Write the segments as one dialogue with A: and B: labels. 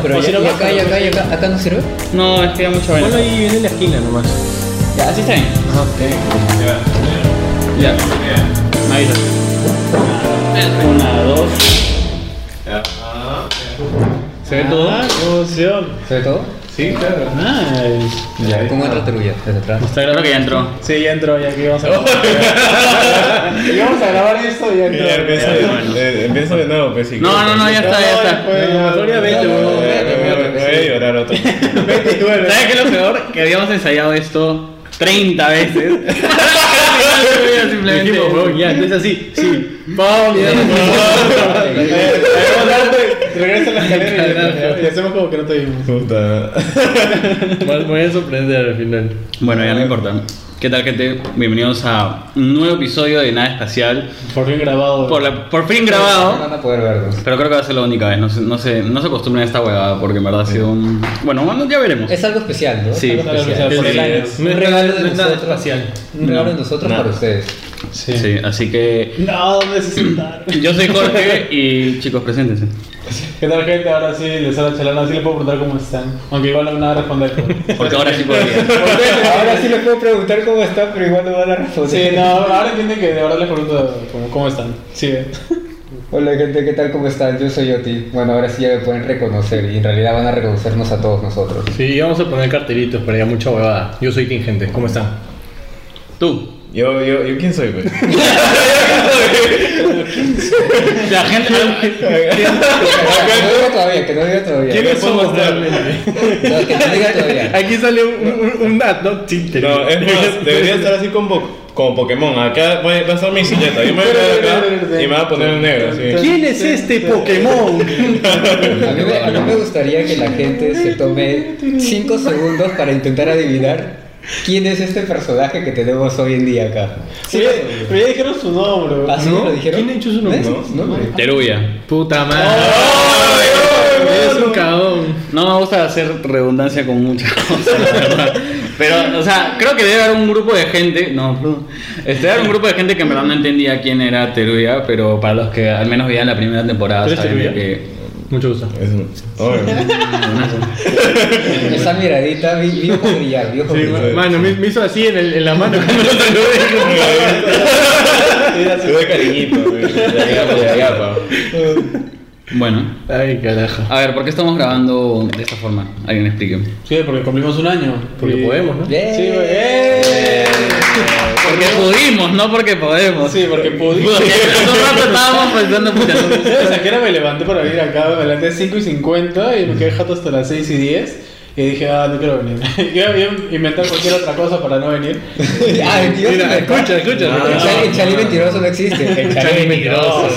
A: Pero
B: O
A: ya-
B: si no,
A: ya-
B: no,
A: Pues acá, y acá, y acá, acá no sirve.
C: No, es que da mucho
B: Ponlo
C: baño.
B: ahí en la esquina nomás.
C: Ya, así está bien.
A: Ah,
B: Ajá.
C: Ya. Me avisas. Una, dos.
A: ¿Se ve todo?
C: Ah, qué emoción.
A: ¿Se ve todo?
B: Sí, claro.
C: Nice.
A: Ya, ¿cómo entra tuya? Desde atrás.
C: Está claro que ya entró.
B: Sí, ya entró, ya que íbamos a grabar. íbamos a grabar esto y ya entró.
D: Ya, empieza,
C: Ya, bueno.
D: eh, empieza de nuevo, pues. si
C: No, no, no, ya está, ya está.
B: Pues, mejor ya vete,
D: Eh,
B: huevón.
D: eh, eh, Voy a llorar otro.
B: Vete y duerme.
C: ¿Sabes qué es lo peor? Que habíamos ensayado esto 30 veces. Simplemente.
B: Dijimos, huevón, ya, entonces así. Sí. ¡Pum! Ya. Eh, vamos a darte- Regresa a la escalera y- y hacemos como que no te vimos.
D: Puta.
E: Me voy a sorprender al final.
C: Bueno, ya no importa. ¿Qué tal, gente? Bienvenidos a un nuevo episodio de Nada Espacial.
B: Por fin grabado.
C: Por, la- por fin
A: No
C: grabado.
A: van a poder verlos.
C: Pero creo que va a ser la única vez. No se, no se, no se acostumbren a esta huevada porque en verdad ha sido un. Bueno, bueno, ya veremos.
A: Es algo especial, ¿no?
C: Sí,
A: Es algo especial.
B: por
C: sí,
B: el año.
E: No
A: Un
E: es
A: regalo de
E: no es nada
A: nosotros.
E: espacial.
A: Un regalo de nosotros para ustedes.
C: Sí. así que.
B: No, ¿dónde se sentaron?
C: Yo soy Jorge y chicos, preséntense.
B: ¿Qué tal, gente? Ahora sí, les habla Chalana. Así les puedo preguntar cómo están. Aunque igual no me van a responder.
C: Porque ahora sí podría.
A: Ahora sí les puedo preguntar cómo están, pero igual no van a responder.
B: Sí, no, ahora entienden que de verdad les pregunto cómo, cómo están. Sigue.
A: Hola gente, ¿qué tal? ¿Cómo están? Yo soy Oti. Bueno, ahora sí ya me pueden reconocer y en realidad van a reconocernos a todos nosotros.
E: Sí, vamos a poner cartelitos, pero ya mucha huevada. Yo soy tingente, ¿cómo están?
C: Tú.
D: Yo, yo, yo, ¿quién soy, pues?
C: La gente.
A: Que no diga todavía, que no diga todavía.
D: ¿Quiénes somos
A: No, que no diga todavía.
E: Aquí sale un, un, un ad, ¿no? Chiste.
D: No, es más, debería estar así como, como Pokémon. Acá va va a estar mi silleta. Yo me voy a quedar acá y me va a poner en negro. Así.
E: ¿Quién es este Pokémon?
A: A mí, me, a mí me gustaría que la gente se tome 5 segundos para intentar adivinar quién es este personaje que tenemos hoy en día acá.
B: Sí, pero ya dijeron su nombre. bro.
A: ¿Así
E: ¿No?
A: lo dijeron?
E: ¿Quién ha hecho su nombre?
A: ¿No? es? ¿No?
C: Teruya.
E: Puta madre. es un cagón.
C: No me gusta hacer redundancia con muchas cosas, la verdad. Pero, o sea, creo que debe haber un grupo de gente. No, no. Este, debe haber un grupo de gente que en verdad no entendía quién era Teruya, pero para los que al menos veían la primera temporada,
E: ¿Tú eres
C: saben de
E: Teruya?
C: que.
E: Mucho gusto.
D: Es un- Oye,
A: Esa miradita vi, vi ojo brillar, vi ojo
E: Sí,
A: brillar.
E: ma- mano, me, me hizo así en, el- en la mano cuando lo saludé.
D: Te doy cariñito. güey. Ya, ya, ya,
C: Bueno.
E: Ay, carajo.
C: A ver, ¿por qué estamos grabando de esta forma? Alguien explique.
B: Sí, porque cumplimos un año.
E: Porque
B: Y-
E: podemos, ¿no?
A: Bien.
B: Sí, güey. ¡Eh!
C: Porque pudimos, no porque podemos.
B: Sí, porque pudimos.
C: Porque hace un rato estábamos pensando, puta, no-
B: O sea, que ahora me levanté para venir acá, me levanté a 5 y 50 y me quedé jato hasta las 6 y 10 y dije, ah, no quiero venir. Yo iba a inventar cualquier otra cosa para no venir.
A: Ah, el tío
E: Mira,
A: se me-
E: escucha, escucha.
A: El Charlie, el Charlie mentiroso no existe.
E: El Charlie mentiroso.
B: No,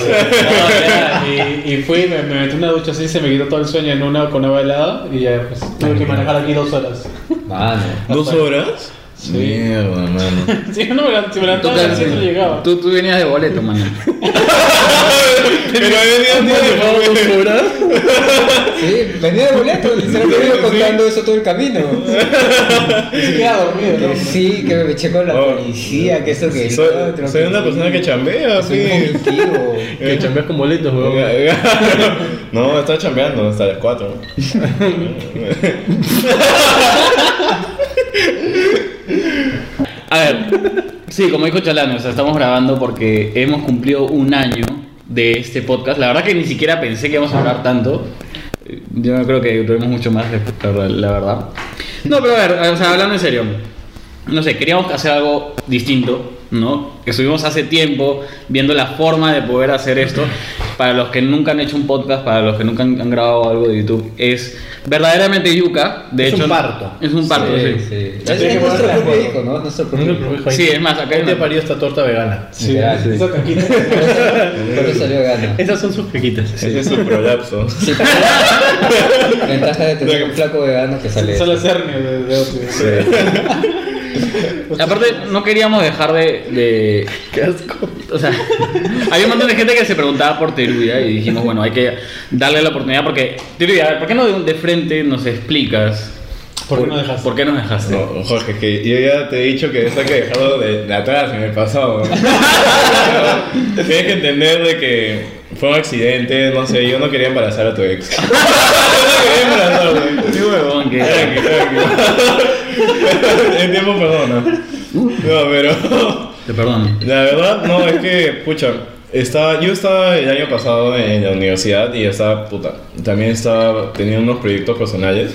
B: ya, y, y fui, me, me metí una ducha así, se me quitó todo el sueño en una con agua helada y ya, pues tuve que manejar aquí dos horas.
A: Mano.
D: ¿Dos horas? Mierda, mano.
B: Si yo no me levantaba, si me
C: Tú,
B: levantaba a las 7 llegaba.
C: tú, tú venías de boleto, man.
D: Pero he venido
E: ¿Llevamos dos horas?
A: Sí, venía de boleto. Se lo he venido contando eso todo el camino.
B: Ni siquiera dormido, ¿no?
A: Que sí, que me eché con la
D: Oh.
A: policía, que esto que el
D: Soy,
A: otro,
D: soy
A: que
D: una
A: sí.
D: persona que chambea,
A: Soy un
D: sí.
A: fugitivo.
E: Que chambeas con boletos, weón.
B: eh,
D: No, está chambeando hasta las 4.
C: A ver, sí, como dijo Chalano, o sea, estamos grabando porque hemos cumplido un año de este podcast. La verdad que ni siquiera pensé que íbamos a hablar tanto. Eh, Yo creo que duremos mucho más, la verdad- la verdad. No, pero a ver, o sea, hablando en serio. No sé, queríamos hacer algo distinto, ¿no? Que estuvimos hace tiempo viendo la forma de poder hacer esto. Para los que nunca han hecho un podcast, para los que nunca han, han grabado algo de YouTube, es verdaderamente yuca. De
E: Es un
C: hecho,
E: parto.
C: Es un parto, Ah, pues sí.
A: Sí, sí. Es,
B: Así que
A: es
B: bueno,
A: nuestro propio
B: bueno.
A: hijo, ¿no? Es nuestro propio
E: No te
A: hijo.
E: preocupes,
C: Sí,
E: Juan.
C: es más, acá hay
E: ¿Quién te
C: una-
E: parió esta torta vegana?
B: Sí,
A: Ya, sí.
B: esa cajita.
A: Por eso salió gana.
E: Esas son sus quequitas.
D: Ese es su prolapso.
A: Sí, Ventaja de tener un flaco vegano que sale.
B: Solo cerne de, de otro.
C: Aparte, no queríamos dejar de. de- O sea, había un montón de gente que se preguntaba por Teruya y dijimos, bueno, hay que darle la oportunidad porque. Teruya, a ver, ¿por qué no de, de frente nos explicas?
B: ¿Por qué no dejaste?
C: ¿Por qué nos dejaste?
D: No, Jorge, que yo ya te he dicho que esto hay que dejarlo de, de atrás, en el pasado. Tienes que entender de que fue un accidente, no sé, yo no quería embarazar a tu ex. Yo no quería El tiempo perdona. No, pero.
C: Te perdono.
D: La verdad, no, es que, pucha, estaba, yo estaba el año pasado en la universidad y estaba puta. También estaba teniendo unos proyectos personales.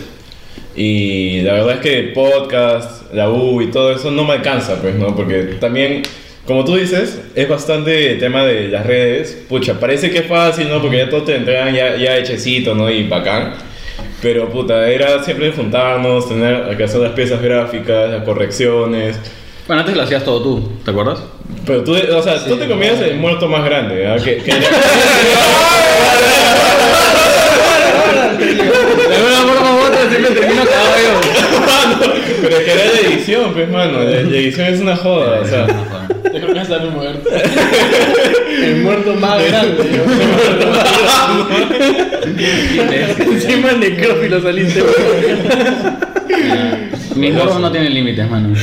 D: Y la verdad es que el podcast, la U y todo eso no me alcanza, pues, ¿no? Porque también, como tú dices, es bastante el tema de las redes. Pucha, parece que es fácil, ¿no? Porque ya todos te entregan ya, ya hechecito, ¿no? Y bacán. Pero puta, era siempre juntarnos, tener que hacer las piezas gráficas, las correcciones.
C: Bueno, antes lo hacías todo tú, ¿te acuerdas?
D: Pero tú, o sea, tú te comías el muerto más grande, ¿verdad? Que, que-
C: De alguna forma u otra siempre termino cagado
D: Pero que era la edición, pues, mano. La, la edición es una joda, o sea.
B: Te creo que está muy muerto. El muerto más grande.
E: Encima el necrófilo saliste.
C: Mis gorros no tienen límites, mano.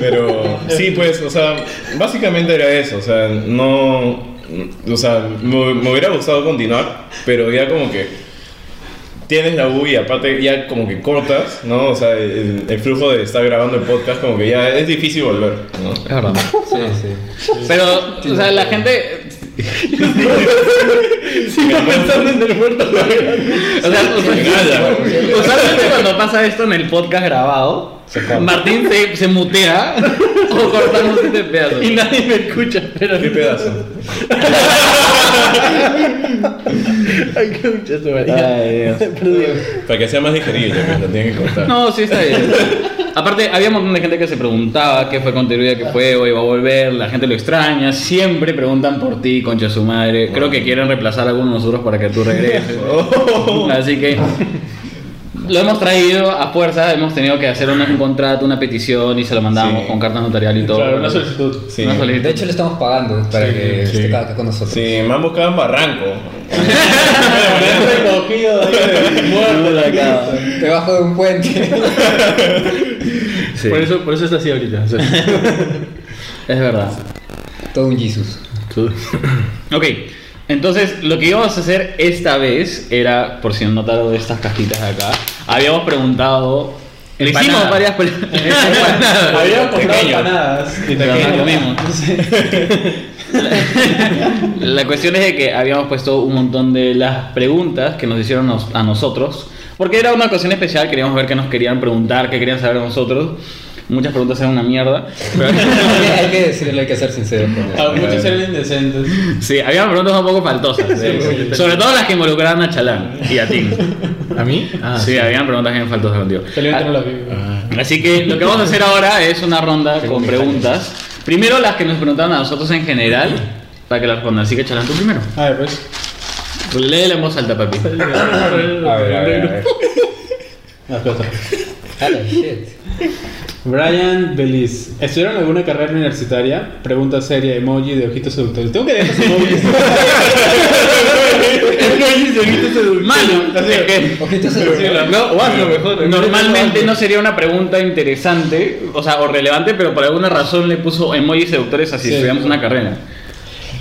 D: Pero sí, pues, o sea, básicamente era eso, o sea, no. O sea, me, me hubiera gustado continuar, pero ya como que tienes la U y aparte ya como que cortas, ¿no? O sea, el, el flujo de estar grabando el podcast como que ya es difícil volver, ¿no?
E: Es verdad.
A: Sí, sí.
C: Pero, o sea, la gente.
D: Pero no-
C: O sea, o sea,
D: Nada, güey.
C: usualmente cuando pasa esto en el podcast grabado, Martín se, se mutea o cortamos este pedazo.
E: Y nadie me escucha, pero.
D: qué pedazo.
E: Ay, qué mucha su María.
C: Ay, Dios.
E: Perdón.
D: Para que sea más digerible, pues, lo tienen que cortar.
C: No, sí está bien. Aparte, había un montón de gente que se preguntaba qué fue con Teruya, qué fue, hoy va a volver, la gente lo extraña, siempre preguntan por ti, concha su madre. Creo que quieren reemplazar a alguno de nosotros para que tú regreses. Así que lo hemos traído a fuerza, hemos tenido que hacer un, un contrato, una petición y se lo mandamos
D: Sí.
C: con cartas notarial y todo.
B: Claro, una solicitud.
D: Sí.
C: Una solicitud.
A: De hecho, le estamos pagando para
D: Sí,
A: que
D: sí.
A: esté acá con nosotros.
D: Sí, me han buscado en Barranco.
B: recogido ahí, muerto.
A: Debajo de un puente.
C: Sí.
E: Por eso, por eso está así ahorita. o sea,
C: Es verdad.
A: Todo un Jesus.
E: tú-
C: Ok, entonces lo que íbamos a hacer esta vez era, por si han notado estas cajitas de acá, habíamos preguntado. Le hicimos
E: Empanada.
C: varias pre-
B: Habíamos comprado
D: Pequeño.
B: empanadas. Y
C: Pero no
B: pequeño.
C: comimos. La cuestión es de que habíamos puesto un montón de las preguntas que nos hicieron nos- a nosotros, porque era una ocasión especial, queríamos ver qué nos querían preguntar, qué querían saber de nosotros. Muchas preguntas eran una mierda.
A: hay que decirle, hay que ser sincero. con él.
B: Ah, Muchos eran indecentes.
C: Sí, había preguntas un poco faltosas. de- Sobre todo las que involucraban a Chalán y a ti.
E: ¿A mí? Ah,
C: sí, habían preguntas bien faltosas contigo.
B: Salió entre
C: Ah,
B: la Biblia.
C: Así que lo que vamos a hacer ahora es una ronda
E: Tengo
C: con
E: mis
C: preguntas. Primero las que nos preguntaron a nosotros en general, para que las respondan. Así que Chalán, tú primero.
B: A ver, pues.
C: Léela en voz alta, papi.
A: A ver, a ver, a ver.
B: Las cosas.
A: Ah, la shit.
B: Brian Beliz, ¿estudiaron alguna carrera universitaria? Pregunta seria, emoji de ojitos seductores. Tengo que dejar esos emojis.
C: Mano, es que-
A: Ojitos
D: Sí, la-
A: seductores.
E: No, o hazlo mejor.
C: Normalmente no sería una pregunta interesante, o sea, o relevante, pero por alguna razón le puso emojis seductores así
B: Sí.
C: estudiamos una carrera.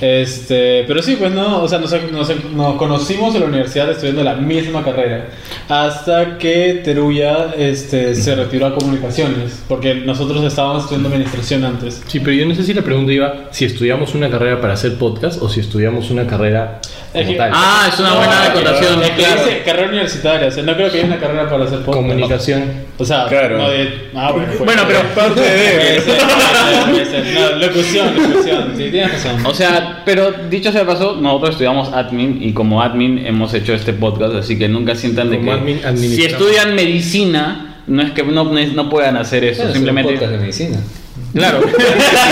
B: Este, pero sí, pues no, o sea, nos, nos- nos conocimos en la universidad estudiando la misma carrera. Hasta que Teruya este, se retiró a comunicaciones, porque nosotros estábamos estudiando administración antes.
E: Sí, pero yo no sé si la pregunta iba si estudiamos una carrera para hacer podcast o si estudiamos una carrera
B: Es que-
E: como tal.
C: Ah, es una buena acotación,
B: Es que
C: claro.
B: dice carrera universitaria, o sea, no creo que haya una carrera para hacer podcast.
E: Comunicación.
B: O sea,
D: Claro.
B: no de. Ah, bueno, pues.
C: Bueno, pero-
D: Parte
B: Puede
D: de.
B: ser, puede ser, puede ser. No, locución, locución. Sí, tienes razón.
C: O sea, pero dicho sea de paso, nosotros estudiamos admin y como admin hemos hecho este podcast, así que nunca sientan de
E: Como
C: que
E: admin
C: si
E: administramos.
C: estudian medicina, no es que no, no es- no puedan hacer eso,
A: Bueno, simplemente.
C: simplemente...
A: podcast de
C: Claro.
A: medicina.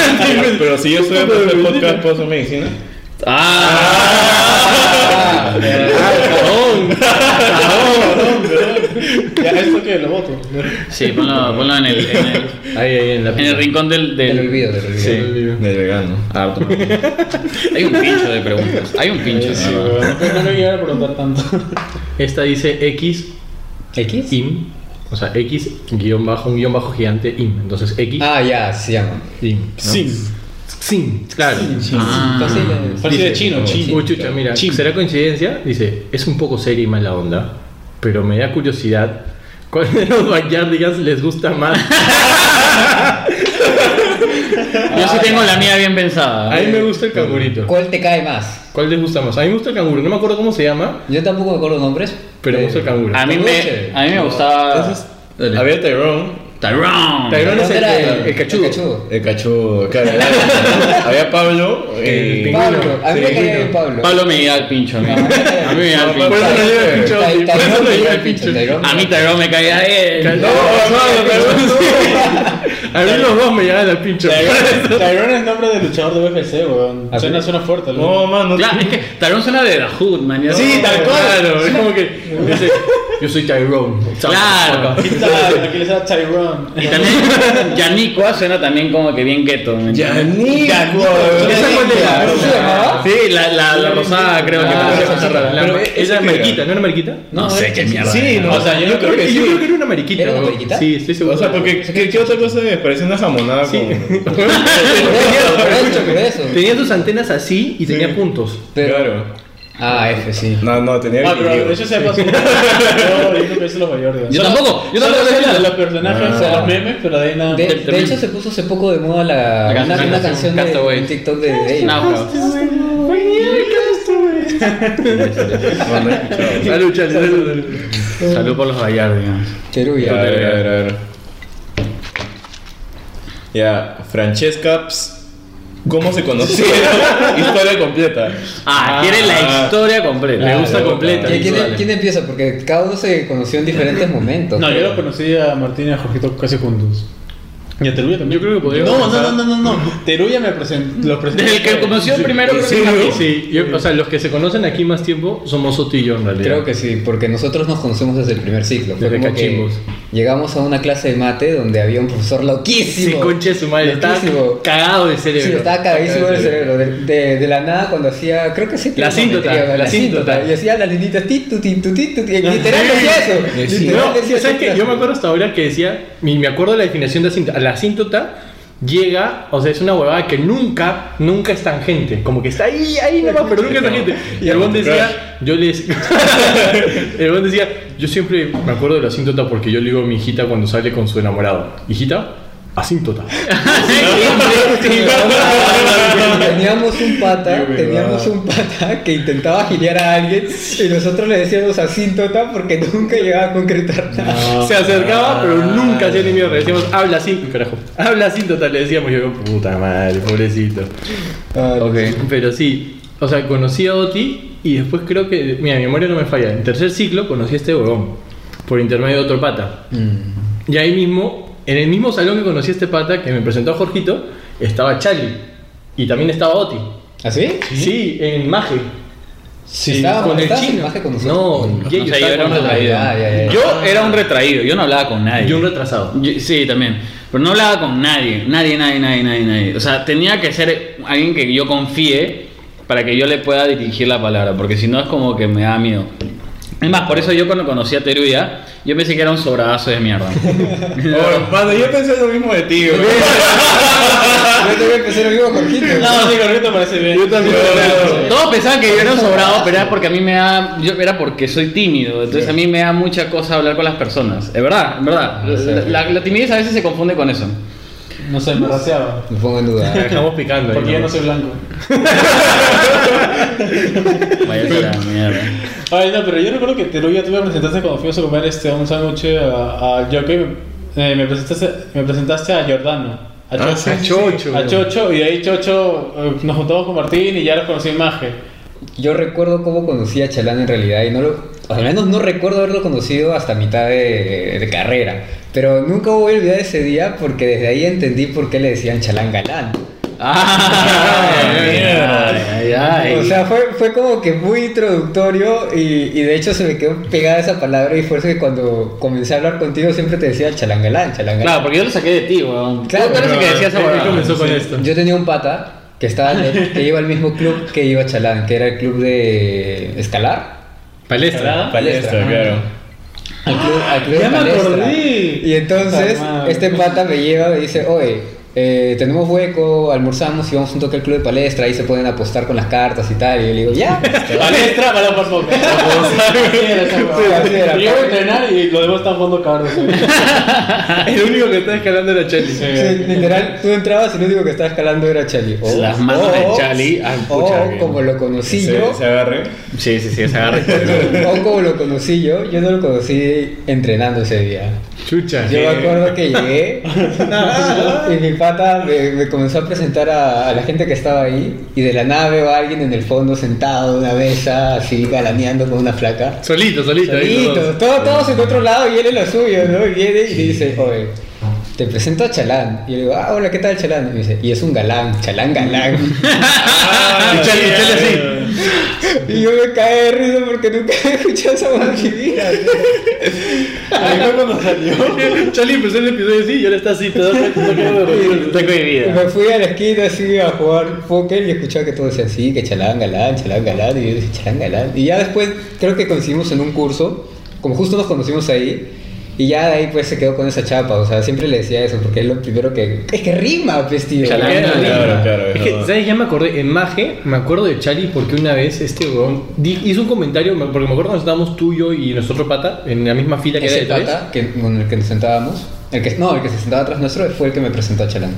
D: Pero si yo estoy en el podcast, ¿puedo hacer medicina?
C: ah,
B: Ya, esto que lo voto.
C: Sí, ponlo, ponlo en, el, en, el,
E: Ahí, ahí, en la.
C: en el rincón del... del-
A: Del olvido, del olvido.
C: Sí.
D: De vegano. Harto.
C: Hay un pincho de preguntas. Hay un pincho. de
B: Sí,
C: verdad.
B: weón. Pues no me iba a preguntar tanto.
E: Esta dice X
A: ¿X?
E: im. O sea, X guión bajo, un guión bajo gigante im. Entonces X
A: Ah, ya, se llama.
E: im.
B: Sí.
E: Sin, claro.
C: Ah.
A: Fácil, eh,
B: Parece de chino,
A: Sí.
B: chino.
E: Uy, chucha, mira,
B: Chin.
E: ¿será coincidencia? Dice, es un poco seria y mala onda, pero me da curiosidad ¿Cuál de los backyardigans les gusta más?
C: Yo sí tengo la mía bien pensada.
E: A mí me gusta el cangurito.
A: ¿Cuál te cae más?
E: ¿Cuál les gusta más? A mí me gusta el canguro. No me acuerdo cómo se llama,
A: Yo tampoco me acuerdo nombres.
E: pero me gusta el canguro.
C: A mí me, a mí me gustaba.
E: Dale.
D: Había Tyrone,
C: Tyrone.
E: Tyrone es el,
A: era
E: el, el cachudo.
D: el cachudo, claro. era- había Pablo
E: El
D: y.
E: pingüino.
A: Pablo, a mí me caía bien Pablo.
C: Pablo me llega al pincho. A mí, a mí me llega al
D: No,
E: Por
C: pincho.
E: eso no lleva el pincho.
A: Ty- Tyrone me llega al pincho,
E: Por eso no lleva el pincho.
A: Tyrone.
C: A mí Tyrone me caía él.
D: No, hermano, Tyrone,
E: A mí los dos me llevan al pincho.
B: Tyrone Tyrone es nombre de luchador de UFC, weón.
A: ¿Ah, sí?
B: Suena, suena fuerte,
D: no. No,
B: ¿no?
D: mano.
C: Ya, es que Tyrone suena de la Hood, man. ya-
D: Sí, tal cual.
E: Claro, es como que dice, yo soy Tyrone.
C: Claro.
B: Aquí está, aquí le está Tyrone.
C: Y también Yaniqua suena también como que bien ghetto. ¿me entiendes?
D: Yanico.
E: ¿Esa cuál era?
A: ¿Cómo se llamaba?
C: Sí, la, la, la rosada creo que
E: Ah,
C: parece
E: esa
C: cosa
E: es rara.
C: rara.
E: La-
D: Pero es-
E: ella es
D: es
E: mariquita, ¿no era mariquita?
C: No sé qué mierda.
D: Sí,
C: era.
D: no.
B: O sea, yo no creo que
E: Yo creo
B: sí.
E: que era una mariquita.
A: ¿Era una
E: weón.
A: mariquita?
E: Sí, estoy seguro.
D: O sea, porque ¿qué, qué otra cosa es? Parece una jamonada con.
A: Por eso, por eso, por eso.
E: Tenía sus antenas así y tenía
D: Sí.
E: puntos.
A: Pero,
D: Claro.
A: ah, F, sí.
D: No, no, tenía
B: Ah,
D: que
B: pero eso se pasó. No, yo no pensé los mayores.
C: Yo tampoco, yo tampoco
B: sé
C: sé
B: los,
C: nada.
B: los personajes,
D: Ah.
B: o los memes, pero de ahí nada.
A: De,
C: Te-
A: de
C: te-
A: hecho, se puso hace poco de moda la,
C: La
A: una,
C: canción,
A: una
C: la
A: canción
C: canción,
A: de
C: Castaway.
A: un TikTok de ellos.
C: Náufrago.
D: No, no he escuchado.
E: Salud, chale, salud, salud.
C: Salud por los gallardians.
A: Teruya.
D: Ya, a ver, a ver, a ver. Ya, Francesca, ps, ¿cómo se conocieron? Historia completa.
C: Ah, quiere la historia completa.
E: Me gusta
D: claro,
E: completa.
A: ¿Quién, quién-
E: visual.
A: quién empieza? Porque cada uno se conoció en diferentes momentos.
B: No, yo lo conocí a Martín y a Jorgito casi juntos. Y a Teruya también.
E: Yo creo que podría
B: No, no,
E: avanzar.
B: no, no, no, no. Teruya me presentó. Lo presentó.
C: Desde el que conoció primero creo que
E: Sí,
C: es Martín.
E: sí. Yo- o sea, los que se conocen aquí más tiempo somos Soto y yo en realidad.
A: Creo que sí, porque nosotros nos conocemos desde el primer ciclo. Fue
E: Desde
A: como que
E: cachimbos.
A: llegamos a una clase de mate donde había un profesor
E: Sí,
A: loquísimo.
E: conche su madre, estaba
A: Loquísimo.
E: cagado de
A: Sí,
E: cerebro.
A: estaba cagadísimo el cerebro. De, de- de la nada, cuando hacía. Creo que sí.
E: La
A: tenía
E: síntota,
A: materia,
E: la síntota.
A: Y hacía las linitas. ti, tu, ti, tu, ti, tu, ti, Literal decía eso.
E: Sí,
A: literal
E: no,
A: decía
E: ¿sabes
A: eso.
E: qué? Yo me acuerdo hasta ahora que decía, y me acuerdo de la definición de asíntota. La asíntota llega, o sea, es una huevada que nunca, nunca es tangente. Como que está ahí, ahí nomás, pero nunca es tangente. Y el bond decía, yo les. el bond decía, yo siempre me acuerdo de la asíntota porque yo le digo a mi hijita cuando sale con su enamorado: Hijita, asíntota.
A: Teníamos un pata, teníamos un pata que intentaba gilear a alguien y nosotros le decíamos asíntota porque nunca llegaba a concretar nada.
E: Se acercaba, pero nunca hacía ni mierda. Le Decíamos, habla así, carajo. Habla así, total. Le decíamos, yo, puta madre, pobrecito.
A: Ah,
E: Pero sí, o sea, conocí a Oti y después creo que, mira, mi memoria no me falla. En tercer ciclo conocí a este huevón por intermedio de otro pata.
A: mm.
E: Y ahí mismo, en el mismo salón que conocí a este pata que me presentó a Jorgito, estaba Charlie y también estaba Oti.
A: ¿Así?
E: Sí, en Maje.
A: Sí, ¿Ah, estaba
E: con el
A: estabas en
E: chino.
A: Maje con
E: no,
A: nosotros.
E: y
A: No
E: ellos
C: sé, yo
E: estaban
C: era un
E: con nosotros.
C: retraído.
A: Ah, ya, ya.
C: Yo era un retraído, yo no hablaba con nadie.
E: Y un retrasado.
C: Yo- Sí, también. Pero no hablaba con nadie, nadie, nadie, nadie, nadie, nadie. O sea, tenía que ser alguien que yo confíe para que yo le pueda dirigir la palabra, porque si no es como que me da miedo. Es más, por eso yo cuando conocí a Teruya, yo pensé que era un sobradazo de mierda.
D: Oh, mano, yo pensé lo mismo de ti, güey.
A: Yo te voy a empezar vivo Jorgito.
B: No, sí, Jorgito parece bien. Yo también.
C: Todos pensaban que yo era un sobrado, pero era porque a mí me da. Yo, era porque soy tímido, entonces a mí me da mucha cosa hablar con las personas. Es verdad, es verdad. La, la- la timidez a veces se confunde con eso.
B: No sé, me raseaba.
A: Me pongo en
E: La
A: duda.
E: dejamos picando. ahí,
B: Porque yo
E: ¿no?
B: no soy blanco.
C: Vaya sea la mierda.
B: Ay, no, pero yo recuerdo que Teruya tú me presentaste cuando fuimos a comer este, un sándwich a, a Jockey. eh, me, presentaste, me presentaste a Giordano. A Chocho.
D: Ah, sí, sí,
E: Chocho.
B: A Chocho, y de ahí Chocho eh, nos juntamos con Martín y ya los conocí en Maje.
A: Yo recuerdo cómo conocí a Chalán en realidad y no lo, o al menos no recuerdo haberlo conocido hasta mitad de, de carrera. Pero nunca voy a olvidar ese día porque desde ahí entendí por qué le decían Chalán Galán.
C: Ay, ay, ay.
A: O sea, fue, fue como que muy introductorio y, y de hecho se me quedó pegada esa palabra y fue eso que cuando comencé a hablar contigo siempre te decía Chalán Galán, Chalán Galán.
C: Claro, porque yo lo saqué de ti, weón.
A: Claro,
C: Tú eres el que
E: Pero,
C: decías esa
E: él
C: huevada.
E: comenzó con esto.
A: Yo tenía un pata que estaba que iba al mismo club que iba Chalán, que era el club de escalar.
E: Palestra.
D: Palestra, claro.
A: al club, al club
B: Ah,
A: de
B: Ya me
A: palestra.
B: acordé.
A: Y entonces
B: Puta madre.
A: este pata me lleva y dice, oye, eh, tenemos hueco, almorzamos y vamos un toque al club de palestra, ahí se pueden apostar con las cartas y tal. Y yo le digo, ya.
B: Palestra para la pasó.
A: así era.
B: Llego a entrenar y los demás están jugando cabros.
E: El único que está escalando era Chelsea.
A: Sí, literal, tú entrabas y lo único que estaba escalando era Chali. O-
C: Las manos de
A: o-
C: Chali, ah,
A: O
C: pucha, que-
A: como lo conocí yo.
D: se, se agarre.
C: Sí, sí, sí, se agarra.
A: O como lo conocí yo, yo no lo conocí entrenando ese día.
E: Chucha.
A: Yo me
D: Eh.
A: acuerdo que llegué y mi pata me, me comenzó a presentar a, a la gente que estaba ahí y de la nada veo a alguien en el fondo sentado en una mesa, así galaneando con una flaca.
E: Solito, solito. ahí
A: Solito,
E: todos.
A: todo- todos en otro lado y él en lo suyo, ¿no? Y viene y dice, oye, te presento a Chalán. Y yo le digo, ah, hola, ¿qué tal Chalán? Y me dice, y es un galán, Chalán galán.
D: Ah,
E: Chale,
D: ya,
E: chale, sí.
D: ya.
A: y yo me caí de risa porque nunca he escuchado esa voz en mi vida.
B: Ahí fue cuando salió.
E: Charlie empezó el episodio así y ahora está así, te das cuenta, está cagado de risa.
C: Está
A: Y me
C: cohibida.
A: fui a la esquina así a jugar póker y escuchaba que todo decía así, que chalán galán, chalán galán, y yo dije chalán galán. Y ya después creo que coincidimos en un curso, como justo nos conocimos ahí, y ya de ahí pues se quedó con esa chapa, o sea, siempre le decía eso, porque es lo primero que... Es que rima, pues, tío.
C: Chalán
A: Rima.
C: galán,
D: Claro, claro.
E: Es que, ¿sabes? Ya me acordé, en Maje, me acuerdo de Chali porque una vez este weón di- hizo un comentario, me- porque me acuerdo que nos estábamos tú, yo y nuestro otro pata en la misma fila que era
A: Ese
E: de tres.
A: pata que, con el que nos sentábamos, el que, no, el que se sentaba atrás nuestro fue el que me presentó a Chalán.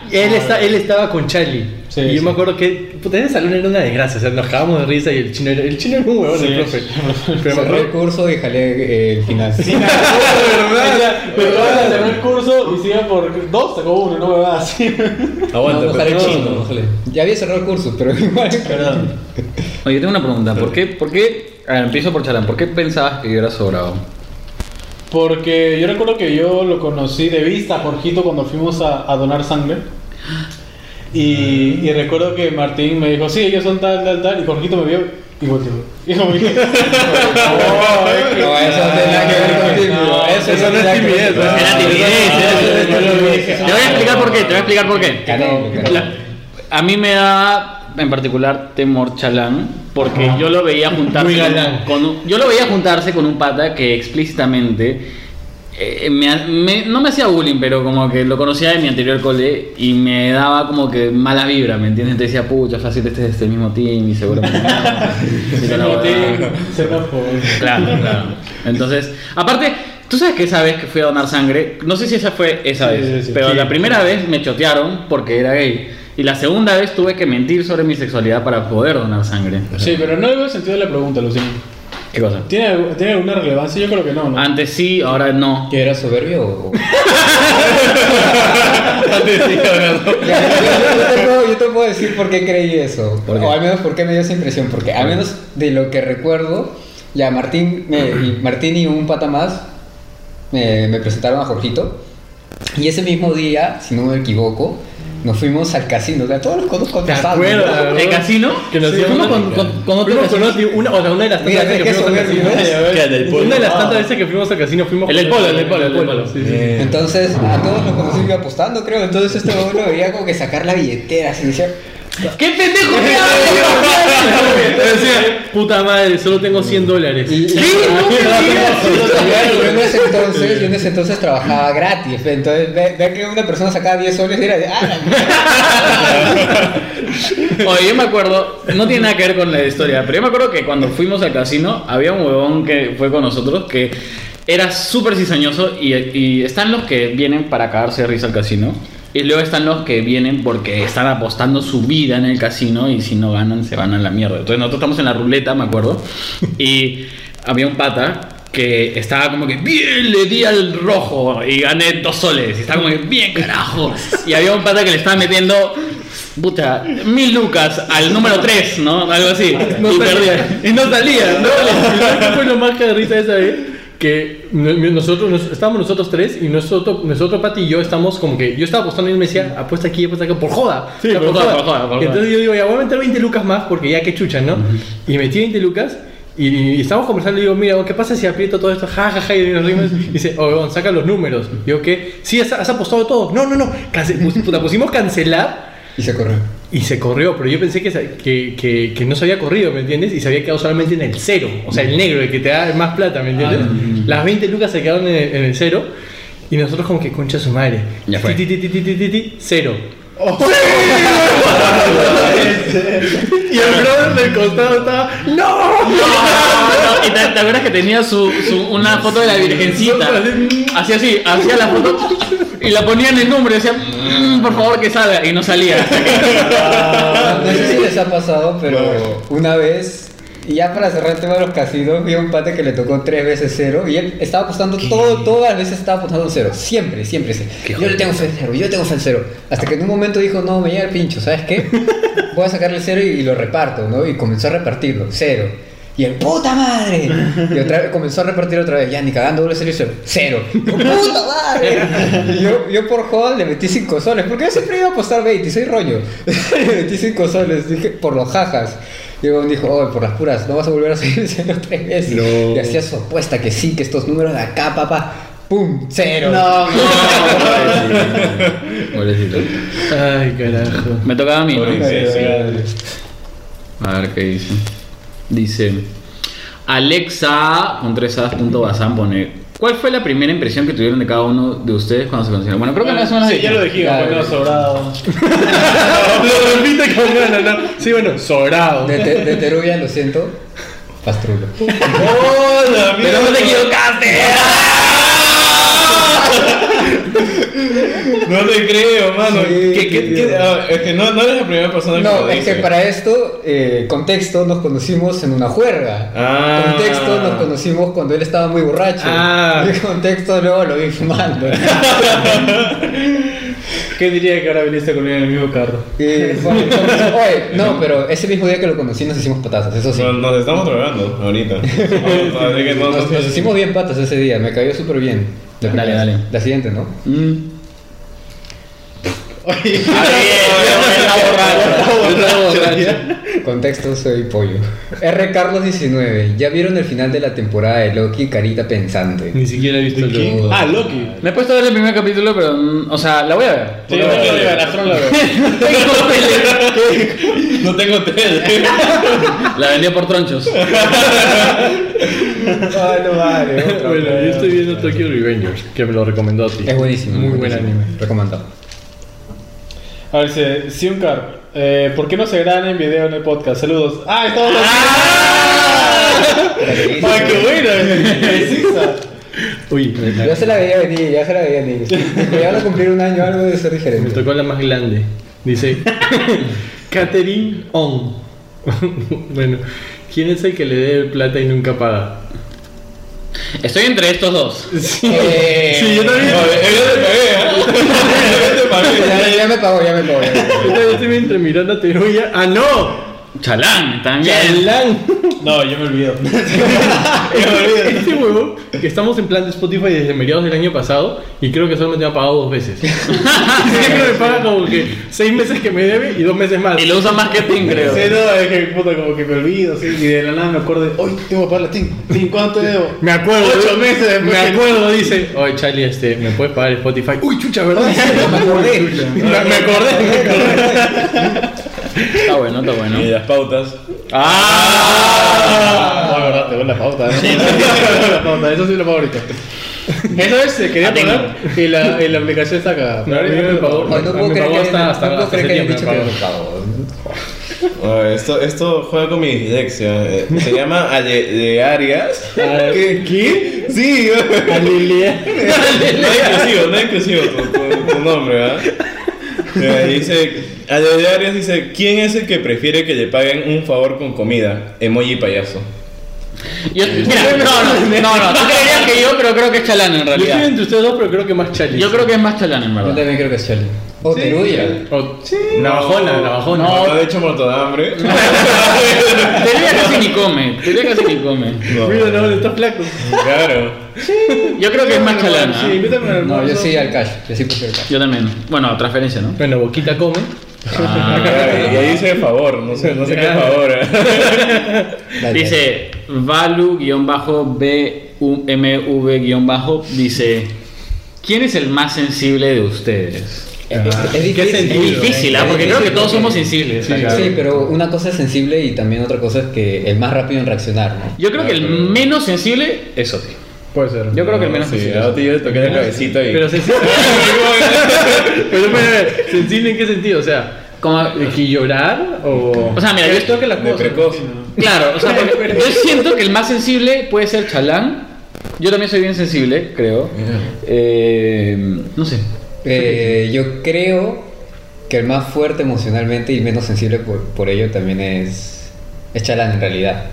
C: Ah.
E: él, está, él estaba con Charlie.
B: Sí,
E: y yo
B: sí.
E: me acuerdo que puta, ese salón era una desgracia. O sea, nos cagábamos de risa y el chino era, el chino era un huevón,
B: Sí.
E: el profe. Pero
A: Cerré el
E: me acuerdo.
A: curso y jalé eh, el final.
B: Pero ahora cerró el curso y sigue por dos, sacó uno, no me va así.
D: Aguanta,
A: No, no
D: pero
A: jalé el
D: no,
A: chino, no jalé. Ya había cerrado el curso, pero igual...
B: Perdón.
C: Oye, tengo una pregunta. ¿Por qué, por qué, a ver, empiezo por Chalán, ¿por qué pensabas que yo era sobrado?
B: Porque yo recuerdo que yo lo conocí de vista, Jorgito, cuando fuimos a, a donar sangre. Y, y recuerdo que Martín me dijo, sí, ellos son tal, tal, tal. Y Jorgito me vio y volteó. Y como dije,
A: No, eso no tiene nada que ver con tímido. Eso, no es timidez.
D: ¿no?
C: Era timidez, era timidez. Te voy a explicar por qué, te voy a explicar por qué.
A: Canelo, canelo.
C: La- a mí me da en particular temor Chalán porque yo lo veía juntarse
E: Muy galán.
C: con un- yo lo veía juntarse con un pata que explícitamente eh, me ha- me- no me hacía bullying pero como que lo conocía de mi anterior cole y me daba como que mala vibra me entiendes te decía pucha fácil este es este mismo team y seguramente este no. Y
B: se
C: toda la huevada.
B: Martín, se enojó.
C: Claro, claro. Entonces, aparte, tú sabes que esa vez que fui a donar sangre, no sé si esa fue esa
B: Sí,
C: vez,
B: sí, sí.
C: pero
B: Sí.
C: la primera vez me chotearon porque era gay. Y la segunda vez tuve que mentir sobre mi sexualidad para poder donar sangre.
B: Sí, pero no veo el sentido de la pregunta, Lucín.
C: ¿Qué cosa?
B: ¿Tiene, ¿Tiene alguna relevancia? Yo creo que no, ¿no?
C: Antes sí, ahora no.
A: ¿Que era soberbio o.?
D: Antes sí, ahora no.
A: Ya, yo, yo te puedo, yo te puedo decir por qué creí eso.
C: ¿Por qué?
A: O al menos por qué me dio esa impresión. Porque al menos de lo que recuerdo, ya Martín, me- y, Martín y un pata más me, me presentaron a Jorgito. Y ese mismo día, si no me equivoco, nos fuimos al casino. O sea, todos los conozco
E: ¿Te
A: pasados,
E: acuerdas?
A: ¿no?
E: Claro.
C: ¿El casino?
E: Que nos
C: Sí,
E: íbamos
C: fuimos
E: a-
C: con, con, con otro
E: Fuimos con
C: casino.
E: otro- una, o sea, una de las
A: Mira,
E: tantas veces
A: es que
E: fuimos al
A: soberbio,
E: casino.
A: ¿no?
D: Que del polo.
E: Una de las tantas veces que fuimos al casino fuimos
C: El del polo, el del polo, el del polo.
E: Sí, sí, sí.
D: Eh,
A: Entonces, a todos los conocí yo apostando, creo. Entonces, este hombre lo veía como que sacar la billetera. Así decía,
C: ¡Qué pendejo! que era!
E: Decía, puta madre, solo tengo 100 dólares.
A: Y-
C: Sí, no me digas.
A: Yo en ese entonces, yo en ese entonces trabajaba gratis. Entonces, ve, ve que una persona sacaba 10 soles y era de, ah, la mierda".
C: Oye, yo me acuerdo, no tiene nada que ver con la historia, pero yo me acuerdo que cuando fuimos al casino había un huevón que fue con nosotros que era súper cizañoso y, y están los que vienen para cagarse de risa al casino y luego están los que vienen porque están apostando su vida en el casino y si no ganan se van a la mierda. Entonces nosotros estamos en la ruleta, me acuerdo, y había un pata que estaba como que bien le di al rojo y gané dos soles y estaba como que bien carajo y había un pata que le estaba metiendo puta mil lucas al número 3 no algo así
E: No
C: y
E: salía.
C: perdía y no salía no
E: ¿Sabes qué fue lo más que de risa esa vez? Que no- nosotros nos- estábamos nosotros tres y nosotros, nosotros Pati y yo estamos como que yo estaba apostando y él me decía apuesta aquí, apuesta acá, por joda.
C: Sí,
E: O sea,
C: por joda, por joda, por joda.
E: Entonces yo digo, ya voy a meter 20 lucas más porque ya que chucha, ¿no? Y metí 20 lucas y, y estábamos conversando y digo, mira, ¿qué pasa si aprieto todo esto? Ja, ja, ja, y nos rimos. Y dice, oh, weón, saca los números. Y yo, ¿qué? Sí, has, has apostado todo. No, no, no. Cance- pus- puta, pusimos cancelar.
A: Y se corrió.
E: Y se corrió, pero yo pensé que, sa- que, que- que no se había corrido, ¿me entiendes? Y se había quedado solamente en el Mm. Ah, cero, o sea, el negro, el que te da más plata, ¿me entiendes? Las 20 lucas se quedaron en, en el cero. Y nosotros como que concha su madre.
A: Ya fue.
E: Ti, ti, ti, ti, ti, ti, ti, cero. Oh. y el brother del costado estaba. ¡No!
C: No, y te, te acuerdas que tenía su, su- una foto de la virgencita. Hacía así, hacía la foto y la ponía en el nombre. Decía, "Mm, por favor que salga. Y no salía.
A: No sé si les ha pasado, pero una vez, y ya para cerrar el tema de los casinos, vi a un pate que le tocó tres veces cero y él estaba apostando todo, todas las veces estaba apostando un cero. Siempre, siempre. sí. Yo le tengo fe al cero, yo le tengo fe al cero. Hasta que en un momento dijo, no, me llega el pincho, ¿sabes qué? Voy a sacarle el cero y, y lo reparto, ¿no? Y comenzó a repartirlo, cero. Y el puta madre. Y otra vez comenzó a repartir otra vez. Ya ni cagando doble cero y cero. Cero. Yo, puta madre. Y yo, yo por joda le metí 5 soles. Porque yo siempre iba a apostar 20, soy rollo. le metí 5 soles. Dije, por los jajas. Y luego dijo, oh, por las puras, no vas a volver a seguir siendo tres veces.
D: No.
A: Y hacía su apuesta que sí, que estos números de acá, papá. ¡Pum! ¡Cero!
C: Pobrecito.
E: Ay, carajo.
C: Me tocaba a mí. ¿no?
D: Sí, sí.
C: A ver qué dice. Dice Alexa con tres A's punto Bazán pone. ¿Cuál fue la primera impresión que tuvieron de cada uno de ustedes cuando se conocieron? Bueno, creo que no es una
B: Sí, ya lo dijimos,
A: Claro.
B: bueno, sobrado.
E: Lo repite con ganas, ¿no? Sí, bueno, sobrado.
A: De, te- de Teruvia, lo siento. Pastrulo.
D: ¡Hola,
C: ¡Pero no te
D: mierda!
C: equivocaste!
D: No te creo, mano.
A: Sí,
D: ¿Qué- qué-
A: sí,
D: qué-
A: sí.
D: ah, es que no, no eres la primera persona que
A: No,
D: lo
A: es que
D: dice.
A: para esto, eh, contexto, nos conocimos en una juerga.
D: Ah.
A: Contexto, nos conocimos cuando él estaba muy borracho.
D: Ah.
A: Y contexto, luego lo vi fumando.
B: ¿Qué diría que ahora viniste con él en el mismo carro?
A: Y fue- oye, no, pero ese mismo día que lo conocí nos hicimos patazas, eso sí.
D: No, Nos estamos drogando ahorita. Así que no,
A: Nos,
D: no
A: nos
D: sé.
A: hicimos bien patas ese día, me cayó súper bien. La
C: Dale,
A: primera vez.
C: dale.
A: La siguiente, ¿no?
C: Mm. Ah,
A: Contexto, soy pollo. R. Carlos 19. ¿Ya vieron el final de la temporada de Loki, Carita Pensante?
E: Ni siquiera he visto el
A: quién?
E: logo.
B: Ah, Loki.
C: Me he puesto a ver el primer capítulo, pero. mm, O sea, la voy a ver.
B: Sí, bueno, yo de Gastron la veo.
C: Tengo tele.
D: No tengo tele.
C: La vendía por tronchos.
A: Ay, no vale.
E: Bueno, yo estoy viendo Tokyo Revengers, que me lo recomendó a ti.
A: Es buenísimo.
E: Muy buen
A: buenísimo.
E: anime.
A: Recomendado.
B: A ver, dice, Siuncar, eh, ¿por qué no se graban en video en el podcast? Saludos. ¡Ah, estamos aquí! ¡Ah, qué bueno! Precisa.
E: Uy,
A: Yo se la veía venir, ya se la veía venir. Me van a cumplir un año algo de ser
E: me
A: diferente.
E: tocó la más grande. Dice Catherine On. bueno, ¿quién es el que le debe plata y nunca paga?
C: Estoy entre estos dos.
E: Sí,
A: Eh,
E: sí, yo también.
D: No, eh, yo te pagué, ¿eh? Yo te pagué.
A: Ya, ya me pagó, ya me pagó. ya me pagó.
E: Yo también estoy entre Miranda Teruya. ¡Ah, no!
C: Chalán, también.
E: ¡Chalán!
B: No, yo me olvido.
E: Este huevo, que estamos en plan de Spotify desde mediados del año pasado y creo que solamente me ha pagado dos veces. Siempre me paga como que seis meses que me debe y dos meses más.
C: Y lo usa marketing, creo.
B: Sí, no, es que puta, como que me olvido, sí, y de la nada me acuerdo de, hoy tengo que pagar la TIN, ¿TIN cuánto debo?
E: Me acuerdo.
B: Ocho meses
E: Me
B: después.
E: acuerdo, dice. Oye, Charlie, este, ¿me puedes pagar Spotify? Uy, chucha, ¿verdad?
A: Me acordé.
E: me, me acordé. me acordé.
C: Está bueno, está bueno.
D: Y las pautas.
C: ¡Ah!
B: Ah, no, verdad, te voy la pauta. ¿eh? Te voy la pauta, eso sí es lo favorito. Esa vez se quería
C: Atengo.
B: pagar y la, y la aplicación está cagada.
E: No, a mí me pagó.
A: Ay, No
E: Me
A: puedo creer
E: pagó
A: que
E: hasta-
A: hayan-
E: hasta-
A: no puedo
E: hasta
A: creer que hayan dicho
E: septiembre
A: que
E: me
A: me pagó.
D: Ah, esto, esto juega con mi dislexia. eh. Se llama Ale- de Arias. ¿Qué? ¿Qué? Sí. No es inclusivo, no es inclusivo tu, tu- tu nombre, ¿verdad? Mira, Dice, Ale de Arias dice, ¿quién es el que prefiere que le paguen un favor con comida? Emoji payaso.
C: Yo- mira, no, no, no, no, tú creerías que yo, pero creo que es Chalán en
E: Yo estoy
C: realidad.
E: entre ustedes dos, pero creo que más Charlie.
C: Yo creo que es más Chalán en
A: Yo
C: verdad.
A: también creo que es Charlie. O Teruya.
E: O- La bajona, la bajona.
D: No, de hecho muerto de hambre.
C: Teoría casi ni come, Teoría casi ni come.
D: No,
E: Mira, no, está flaco.
D: Claro.
C: Yo creo que es más Chalán.
B: Sí,
C: ¿ah?
B: invítame al
A: No, yo
B: almuerzo.
A: sí al cash. Yo sí prefiero cash.
C: Yo también. Bueno, transferencia, ¿no?
E: Bueno, Boquita come.
C: Ah.
D: Claro, Y ahí dice favor, no sé, no sé qué favor. ¿eh?
A: Dale,
C: Dice Valu-BMV- dice ¿Quién es el más sensible de ustedes?
A: dale. Ah. Es, es- es
E: ¿Qué
A: difícil.
E: sentido?
C: Es difícil, ¿ah? Porque
A: Es
C: creo que
A: difícil
C: todos
A: porque-
C: somos sensibles.
A: Sí,
C: acá.
A: sí, pero una cosa es sensible y también otra cosa es que el más rápido en reaccionar, ¿no?
C: Yo creo que el menos sensible es Oti.
B: Puede ser.
A: Yo creo que el menos
D: Sí,
A: fastidioso.
D: a ti yo le toqué la cabecita y.
E: Pero sencillo. pero espera, sencillo en qué sentido, o sea,
C: Como,
E: ¿y llorar o.?
C: o sea, mira, yo estoy
B: que las
D: De
B: cosas,
D: precoz.
B: imagino.
C: Claro, o sea, porque yo siento que el más sensible puede ser Chalán. Yo también soy bien sensible, creo. Eh, no sé.
A: Eh, yo creo que el más fuerte emocionalmente y menos sensible por, por ello también es, es Chalán en realidad.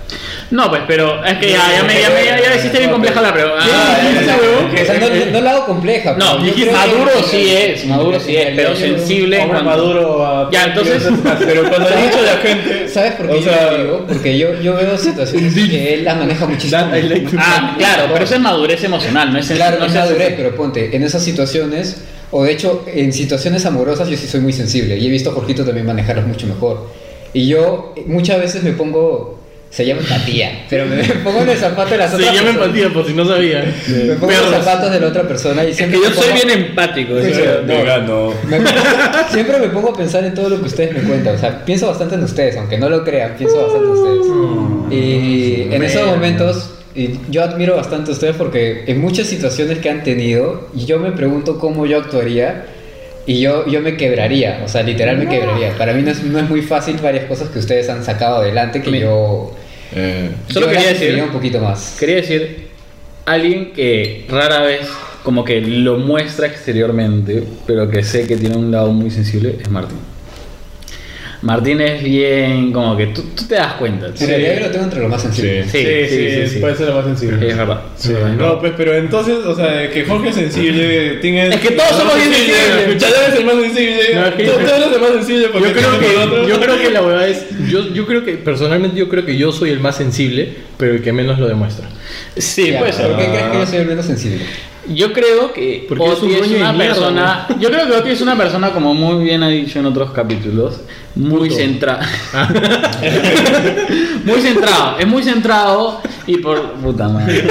C: No, pues, pero es que ya, ya me, ya me- ya- ya hiciste bien compleja la pregunta.
A: Ah,
C: Ah,
A: ya, ya, ya. O sea, no, no la hago compleja.
C: eh, No,
A: pero yo creo que-
C: maduro sí es, maduro sí es, pero sensible.
B: Hombre
C: cuando-
B: maduro a-
C: Ya, entonces-
D: Pero cuando ha dicho la gente.
A: ¿Sabes por qué
D: O
A: yo
D: sea-
A: lo digo? Porque yo, yo veo situaciones que él las maneja muchísimo.
E: That I like to-
C: Ah, claro, pero eso es madurez emocional, no es sensible.
A: Claro,
C: no
A: no
C: es
A: madurez,
C: sensible.
A: pero ponte, en esas situaciones, o de hecho, en situaciones amorosas yo sí soy muy sensible y he visto a Jorgito también manejarlas mucho mejor. Y yo eh, muchas veces me pongo, se llama empatía, pero me pongo en el zapato de las
E: Se
A: otras
E: llama
A: personas.
E: empatía por si no sabía.
A: Me pongo en los
E: Perros.
A: zapatos de la otra persona y
C: Es
A: siempre
C: que yo
A: me
C: soy
A: pongo-
C: bien empático. o sea,
A: Pues,
D: No, ganó.
A: me pongo- siempre me pongo a pensar en todo lo que ustedes me cuentan. O sea, pienso bastante en ustedes, aunque no lo crean, pienso bastante en ustedes.
C: Mm.
A: Y en esos momentos, y yo admiro bastante a ustedes porque en muchas situaciones que han tenido, y yo me pregunto cómo yo actuaría y yo, yo me quebraría. O sea, literal me quebraría. Para mí no es, no es muy fácil varias cosas que ustedes han sacado adelante que
C: Mira.
A: yo.
D: Eh,
C: Solo
A: yo
C: quería
A: las
C: decir-
A: sufriría un poquito más.
C: Quería decir, alguien que rara vez como que lo muestra exteriormente, pero que sé que tiene un lado muy sensible, es Martín. Martín es bien como que tú, tú te das cuenta.
A: En realidad yo lo tengo entre lo más sensible.
C: Sí, sí, sí, sí.
B: puede ser lo más sensible.
C: Es verdad.
D: Sí, No, pues, pero entonces, o sea, que Jorge es sensible, tiene...
C: Es que todos somos bien sensibles.
D: Chalán es el más sensible.
E: No, es que-
D: Todos todos los demás sensibles. porque
E: Yo creo,
D: tenemos nosotros.
E: que, yo creo que la huevada es. Yo, yo creo que, personalmente, yo creo que yo soy el más sensible, pero el que menos lo demuestra.
C: Sí,
A: Ya,
C: puede ser.
A: ¿Por qué crees que yo soy el menos sensible?
C: Yo creo que
E: Porque es un
C: Oti es,
E: dueño de
C: una
E: mierda,
C: persona. Yo creo que Oti es una persona, como muy bien ha dicho en otros capítulos, muy centrada.
E: Ah.
C: muy centrado, es muy centrado y por. Puta madre.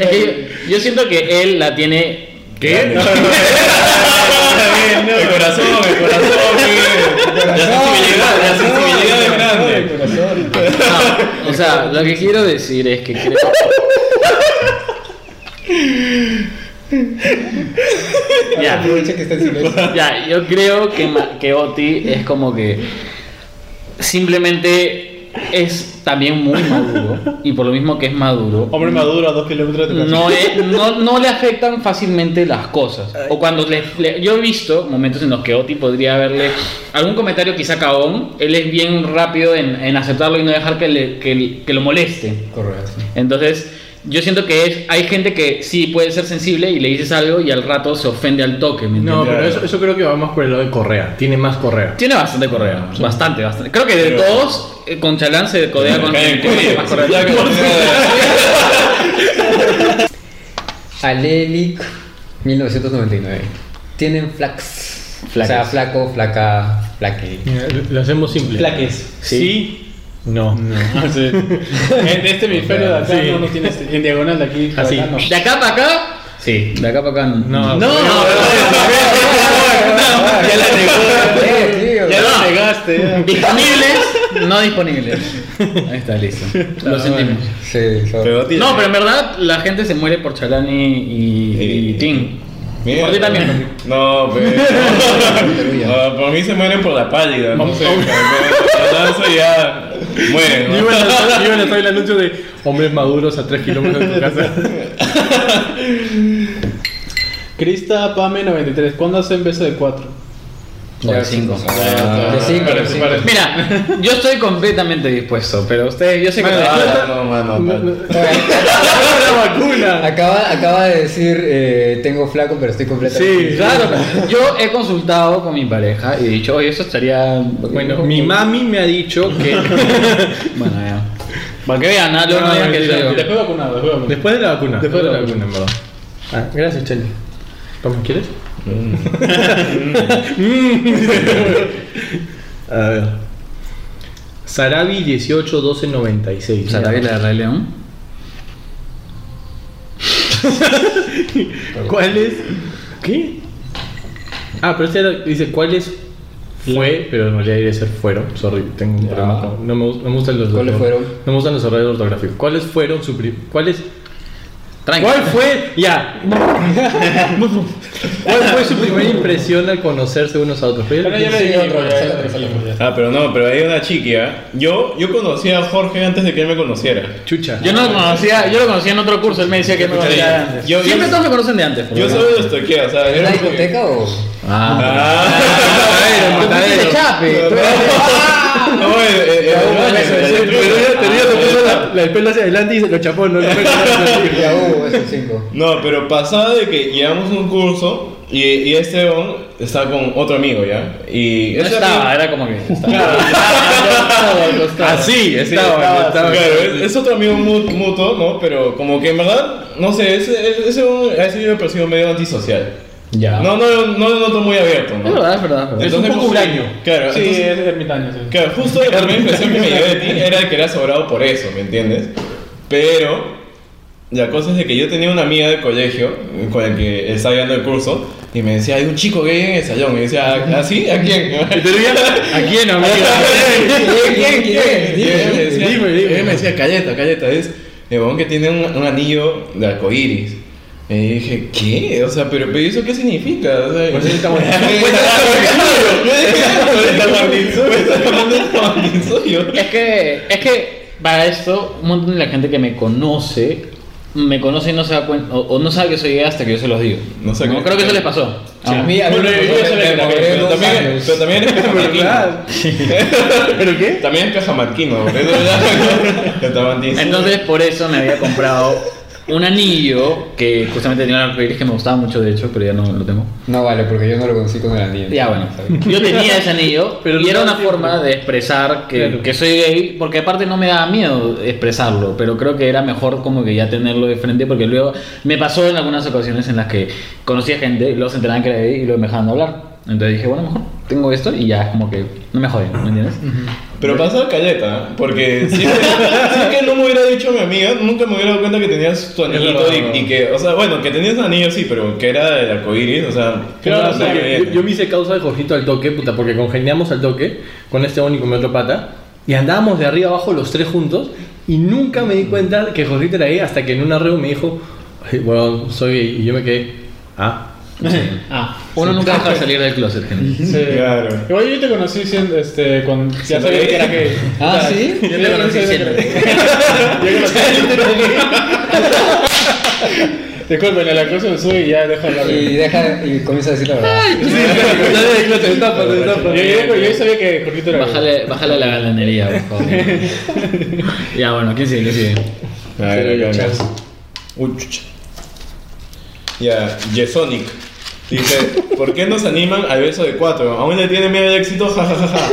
C: Es que yo, yo siento que él la tiene.
D: ¿Qué? No, no, no. El corazón, el corazón. que- La sensibilidad, la sensibilidad es grande.
C: No, o sea, lo que quiero decir es que creo. Ya.
A: Aprovecha que está en silencio.
C: Ya, yo creo que, ma- que Oti es como que simplemente es también muy maduro y por lo mismo que es maduro,
B: Hombre maduro a dos kilómetros de tu casa.
C: no, es- no, no le afectan fácilmente las cosas. O cuando le, le- yo he visto momentos en los que Oti podría haberle algún comentario quizá caón, él es bien rápido en, en aceptarlo y no dejar que, le- que- que lo moleste.
A: Correcto.
C: Entonces, yo siento que es, hay gente que sí puede ser sensible y le dices algo y al rato se ofende al toque. ¿me
E: No,
C: entiendes?
E: pero eso, eso creo que va más por el lado de Correa. Tiene más Correa.
C: Tiene bastante correa, bastante, bastante. Creo que de
D: Pero-
C: todos, eh, con Chalán se codea con,
D: Cae en
C: con-
D: cuello.
C: más correa.
D: Ya que-
A: Alelic 1999. Tienen flax.
C: Flaques.
A: O sea, flaco, flaca, flaque.
E: Mira, Lo hacemos simple.
B: Flaques.
E: Sí. No.
B: Ah, sí. En este hemisferio de acá
E: Sí.
B: no, no tiene este- en diagonal de aquí. para
E: Así.
B: acá, no.
C: De acá para acá, sí, de acá para acá.
E: No.
C: no,
D: Ya la negó.
A: Eh, tío.
C: no.
B: Pegaste.
C: Disponibles, no disponibles. Ahí está, listo. Lo sentimos.
A: Sí, so-
D: Pero tío-
C: No, pero en verdad la gente se muere por Chalán y, y, y
D: Y-
C: Tim.
D: Mierda.
C: Por ti también.
D: No, pero. No, por mí se mueren por la pálida. No sé. Por el ya. Mueren.
E: Yo
D: ¿no?
E: iba a yo iba a lanzar el anuncio de hombres maduros a 3 kilómetros de tu casa.
B: Crista Pame 93. ¿Cuándo hacen beso de 4?
C: O de cinco.
A: De cinco, de
D: Parece-
A: cinco.
D: parece-
C: Mira, yo estoy completamente dispuesto, pero ustedes, yo sé que.
D: Ah, no, mano, tal.
E: ¡La vacuna!
A: Acaba, acaba de decir, eh, tengo flaco, pero estoy completamente.
E: Sí.
C: Claro, yo he consultado con mi pareja y he dicho, oye, eso estaría.
E: Bueno, mi mami me ha dicho que
C: Bueno, ya. Para que vean, ¿no? Luego no,
E: No,
C: digan que
E: mentira,
C: yo-
E: mentira.
B: Después vacunado, después vacunado.
E: después de la vacuna.
B: Después de la
E: en verdad. Ah, gracias, Cheli. Toma, ¿quieres? A ver. Sarabi 18 12 96.
C: ¿Sabes la de Rey León?
E: ¿Cuál es? ¿Qué? Ah, pero este era- dice, ¿cuál es? Fue, pero en realidad debería ser fueron. Sorry, tengo un
A: Ya.
E: problema. con- No me, gust- no me gustan los
A: ¿Cuáles
E: orto-
A: fueron?
E: No me gustan los errores ortográficos. ¿Cuáles fueron su pri- ¿Cuáles
C: Tranqui.
E: ¿Cuál fue? Ya. ¿Cuál fue su primera impresión al conocerse unos a otros? Pero
B: Pero ya le
A: Sí,
B: dije,
A: otro,
B: ya,
A: otro,
B: ya,
A: otro,
B: salimos ya.
D: Ah, pero no, pero hay una chiquia. Yo, yo conocí a Jorge antes de que él me conociera.
E: Chucha.
C: Yo no lo conocía, yo lo conocía en otro curso, él me decía que no lo
D: Escucha,
C: conocía de
D: yo-
C: antes.
D: yo-
C: Siempre
D: yo-
C: todos me conocen de antes. por
D: Yo
C: lo
D: solo
C: menos.
D: lo estoqueé, o sea,
A: ¿En
D: era
A: la
D: como que-
A: discoteca o...?
C: Ah.
D: Ah,
C: Tú fuiste chape, tú eres-
D: No, el- el- el- el-
A: bueno,
D: el-
A: eso,
D: el-
E: Pero
D: el- el-
E: ya tenía
D: el-
E: tocando la- la- el pelo hacia adelante y se lo chapó, no, no me acuerdo.
A: Ya hubo esos cinco.
D: No, pero pasaba de que llevamos un curso y, y este hombre estaba con otro amigo ya. Y
C: No
D: ese
C: estaba,
D: amigo-
C: era como que. Estaba al costado.
E: Así,
D: Estaba,
E: estaba, estaba.
D: claro, es, es otro amigo mu- mutuo, ¿no? Pero como que en verdad, no sé, ese, ese, ese, hombre- a ese yo lo percibo medio antisocial.
C: Ya.
D: No, no, no lo noto muy abierto,
C: Es
D: ¿no?
C: verdad, es verdad. es verdad.
D: Entonces,
B: poco
D: justo-
B: huraño.
D: Claro,
B: Sí,
D: entonces-
B: es ermitaño, sí.
D: Claro, justo la primera impresión que me llevé de ti era que eras sobrado por eso, ¿me entiendes? Pero la cosa es de que yo tenía una amiga del colegio eh, con la que estaba llevando el curso y me decía, hay un chico gay en el salón. Y yo decía, ¿ah, sí? ¿A quién?
E: ¿Y te diría? ¿A quién, amigo?
D: ¿Quién? ¿Quién? ¿Quién?
A: Dime,
D: Y ella me decía-
E: dime, dime.
D: ella me decía, calleta, calleta, es el huevón que tiene un, un anillo de arcoíris. Y dije, ¿qué? O sea, pero, pero ¿eso qué significa? O sea,
E: Pues está bueno.
D: "Pues,
C: Es que, es que para esto, un montón de la gente que me conoce, me conoce y no se da cuenta, o, o no sabe que soy gay hasta que yo se los digo.
D: No sé qué-
C: creo que eso les pasó.
A: A mí, a mí
D: Bueno,
A: me
D: yo
A: pasó
D: soy
A: que me
D: de Cajamarquino,
A: enamoré de dos
D: también-
A: años.
D: pero también es cajamarquino.
E: ¿Verdad? ¿Pero qué?
D: También es cajamarquino. boludo, ya. Que estaban diciendo.
C: Entonces, por eso me había comprado un anillo que justamente tenía un arcoíris que me gustaba mucho, de hecho, pero ya no lo tengo.
A: No vale, porque yo no lo conocí con el anillo.
C: Ya bueno, yo tenía ese anillo
E: Pero
C: y
E: no
C: era
E: da
C: una
E: tiempo.
C: forma de expresar que,
E: Claro.
C: que soy gay, porque aparte no me daba miedo expresarlo, pero creo que era mejor como que ya tenerlo de frente, porque luego me pasó en algunas ocasiones en las que conocía gente, y luego se enteraban que era gay y luego me dejaban de hablar. Entonces dije, bueno, mejor tengo esto y ya es como que no me joden, ¿me entiendes?
D: Pero pasó calleta, ¿eh? porque si es, que, si es que no me hubiera dicho mi amiga, nunca me hubiera dado cuenta que tenías tu anillito y, y que, o sea, bueno, que tenías anillo sí, pero que era del arcoíris, o sea,
E: Claro,
D: no sé
E: o sea,
D: qué
E: yo,
D: bien.
E: yo me hice causa de Jorgito al toque, puta, porque congeniamos al toque con este único y con mi otro pata. Y andábamos de arriba abajo los tres juntos. Y nunca me di cuenta que Jorgito era gay hasta que en una reunión me dijo, "Ay, bueno, soy gay. Y yo me quedé, ah.
C: Ah, uno nunca deja de salir del closet, gente.
B: Sí.
D: Claro.
B: Igual yo te conocí siendo, este, con... Ya
D: Siendo
B: sabía
D: gay.
B: que era gay.
A: Ah, ¿sí?
B: Yo te conocí siendo gay. Disculpen, el acoso me sube y ya deja hablar.
A: Y deja y comienza a decir la verdad.
E: pues,
B: Yo, yo, yo sabía que Jorgito era gay.
C: Bájale, bájale a la galanería, por favor. ya bueno, ¿quién sigue? ¿Quién sigue?
D: Ah,
E: Pero
D: era
E: yo,
D: acá.
E: chas.
D: Uy, chucha. Ya, Yesonic. Dice, ¿por qué nos animan al beso de cuatro? ¿Aún le tiene miedo al éxito? Ja, ja, ja, ja.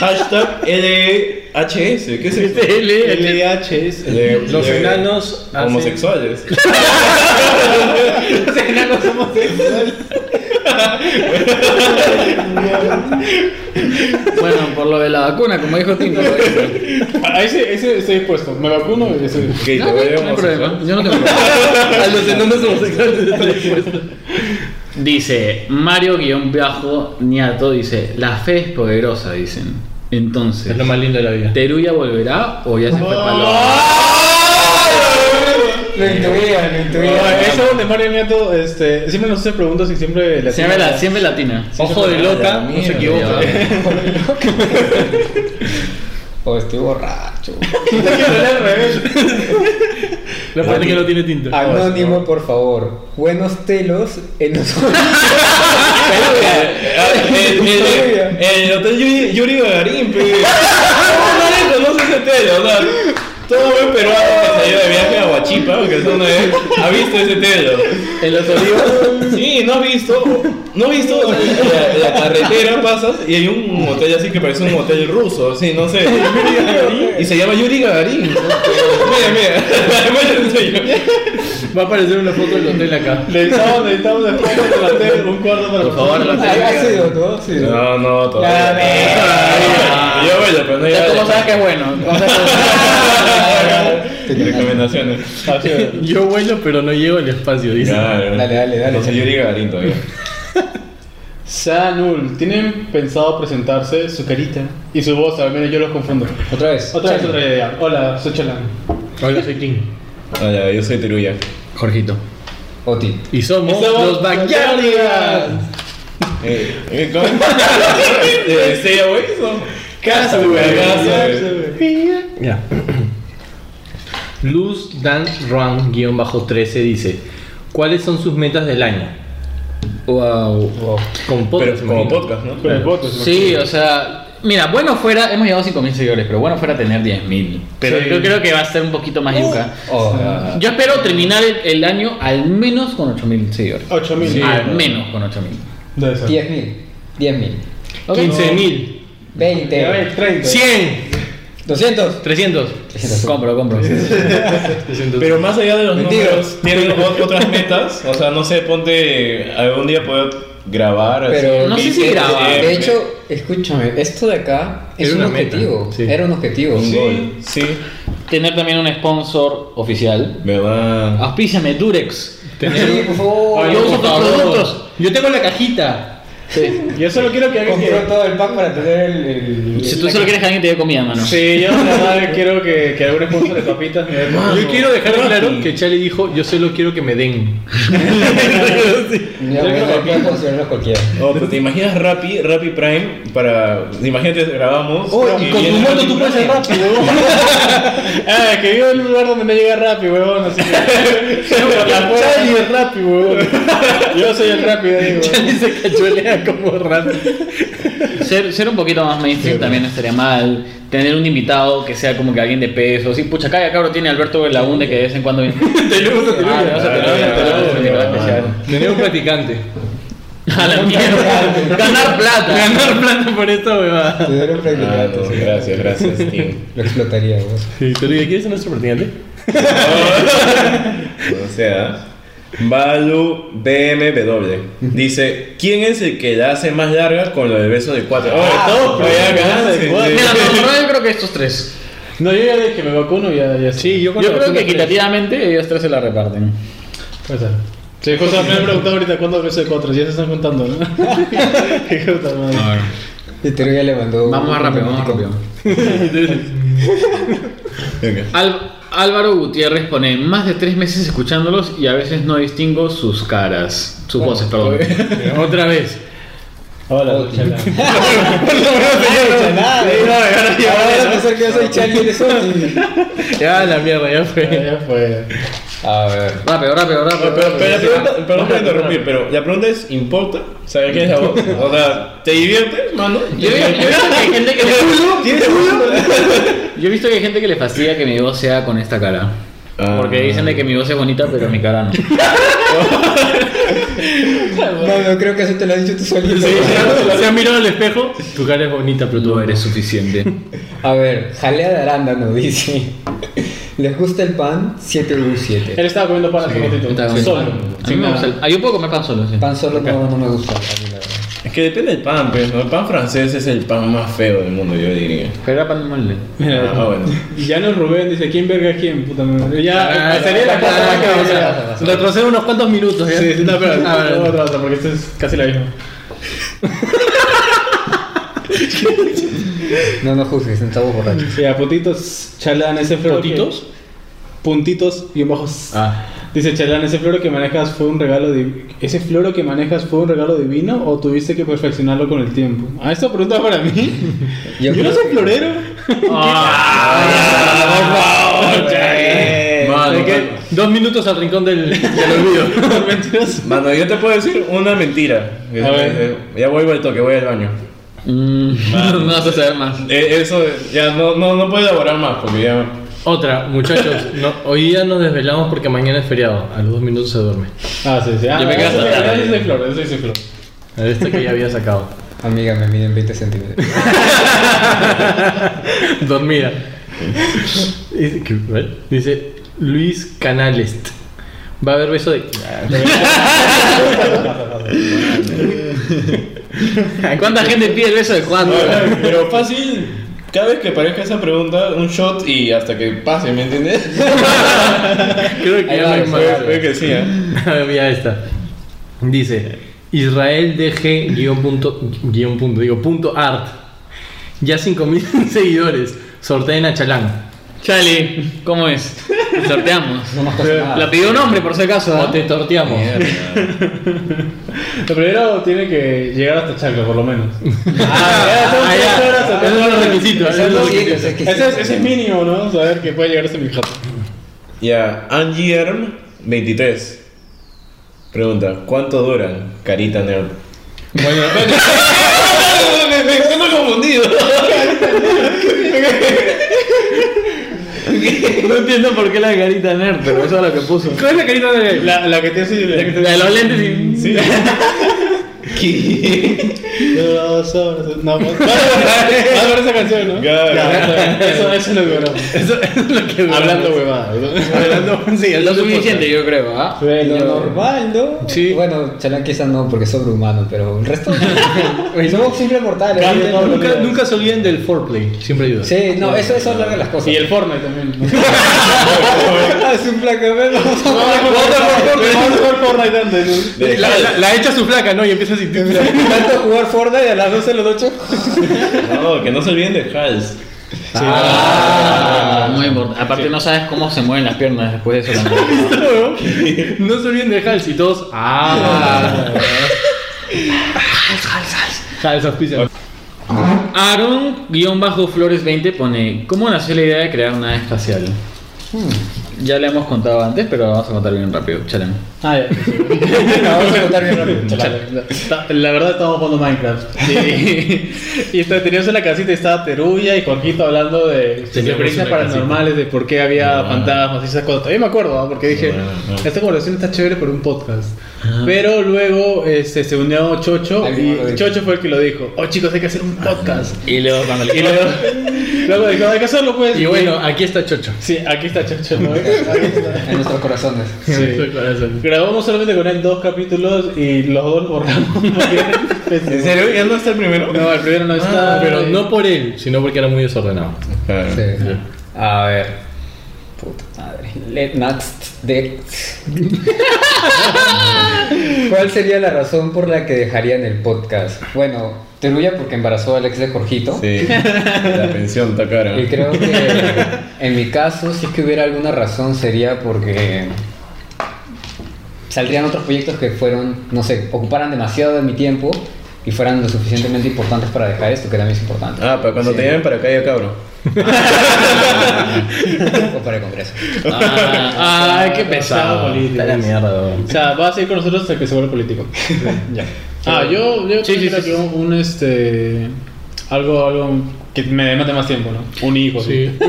D: Hashtag LHS. ¿Qué es esto?
B: LHS.
D: Le-
E: Los
D: le-
E: enanos hacen-
D: Homosexuales.
B: Los enanos somos sexuales.
C: Bueno, por lo de la vacuna, como dijo Tim. por lo de-
B: A ese, ese estoy expuesto. Me vacuno y ese...
D: Que te
C: No, no,
D: voy
C: no
D: a
C: hay problema.
D: homosexual.
C: Yo no tengo problema.
E: A los enanos homosexuales estoy dispuesto.
C: Dice Mario-Bajo Niato, dice, la fe es poderosa, dicen. Entonces,
E: Es lo más lindo de la vida.
C: ¿Teruya volverá o ya se fue para Oh.
A: Lo intuía, lo
B: No,
A: intuía.
B: eso donde Mario Miato, este, siempre nos hace preguntas y siempre le
C: Siempre, la- siempre latina.
E: Ojo de loca, no se equivoca.
A: O estoy borracho.
E: La parte que no tiene tinta.
A: Anónimo, por favor. Buenos telos en los
D: Ah, el- el- El hotel Yuri- Yuri Gagarin, pe. ¿Cómo no le conoces ese telo? O sea, todo buen peruano que salió de viaje a Huachipa, que es donde es, ha visto ese telo.
C: En los olivos.
D: Sí, no has visto, no has visto la, la carretera pasas y hay un hotel así que parece un hotel ruso, así, no sé. Y se llama Yuri Gagarin. Mira, mira.
E: Va a aparecer una foto del hotel acá.
B: Necesitamos, necesitamos después de la tele un cuarto para
C: Por favor, no te-
A: Ha sido, ¿no? Ha sido.
D: No, no,
A: Ya,
D: todavía.
C: no.
D: Yo bueno, pero no
C: Ya ¿Cómo sabes
D: ya.
C: que es bueno? ¿Cómo sabes
D: Recomendaciones.
E: Yo vuelo, pero no llego al espacio, dice.
D: Claro.
A: Dale, dale, dale.
D: No sé Yuri Gagarin todavía.
B: Sanul, ¿tienen pensado presentarse su carita y su voz? Al menos yo los confundo.
A: Otra vez.
B: Otra vez, otra idea. Hola, soy Chalán.
E: Hola, soy King.
D: Hola, yo soy Teruya.
E: Jorgito.
A: Oti.
E: Y somos,
B: Y somos
E: los Backyardigans.
D: Eh, eh, ¿Cómo? Eh, ¿Sí, güey?
E: Casa, güey.
D: Casa,
E: Ya. Luz Dan Ruan, guión bajo 13, dice: ¿Cuáles son sus metas del año?
A: Wow.
E: Con
D: Pero
E: podcast.
D: como
E: imagino.
D: podcast, ¿no?
B: Pero el voto es
C: Sí, o sea, mira, bueno fuera, hemos llegado a 5.000 seguidores, pero bueno fuera tener 10.000. Pero
B: Sí. Uh.
C: yo creo que va a ser un poquito más yuca.
A: Oh,
C: Yo espero terminar el, el año al menos con 8.000 seguidores.
B: 8000.
D: Sí.
C: al menos con 8.000.
B: Debe ser.
A: 10.000. 10.000.
E: 15.000,
B: Ya
A: 20.
B: ves, 30.
E: 100,
A: 200.
E: 300.
A: 300.
C: Compro, compro.
D: Pero más allá de los
A: Mentira.
D: números, ¿tienen ot- otras metas? O sea, no sé, ponte algún día poder grabar. así,
A: Pero
C: No sé si
A: de-
C: graba.
A: De hecho, escúchame, esto de acá es
E: Era
A: un
E: una meta,
A: objetivo.
E: sí.
A: Era un objetivo.
D: un
A: Sí.
D: gol. Sí,
C: Tener también un sponsor oficial.
D: ¿verdad?
C: Auspíciame Durex.
A: por favor.
B: Ay,
C: Yo uso
B: por
C: tus
B: favor.
C: productos. Yo tengo la cajita. Sí.
B: Yo solo quiero que alguien
A: Compró
B: que...
A: todo el pack para tener el. el-
C: Si tú solo quieres que alguien te dé comida, mano.
B: Sí, yo la verdad quiero que, que algún sponsor de papitas me dé por-
E: Yo quiero dejar claro que Chale dijo: Yo solo quiero que me den.
A: Ya, bueno,
B: creo que-
A: puedes considerarlos cualquiera.
D: No, pero ¿Te imaginas Rappi, Rappi Prime? Para. Imagínate, grabamos. y viene Rappi Prime.
A: pues,
B: rápido, weón. Ah, que vivo en un lugar donde no llega rápido, weón. Así que.
E: pues.
B: Charlie es rápido, weón. Yo soy el rápido, digo.
E: se cachulea como rápido.
C: Ser, ser un poquito más mainstream también no estaría mal. Tener un invitado que sea como que alguien de peso. Sí, pucha, acá cabrón tiene Alberto Belaunde que de vez en cuando viene.
E: Tenemos a
C: Ah, tenemos a
D: Ah,
C: Telurio,
D: ya,
C: tenemos
D: ya,
C: un invitado
D: ya.
C: especial.
E: Tener un practicante.
C: A la mierda. Ganar plata.
E: Ganar plata por esta huevada.
A: Te dieron
D: Ah,
A: practicante,
D: no,
A: sí.
D: gracias, gracias, Tim.
A: Lo explotaría vos.
E: Sí, te digo, ¿quieres ser nuestro practicante?
D: O sea, Balu BMW dice: ¿Quién es el que la hace más larga con lo del beso de cuatro?
B: Ah,
D: todo,
B: pues,
D: pues,
B: ya,
D: sí,
B: de
D: sí.
B: cuatro.
C: Mira, no, no, yo creo que estos tres.
B: No, yo ya dije, me vacuno y ya, ya
E: Sí, yo con
C: Yo
E: la
C: creo que
E: vacuna-
C: equitativamente ellos tres se la reparten.
B: Ahí está. Sí, José, me han preguntado ahorita cuántos veces de cuatro, ya se están contando, ¿no? Qué puta madre. Ah,
A: Y te ya le mandó.
C: Vamos más
A: un
C: rápido, vamos más
A: emoticón.
C: rápido. Al- Álvaro Gutiérrez pone más de tres meses escuchándolos y a veces no distingo sus caras, sus voces, perdón.
E: Otra vez.
B: Hola, chala.
A: Ahora van a pensar que yo soy Charlie y
E: Ya la mierda, ya fue.
B: Ya fue.
A: A ver.
C: Rápido, rápido, rápido.
D: Pero, pero,
C: rápido.
D: la pregunta, perdón por interrumpir, pero la pregunta es: ¿importa? O sea, ¿quién es la voz? O sea, ¿te diviertes, mano?
C: Yo, yo- yo he visto que hay gente que le... Yo he visto que hay gente que le fastidia que mi voz sea con esta cara.
D: Ah.
C: Porque dicen de que mi voz es bonita, pero mi cara no.
A: No, no creo que eso te lo has dicho tú solito.
E: Se han mirado al espejo. Tu cara es bonita, pero tú
C: No eres
E: eres.
C: suficiente.
A: A ver, jalea de arándano, dice. ¿Les gusta el pan? 7 u 7.
B: Él estaba comiendo pan hace un
C: Está
B: ratito.
C: bien.
B: Solo.
C: A mí me gusta el- Ah, yo puedo comer pan solo, sí.
A: Pan solo no, no me gusta. a mí, la verdad.
D: Es que depende del pan, pues, ¿no? El pan francés es el pan más feo del mundo, yo diría.
C: Pero era pan de molde.
B: Mira,
D: Ah, bueno.
B: Y ya no es Rubén, dice, ¿quién verga es quién? Puta madre.
C: Ah,
B: Ya, pasaría Ah, la cosa más que vamos a
E: Retrocede unos cuantos minutos. ¿ya?
B: Sí, sí, no,
C: Ah,
B: pero
E: A ver.
B: no, otra, otra, porque esto es casi la misma.
A: No, no juzgues, estamos borrachos.
B: Ya, puntitos, chalán, ese floro. que-
E: ¿Puntitos?
B: puntitos y bajos.
E: Ah.
B: Dice Chalán, ¿ese floro que manejas fue un regalo div- ¿Ese floro que manejas fue un regalo divino o tuviste que perfeccionarlo con el tiempo? Ah, esta pregunta para mí. Yo, no
A: creo
B: soy
A: que-
B: florero.
E: Ah.
D: por favor, Charlie. Mano,
E: Hay que- Dos minutos al rincón del, del olvido.
B: Mentiras.
D: mano, yo te puedo decir una mentira. Eh,
B: A ver.
D: Ya vuelvo al toque, voy al baño.
C: Mm, no vas a saber más.
D: Eh, eso, ya no, no, no puedo elaborar más porque ya.
E: Otra, muchachos. no, hoy día nos desvelamos porque mañana es feriado. A los dos minutos se duerme.
B: Ah, sí, sí. Ah,
C: Yo me quedo
B: eso
C: hasta
B: sí,
C: tarde.
B: eso sí es floro, eso sí es floro.
E: A ver, esta Este que ya había sacado.
A: Amiga, me miden 20 centímetros.
E: Dormida. Dice, ¿qué? ¿Cuál? Dice Luis Canalest. Va a haber beso de.
C: ¿Cuánta gente pide el beso de Juan?
D: Oye, Pero fácil, cada vez que parezca esa pregunta, un shot y hasta que pase, ¿me entiendes?
E: Creo que
A: Ahí
E: ya no
A: va,
E: hay
A: ahí
E: más.
A: va.
D: Creo que sí, ¿eh?
E: A ver, Ah, mira esta. Dice Israel DG guión punto, guión punto, digo, punto art. Ya 5000 seguidores. Sorteen a Chalán.
C: Chale, ¿cómo es? Sorteamos.
A: No nos pasa nada.
C: La pidió un hombre, por si acaso. ¿ah?
E: O te torteamos.
D: Mierda.
B: Lo primero tiene que llegar hasta Chancla, por lo menos.
C: Ah,
B: Ah,
C: ya.
B: ya, ya, ya.
C: Esos son los requisitos, esos son los
A: Sí,
C: requisitos.
A: o sea, que
B: Ese es,
A: sí.
B: ese es mínimo, ¿no? Saber que puede llegar hasta mi jato.
D: Ya, Angie Erm, 23. Pregunta, ¿cuánto duran? Carita nerd.
B: Bueno,
D: me, me siento confundido.
C: No entiendo por qué la carita nerd, pero eso es lo que puso.
E: ¿Cuál es la carita de
B: la, la que te hace. La que te
C: La de los lentes y...
D: Sí.
B: Los hombres- No, pues. Va a ver esa canción, ¿no?
D: Claro.
B: Ya, Eso, eso es lo que hablamos.
E: Eso es lo que
B: Hablando huevadas. ¿no?
E: Hablando, sí,
C: Es
E: hablando
C: lo suficiente, yo creo, ¿ah?
A: Lo
B: Bueno,
A: normal, ¿no?
E: Sí.
A: Bueno, Chalán quizás no, porque es sobrehumano, pero el resto. Somos simples mortales.
E: podcast.
A: ¿no?
E: Nunca, nunca se olviden del foreplay, siempre ayuda.
A: Sí, no, eso, eso habla de las cosas.
B: Y el Fortnite también. ¿no?
A: es un plan que me-
B: Vamos a jugar Fortnite antes,
D: De-
E: La, la- la echa su flaca, ¿no? Y empieza así.
A: Tanto jugar Fortnite a las 12 de la noche.
D: No, que no se olviden de Hals.
C: Ah, muy importante. Aparte no sabes cómo se mueven las piernas después de eso. también.
E: No se olviden de Hals y todos. ¡Ah! Hals, Hals, Hals. Hals auspicia.
C: Aaron-Flores20 pone, ¿cómo nació la idea de crear una nave espacial? Ya la hemos contado antes, pero la vamos a contar bien rápido. Chalan.
B: ¿no? Ah, ya.
A: Vamos a contar bien rápido.
B: Está- La verdad estamos jugando Minecraft. Sí. y está- teníamos en la casita y estaba Teruya y Jorgito hablando de sus
E: Teníamos
B: experiencias
E: una
B: paranormales, de por qué había
D: Ah.
B: fantasmas y esas cosas. Todavía me acuerdo, ¿ah? porque dije,
D: Bueno, ah.
B: esta conversación está chévere por un podcast. Pero luego este, se unió Chocho
A: Alguien más lo
B: y
A: dijo.
B: Chocho fue el que lo dijo. Oh chicos, hay que hacer
D: Ah.
B: un podcast.
C: Y luego cuando
B: Y luego, luego dijo, hay que hacerlo pues.
E: Y bueno, aquí está Chocho.
B: Sí, aquí está Chocho. ¿no? Aquí está.
A: En nuestros corazones.
B: Sí. Grabamos solamente con él dos capítulos y los dos borramos. porque era pésimo.
D: ¿En serio? ¿Ya no está el primero?
B: No, el primero no
C: Ah,
B: está.
E: Pero no por él, sino porque era muy desordenado.
D: Claro.
A: Sí. A ver. Puta madre. Let next de. ¿Cuál sería la razón por la que dejarían el podcast? Bueno, Teruya porque embarazó al ex de Jorgito.
D: Sí. La pensión está cara.
A: Y creo que en mi caso, si es que hubiera alguna razón, sería porque saldrían otros proyectos que fueron, no sé, ocuparan demasiado de mi tiempo y fueran lo suficientemente importantes para dejar esto, que también es importante.
D: Ah, para cuando
A: Sí.
D: te llamen para acá ya cabro.
A: O para el Congreso.
C: Ah, ay, qué pesado.
B: político. O sea, va a seguir con nosotros hasta que se vuelva político.
A: Ya.
B: Ah, yo, yo
C: Sí, sí,
B: quisiera
C: sí,
B: que un, un, este. Algo, algo que me demande más tiempo, ¿no? Un hijo. Sí.
E: Sí.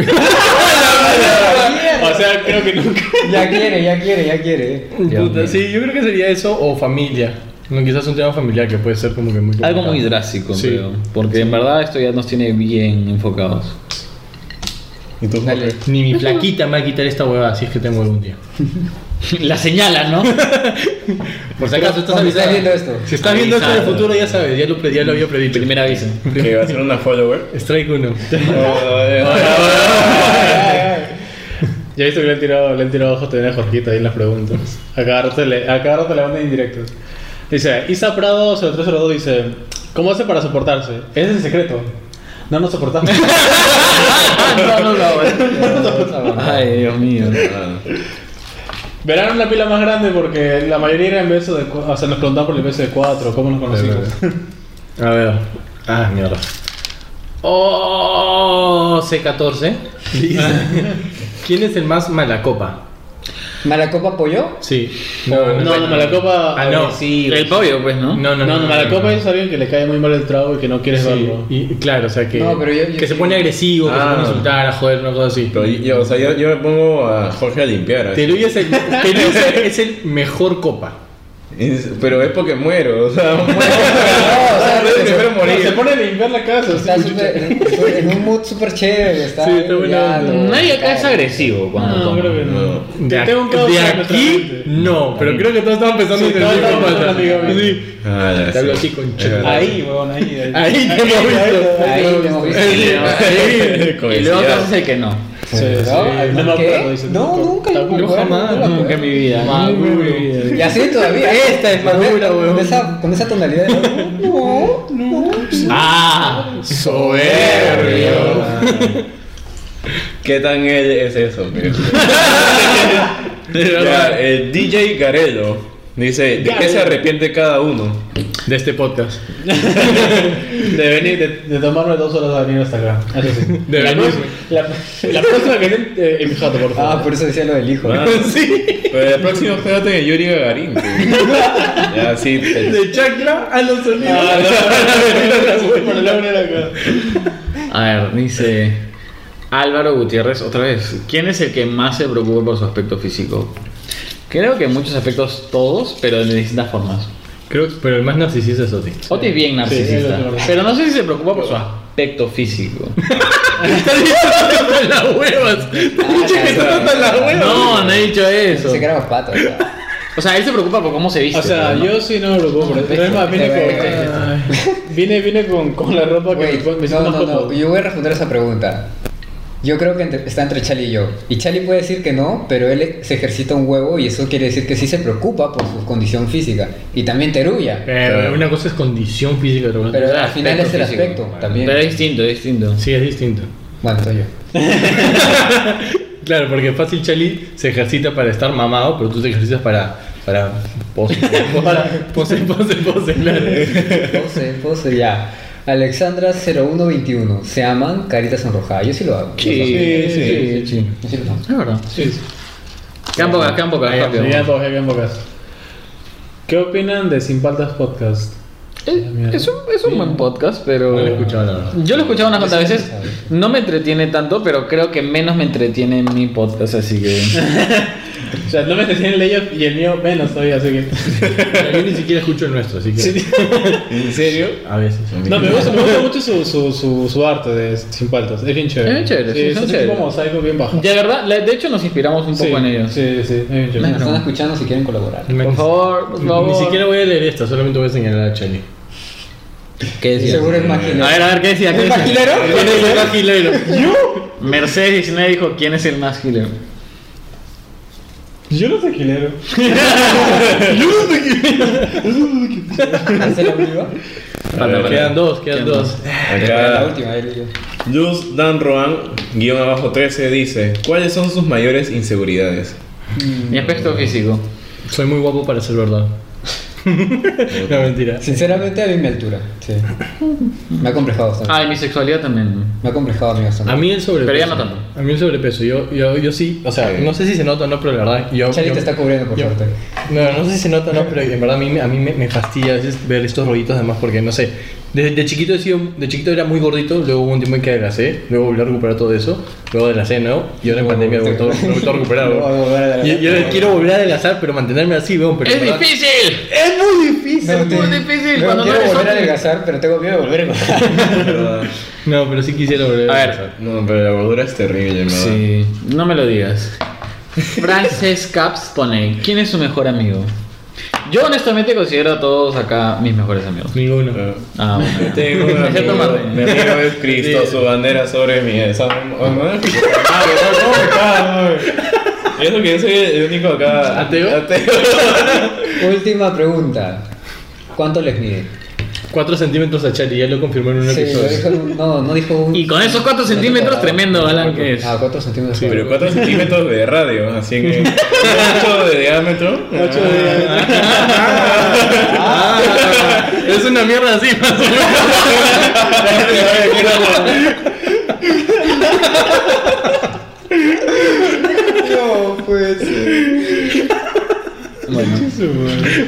B: O sea, creo que nunca.
A: Ya quiere, ya quiere, ya quiere.
E: Puta, sí, yo creo que sería eso o familia. No, quizás un tema familiar que puede ser como que muy
C: Algo
E: complicado.
C: muy drástico,
E: Sí.
C: creo. Porque en verdad esto ya nos tiene bien enfocados.
D: ¿Y tú?
A: Dale.
E: Ni mi flaquita me va a quitar esta huevada si es que tengo algún día.
C: La señala, ¿no?
E: Por si acaso, estás
A: Cuando estás
E: avisada.
A: viendo esto.
E: Si estás viendo esto en el
C: Avisada.
E: futuro, ya sabes, ya lo, pre- ya lo había predicho.
C: Primer aviso.
D: Que va a ser una follower.
E: Strike 1.
B: Ya he visto que le han tirado, le han tirado ojos también a Jorgito ahí en las preguntas. A cada rato le, a cada rato le mandan indirectos. Dice, Isa Prado 0302 dice, ¿cómo hace para soportarse? Ese es el secreto. No nos soportamos.
C: no, no, no.
A: Ay.
C: Ay, Dios mío.
D: Ah.
B: Verán una pila más grande porque la mayoría eran besos de... cu- O sea, nos preguntaban por el beso de cuatro, cómo nos conocimos.
E: A ver. Ah, mierda. Oh, C14. ¿Quién es el más mala copa?
A: ¿Malacopa apoyó?
E: Sí.
B: No, no, Malacopa...
E: Ah, no.
B: Sí.
C: El pollo, pues, ¿no?
E: No,
B: No, no, Malacopa es alguien que le cae muy mal el trago y que no quieres
E: Sí,
B: verlo.
E: y, claro, o sea que,
A: No, pero yo- yo
E: que se
A: sí.
E: pone agresivo, que se
D: Ah.
E: pone a insultar, a joder, una cosa así.
D: Pero yo, o sea, yo, yo me pongo a Jorge a limpiar. así.
E: Teruya es el, Teruya es el- es el mejor copa.
D: Es- Pero es porque muero, o sea, muero.
A: No, o sea,
D: Yo prefiero
B: No, se
D: morir.
B: pone a limpiar la casa.
A: Está
B: sí,
A: súper- en un mood súper chévere. Está
E: Sí, está buena
A: ya,
E: onda.
A: no,
C: Nadie acá es
A: cae.
C: agresivo cuando
B: No,
C: toma.
B: creo que no.
D: No.
E: De,
B: Tengo un
E: ac-
B: caos
E: de
B: en nuestra
E: aquí,
B: mente.
E: no, pero creo que todos estaban pensando
B: Sí,
E: en el
B: todos
E: mismo
B: estaban
E: copa.
B: pensando en el mismo.
E: Sí.
D: Ah, ya,
E: Te hablo
D: sí.
E: así con
D: Es verdad.
B: Ahí, weón, ahí.
E: Ahí te hemos visto.
A: Ahí te hemos visto.
C: Y luego-
D: Con
C: Y luego
D: ansiedad.
C: acá dice que no.
B: Sí,
A: Pues, ¿No?
B: sí.
A: ¿Al-
B: No me
A: qué?
B: acuerdo, dice.
A: No, nunca yo me
E: Yo
A: acuerdo,
E: jamás,
A: nunca me
C: Nunca en
A: acuerdo.
C: mi vida.
A: Y así todavía. Esta es más
E: Madura,
A: con,
E: weón.
A: esa, con esa tonalidad. de- No, no.
C: Ah,
E: Soberbio.
D: ¿Qué tan él es eso? mire?
E: De
D: Ya,
E: verdad.
D: el DJ Garelo dice, ¿de qué se arrepiente cada uno?
E: De este podcast.
B: De venir, de, de tomarme dos horas a venir hasta acá. Eso sí.
E: De
B: la,
E: venir.
B: próxima- la, la próxima que den, eh, en mi jato, por favor.
A: Ah, por eso decía lo del hijo.
D: Ah, Pero el próximo fíjate de Yuri Gagarin. pues. ya, sí. te-
E: De chacla a los sonidos.
A: pues,
B: Bueno, la voy a poner acá.
C: A ver, dice Álvaro Gutiérrez otra vez. ¿Quién es el que más se preocupa por su aspecto físico? Creo que en muchos aspectos todos, pero de distintas formas.
E: Creo, pero el más narcisista es Oti.
C: Oti es bien
B: Sí, es lo
C: narcisista,
B: que me parece.
C: pero no sé si se preocupa por su aspecto físico.
E: Con las huevas. Te dije que
A: claro.
E: tratan las huevas.
C: No, no he dicho eso.
A: Se quedaron pato. o sea.
C: O sea, él se preocupa por cómo se viste.
B: O sea,
C: pero no.
B: yo sí no me preocupo por eso. Pero es más, vine con. Vine, vine con, con la ropa que
A: Güey,
B: pues, me pon- me siento
A: no,
B: más
A: no, no.
B: cómodo.
A: Yo voy a responder esa pregunta. Yo creo que entre- está entre Chali y yo. Y Chali puede decir que no, pero él se ejercita un huevo y eso quiere decir que sí se preocupa por su condición física. Y también Teruya.
E: Pero una cosa es condición física, otra cosa
A: Pero
E: es-
A: al final es el
C: físico.
A: aspecto también.
C: Pero es distinto, es distinto.
E: Sí, es distinto.
A: Bueno, soy yo.
E: Claro, porque fácil Chali se ejercita para estar mamado, pero tú te ejercitas para. para. pose. para pose, pose, pose, claro.
A: Pose, pose, ya. Alexandra 0121. Se aman, carita sonrojada. Yo sí lo hago.
C: Sí,
B: sí,
C: sí, sí.
A: Yo sí lo hago.
C: Es verdad.
B: Sí, sí.
C: Quedan pocas, quedan pocas,
B: Ahí
C: rápido.
B: vamos, ahí quedan pocas, ahí quedan pocas. ¿Qué opinan de Sin Paltas Podcast?
C: Eh, Es un, es un buen podcast, pero.
E: No lo he escuchado, la verdad.
C: Yo lo he escuchado unas cuantas veces.
A: sabes.
C: No me entretiene tanto, pero creo que menos me entretiene en mi podcast, así que.
B: O sea, no me decían el de ellos y el mío menos todavía, así que.
E: Yo ni siquiera escucho el nuestro, así que.
D: ¿En serio?
E: A veces.
B: No, me gusta, me gusta mucho su, su, su, su arte de Sin Paltas. Es bien chévere.
C: Es bien chévere, sí,
B: Sí,
C: son
B: es un
C: chéveres.
B: tipo mosaico bien bajo.
C: De verdad, la- de hecho, nos inspiramos un
B: Sí,
C: poco en ellos.
B: Sí, sí, es bien
A: Me
B: chévere.
A: están escuchando si quieren colaborar.
C: Por favor, por favor.
E: Ni siquiera voy a leer esta, solamente voy a señalar a Chali.
C: ¿Qué decía?
A: Seguro es máquina.
C: A ver, a ver, ¿qué decía? ¿Qué decía? ¿Quién es el más gilero? Mercedes 19 dijo: ¿Quién es el más gilero?
B: Yo no soy gilero.
A: ¿Hacer la última?
D: A ver,
E: Quedan dos, quedan
C: Quedan
E: dos.
A: La
D: Acá,
A: última, él y yo.
D: Luz Dan Roan, guión abajo 13, dice, ¿cuáles son sus mayores inseguridades?
A: Mm.
C: Mi aspecto físico.
E: Soy muy guapo para ser verdad. no, mentira.
A: Sinceramente, a mí mi altura. Sí. Me ha complejado bastante.
C: Ah, y mi sexualidad también.
A: Me ha complejado a mí bastante.
E: A mí el sobrepeso.
C: Pero ya no tanto.
E: A mí el sobrepeso, yo, yo, yo sí, o sea,
D: Sí.
E: no sé si se nota o no, pero la verdad, yo.
A: Chali
E: yo-
A: te está cubriendo, por
E: yo-
A: suerte.
E: No, no sé si se nota o no, pero en verdad a mí, me- a mí me, me fastidia a veces ver estos rollitos además porque no sé. Desde de chiquito he sido, de chiquito era muy gordito, luego hubo un tiempo en que adelgacé, luego volví a recuperar todo eso, luego adelgacé de nuevo y ahora en pandemia he vuelto he vuelto a recuperar.
A: Voy a volver a
E: weón.
A: adelgazar.
E: Yo, yo quiero volver a adelgazar, pero mantenerme así, weón, pero
C: ¡Es
E: en verdad-
C: difícil!
E: Es muy difícil.
A: No,
C: muy
A: te-
C: difícil,
A: no,
C: cuando no
A: quiero
C: eres
A: volver a
C: hombre.
A: adelgazar, pero tengo miedo de volver a engordar.
D: ¿Verdad?
E: No, pero sí quisiera volver.
C: A ver.
E: adelgazar.
D: No, pero la gordura es terrible, en ¿verdad?
C: Sí, no me lo digas. Frances Caps pone, ¿quién es su mejor amigo? Yo honestamente considero a todos acá mis mejores amigos.
E: Ninguno.
D: Ah.
C: Ah, bueno.
D: Tengo un
C: Excepto
D: amigo,
C: Martín.
D: mi amigo es Cristo, su bandera sobre mí. Esa, oh, no, es- Ah, no, ¿cómo me cago, güey? Eso que yo soy el único acá.
E: ¿Ateo?
A: Última pregunta. ¿Cuánto les mide?
E: 4 centímetros a Chari, ya lo confirmó en
A: Sí,
E: un
A: lo
E: episodio.
A: dijo en un- no, no dijo un...
C: Y con esos cuatro
A: no
C: centímetros,
A: dijo nada.
C: tremendo, Alan, que es.
A: Ah, 4 centímetros.
D: Sí, pero 4 centímetros de radio, así que. 8 de diámetro.
B: 8 de
E: Ah, es una mierda así, más o menos.
A: No, pues...
C: Bueno,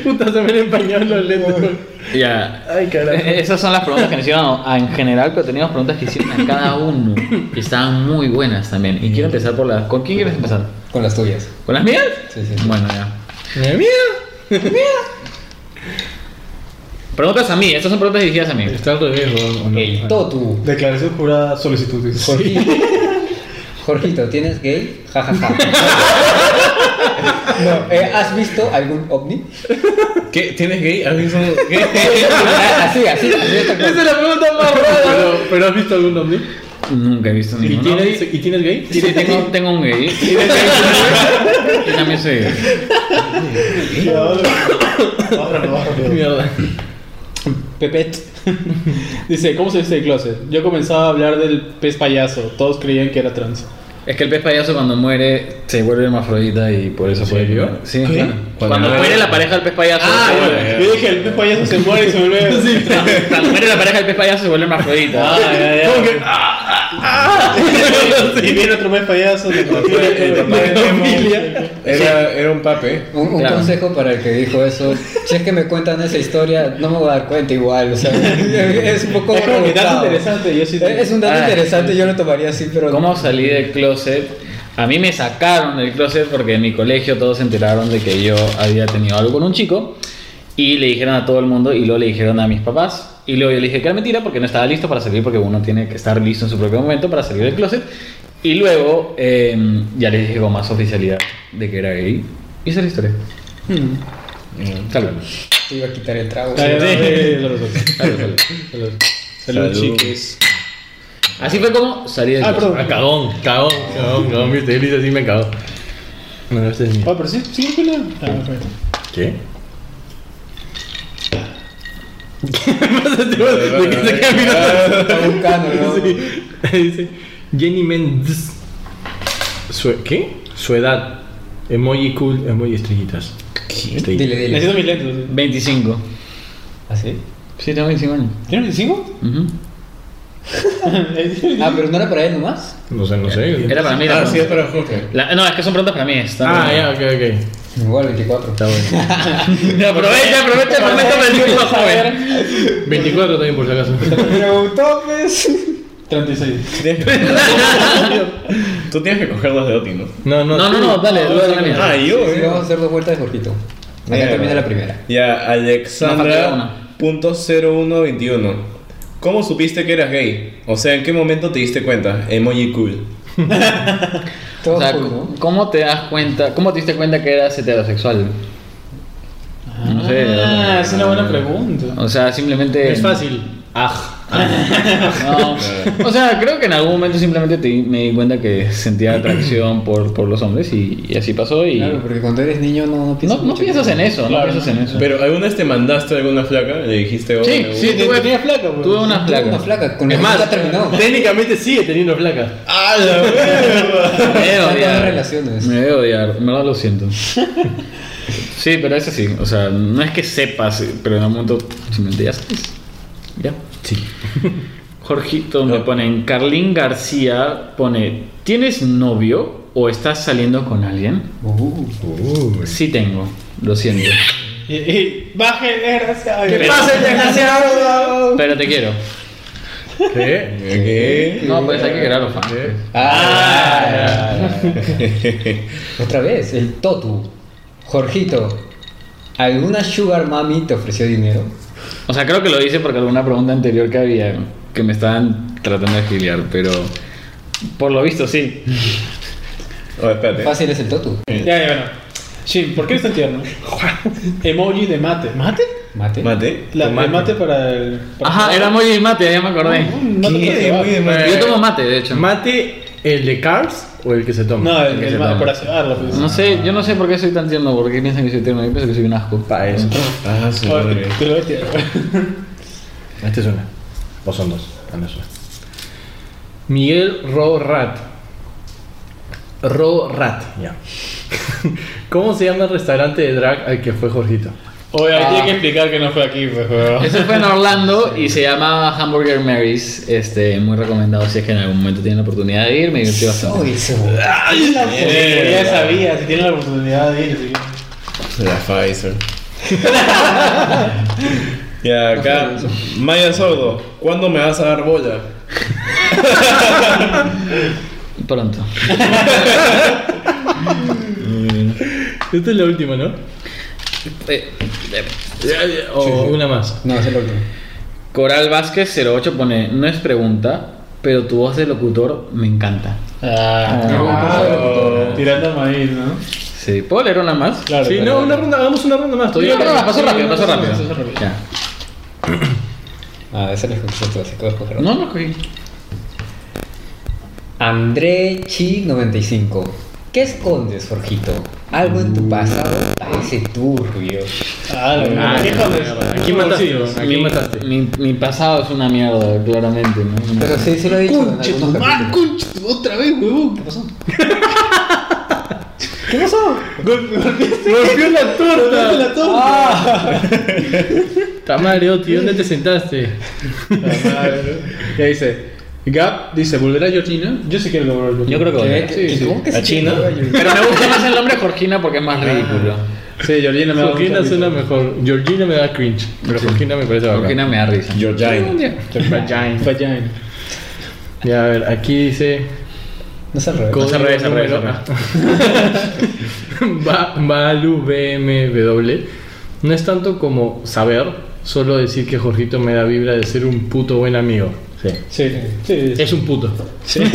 E: Puta, se me han empañado los lentes. weón.
C: ya.
E: Ay, carajo.
C: Eh, Esas son las preguntas que nos hicieron a- en general, pero teníamos preguntas que hicieron a cada uno. Y estaban muy buenas también. Y quiero empezar por las... ¿Con quién quieres empezar?
A: Con las tuyas.
C: ¿Con las mías?
A: Sí, sí, sí.
C: Bueno, ya.
E: ¡Mira!
C: Preguntas a mí, estas son preguntas dirigidas a mí.
E: Está al revés, weón, ¿o no?
A: El Totu.
B: Declaración jurada solicitud.
A: Jorgito. Jorgito, ¿tienes gay? Ja, ja, ja. No, eh, ¿has visto algún ovni?
D: ¿Qué? ¿Tienes gay? ¿Has visto un gay?
A: así, así, así. tal cual.
E: Esa es la pregunta más rara. Pero, pero ¿has visto algún ovni?
C: Nunca he visto
E: ¿Y,
C: ninguno.
E: tienes, ¿Y tienes gay?
C: Sí, tengo, tengo un gay. Y también soy gay.
E: Mierda.
B: Pepet. Dice, ¿cómo se dice el closet? Yo comenzaba a hablar del pez payaso. Todos creían que era trans.
C: Es que el pez payaso cuando muere se vuelve hermafrodita y por eso puede vivir. Sí, claro. Cuando,
D: muere-
C: muere la pareja del pez payaso
B: Ah,
C: se vuelve.
B: yo dije, el pez payaso se muere y se vuelve.
C: Cuando muere la pareja del pez payaso se vuelve hermafrodita.
B: Ah, ya, ya. Y viene otro pez payaso. te
D: Papá- el
B: contiene,
D: papá de
B: te
D: Nemo
B: familia.
D: Era, era un pape.
A: Un, un
C: Claro.
A: consejo para el que dijo eso, si es que me cuentan esa historia, no me voy a dar cuenta igual, o sea, es un poco
B: Es como que dato
A: rebuscado.
B: interesante. Yo sí.
A: Es es un dato
C: Ah,
A: interesante, yo lo tomaría así, pero...
C: ¿Cómo salí del closet? A mí me sacaron del closet porque en mi colegio todos se enteraron de que yo había tenido algo con un chico y le dijeron a todo el mundo y luego le dijeron a mis papás y luego yo le dije que era mentira porque no estaba listo para salir porque uno tiene que estar listo en su propio momento para salir del closet y luego eh, ya les dije con más oficialidad de que era gay y esa es la historia.
D: Hmm.
C: Salud.
A: Te iba a quitar el trago.
B: Ah, ya, ya, ya, ya, ya.
C: Salud, salud.
B: Salud,
D: Salud.
B: chiques.
C: Así fue como salí del
B: Ah,
C: closet.
E: Ah, cagón, cagón, cagón, cagón. Mi utiliza así me cagó. Bueno, este es mío.
B: Ah, pero sí, sí, fue la- Ah, ok.
E: ¿Qué? ¿Qué pasa? ¿De qué se queda mirando?
A: Está buscando, ¿no?
E: Sí. Dice Jenny Mendes. Su- ¿Qué? Su edad. Emoji cool, emoji estrellitas. Estrellitas.
A: Dile, ¿Ah, dile.
B: Necesito mis lentes.
C: 25.
A: ¿Así?
C: Sí, tengo 25 años.
B: ¿Tiene 25?
C: Ujú.
A: Ah, pero no era para él nomás.
E: No sé, no sé.
C: Era para mí. era
D: Ah,
C: para
D: sí,
C: mí.
D: es para Jorge.
C: La- no, es que son preguntas para mí. Está
E: Ah, ya, ok, ok.
A: Igual 24.
E: Está bueno.
C: Aprovecha, aprovecha el momento para decir que es más joven.
E: 24 también, por si acaso.
A: Preguntó, pues.
B: 36.
D: Tú tienes que coger las de Oti, ¿no?
E: No, no,
C: No, no, no, dale,
B: No,
C: luego de la
B: no,
C: mía.
D: Ah,
A: Sí,
D: yo,
A: sí,
D: eh.
A: vamos a hacer dos vueltas de Jorgito. Acá
D: Mierda.
A: termina la primera.
D: Ya,
C: Nos falta una.
D: Alexandra.0121. ¿Cómo supiste que eras gay? O sea, ¿en qué momento te diste cuenta? Emoji cool.
A: Todo
C: O sea,
A: cool, ¿no?
C: ¿cómo te das cuenta? ¿Cómo te diste cuenta que eras heterosexual? No sé.
B: Ah, es una buena pregunta.
C: O sea, simplemente.
E: Es fácil.
C: Aj. No. O sea, creo que en algún momento simplemente te- me di cuenta que sentía atracción por, por los hombres y, y así pasó. Y
A: Claro, porque cuando eres niño no, no
C: no,
A: piensas
C: no
A: mucho
C: piensas en eso,
B: Claro,
C: no piensas en eso.
D: Pero alguna vez te mandaste a alguna flaca, le dijiste, "Oh,
C: Sí,
D: me
C: sí,
D: gusta?
B: Tuve tenía flaca, pues.
C: Tuve una
A: Tuvo
C: placa.
A: Una flaca, con
E: Es
A: la
E: más,
A: más terminó.
E: técnicamente sigue teniendo flaca.
D: ¡Ah, la mierda!
C: Me debo
A: Tantas
C: odiar.
A: relaciones.
C: Me debo odiar, en verdad lo siento. Sí, pero es así. O sea, no es que sepas, pero en algún momento simplemente ya sabes. pues, Ya. Sí. Jorgito me ponen, Carlín García pone, ¿tienes novio o estás saliendo con alguien?
A: Uh,
C: Sí tengo, lo siento.
B: Y- y- Baje, desgraciado.
C: ¿Qué pasa,
B: desgraciado?
C: Pero te quiero.
E: ¿Qué?
D: ¿Qué?
C: No, pues hay que querer a los fans.
E: ¿Qué?
A: Ah, Otra vez, el Totu. Jorgito, ¿alguna Sugar Mami te ofreció dinero?
C: O sea, creo que lo hice porque alguna pregunta anterior que había, que me estaban tratando de afiliar, pero por lo visto sí.
D: Oh, espérate.
A: Fácil es el Totu.
B: Ya, ya, bueno. Shin, ¿por qué eres tan tierno? Emoji de mate. ¿Mate?
A: Mate.
D: ¿Mate?
B: La, el
E: Tomate.
B: mate. para el. para
C: Ajá,
B: el-
C: era emoji de mate, ya me acordé.
B: Un mate
D: ¿Qué?
B: para cebar.
D: Emoji de mate.
C: Yo tomo mate, de hecho.
E: Eh, ¿Mate el de Cars o el que se toma?
B: No, el,
C: Que
B: el
C: se
B: mate
C: toma.
B: para cebarla, pues.
C: No sé, yo no sé por qué soy tan tierno, por qué piensan que soy tierno, yo pienso que soy un asco.
E: Para eso.
D: Ah, su
B: Oye,
D: madre.
B: Te lo voy a tirar.
E: Este es una. O son dos. Ah, no es una. Miguel Rorat. Rorat, ya. ¿Cómo se llama el restaurante de drag al que fue Jorgito?
B: Oye, ahí
C: Ah.
B: tiene que explicar que no fue aquí, pues, weón.
C: Eso fue en Orlando y se llama Hamburger Mary's, este, muy recomendado si es que en algún momento tienen la oportunidad de ir, me divertí bastante.
A: Uy, eso.
B: Eh, ya sabía, si tiene la oportunidad de ir. sí.
D: La Pfizer. Y acá, Maya Sordo, ¿cuándo me vas a dar bola?
C: Pronto.
E: Esta es la última, ¿no?
C: Eh, eh,
B: oh.
E: O una más.
A: No, es el último.
C: Coral Vázquez 08 pone, no es pregunta, pero tu voz de locutor me encanta.
A: Ah,
D: Ah.
B: Tirando maíz, ¿no?
C: Sí, ¿puedo leer una más?
B: Claro.
E: sí,
B: claro.
E: no, una ronda, hagamos una ronda más. Todavía
C: No, no, no, pasó rápido, pasó rápido.
B: pasó rápido.
C: Ya.
A: Ah, ese lo escuchaste, así que voy a escoger otro.
C: No, no cogí.
A: André Chi 95. ¿Qué escondes, Jorgito? Algo en tu pasado parece turbio.
B: Ah, la
C: Ah,
B: verdad. ¿Qué
C: no,
B: jodes?
E: ¿A quién mataste? ¿A quién mataste?
C: Mi, mi pasado es una mierda, claramente. ¿no?
A: Pero sí, sí lo he dicho. en
B: Conche, tu
A: algunos
B: madre,
A: capítulos.
B: conche, tu- otra vez, huevón. ¿Qué pasó?
A: ¿Qué pasó?
E: ¡Golpeó la
B: ¡Dame la
E: torta!
B: torta!
A: Ah,
E: Tamare, Oti, ¿dónde te sentaste?
B: Ya dice. Gap dice, ¿volverá Georgina? Yo sí quiero que vuelva Georgina.
C: Yo creo que volverá.
B: Sí, sí.
A: ¿Cómo que
D: ¿A
A: sí?
D: China?
C: Pero me gusta más el nombre Jorgina porque es más ridículo.
B: Sí, Georgina me va a
E: Georgina suena mejor. Georgina me da cringe, pero Georgina me parece bacán.
C: Jorgina me da risa.
D: Georgina.
E: Vagina.
B: Vagina.
E: Ya, a ver, aquí dice.
A: No es al revés.
E: código
D: al revés, al revés,
E: número-
D: al
E: Ba- Balu BMW. No es tanto como saber, solo decir que Jorgito me da vibra de ser un puto buen amigo. Sí.
B: Sí, sí.
E: Es un puto.
B: Sí. Dame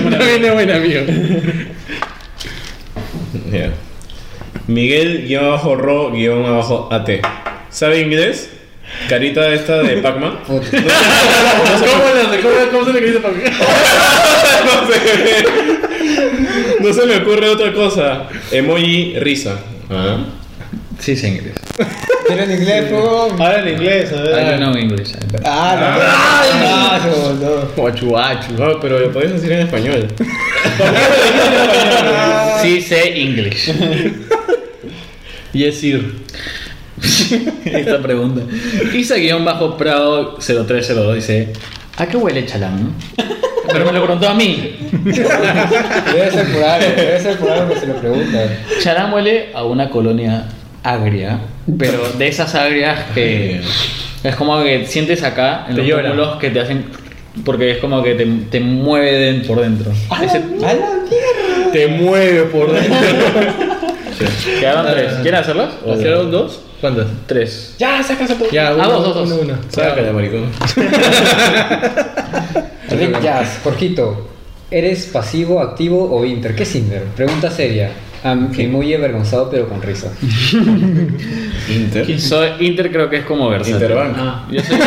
E: No
B: una-
E: viene buen amigo.
D: Ya. Miguel guión abajo ro guión abajo at. ¿Sabe inglés? Carita esta de Pac-Man.
A: Puta.
E: ¿Cómo se le dice para mí?
D: no, se, no se me ocurre otra cosa. Emoji risa. Ah.
C: Sí, sé inglés.
A: Pero en inglés, po.
B: Habla en inglés, a
C: I don't
B: ver.
C: know English.
A: Ah, no. Ah, no, no.
D: No, pero lo podéis decir en español.
C: Sí sé English.
E: Yesir.
C: Esta pregunta. Isa-Prado0302 dice: ¿A qué huele chalán? Pero me lo preguntó a mí.
A: Debe ser por algo, debe ser por algo que se lo preguntan.
C: Chalán huele a una colonia agria, pero de esas agrias que es como que sientes acá en
E: Te
C: los
E: llora.
C: pómulos que te hacen. Porque es como que te, te mueve de- por dentro.
A: Ah,
C: Ese-
A: ¡A la mierda!
E: Te mueve por dentro.
C: Quedaron tres.
E: Ah,
C: ¿Quieren hacerlas?
E: ¿Hicieron dos? ¿Cuántas?
C: Tres.
B: Ya, sácase todo.
E: Ya,
C: Ah,
E: uno,
C: dos, dos, dos.
E: uno, uno.
D: Sácala, maricón.
A: Rick Jazz, Jorgito, ¿eres pasivo, activo o inter? ¿Qué es inter? Pregunta seria. Am- Emoji avergonzado pero con risa.
D: Inter.
C: Soy- Inter creo que es como versátil.
D: Interbank.
B: Ah.
C: Yo soy,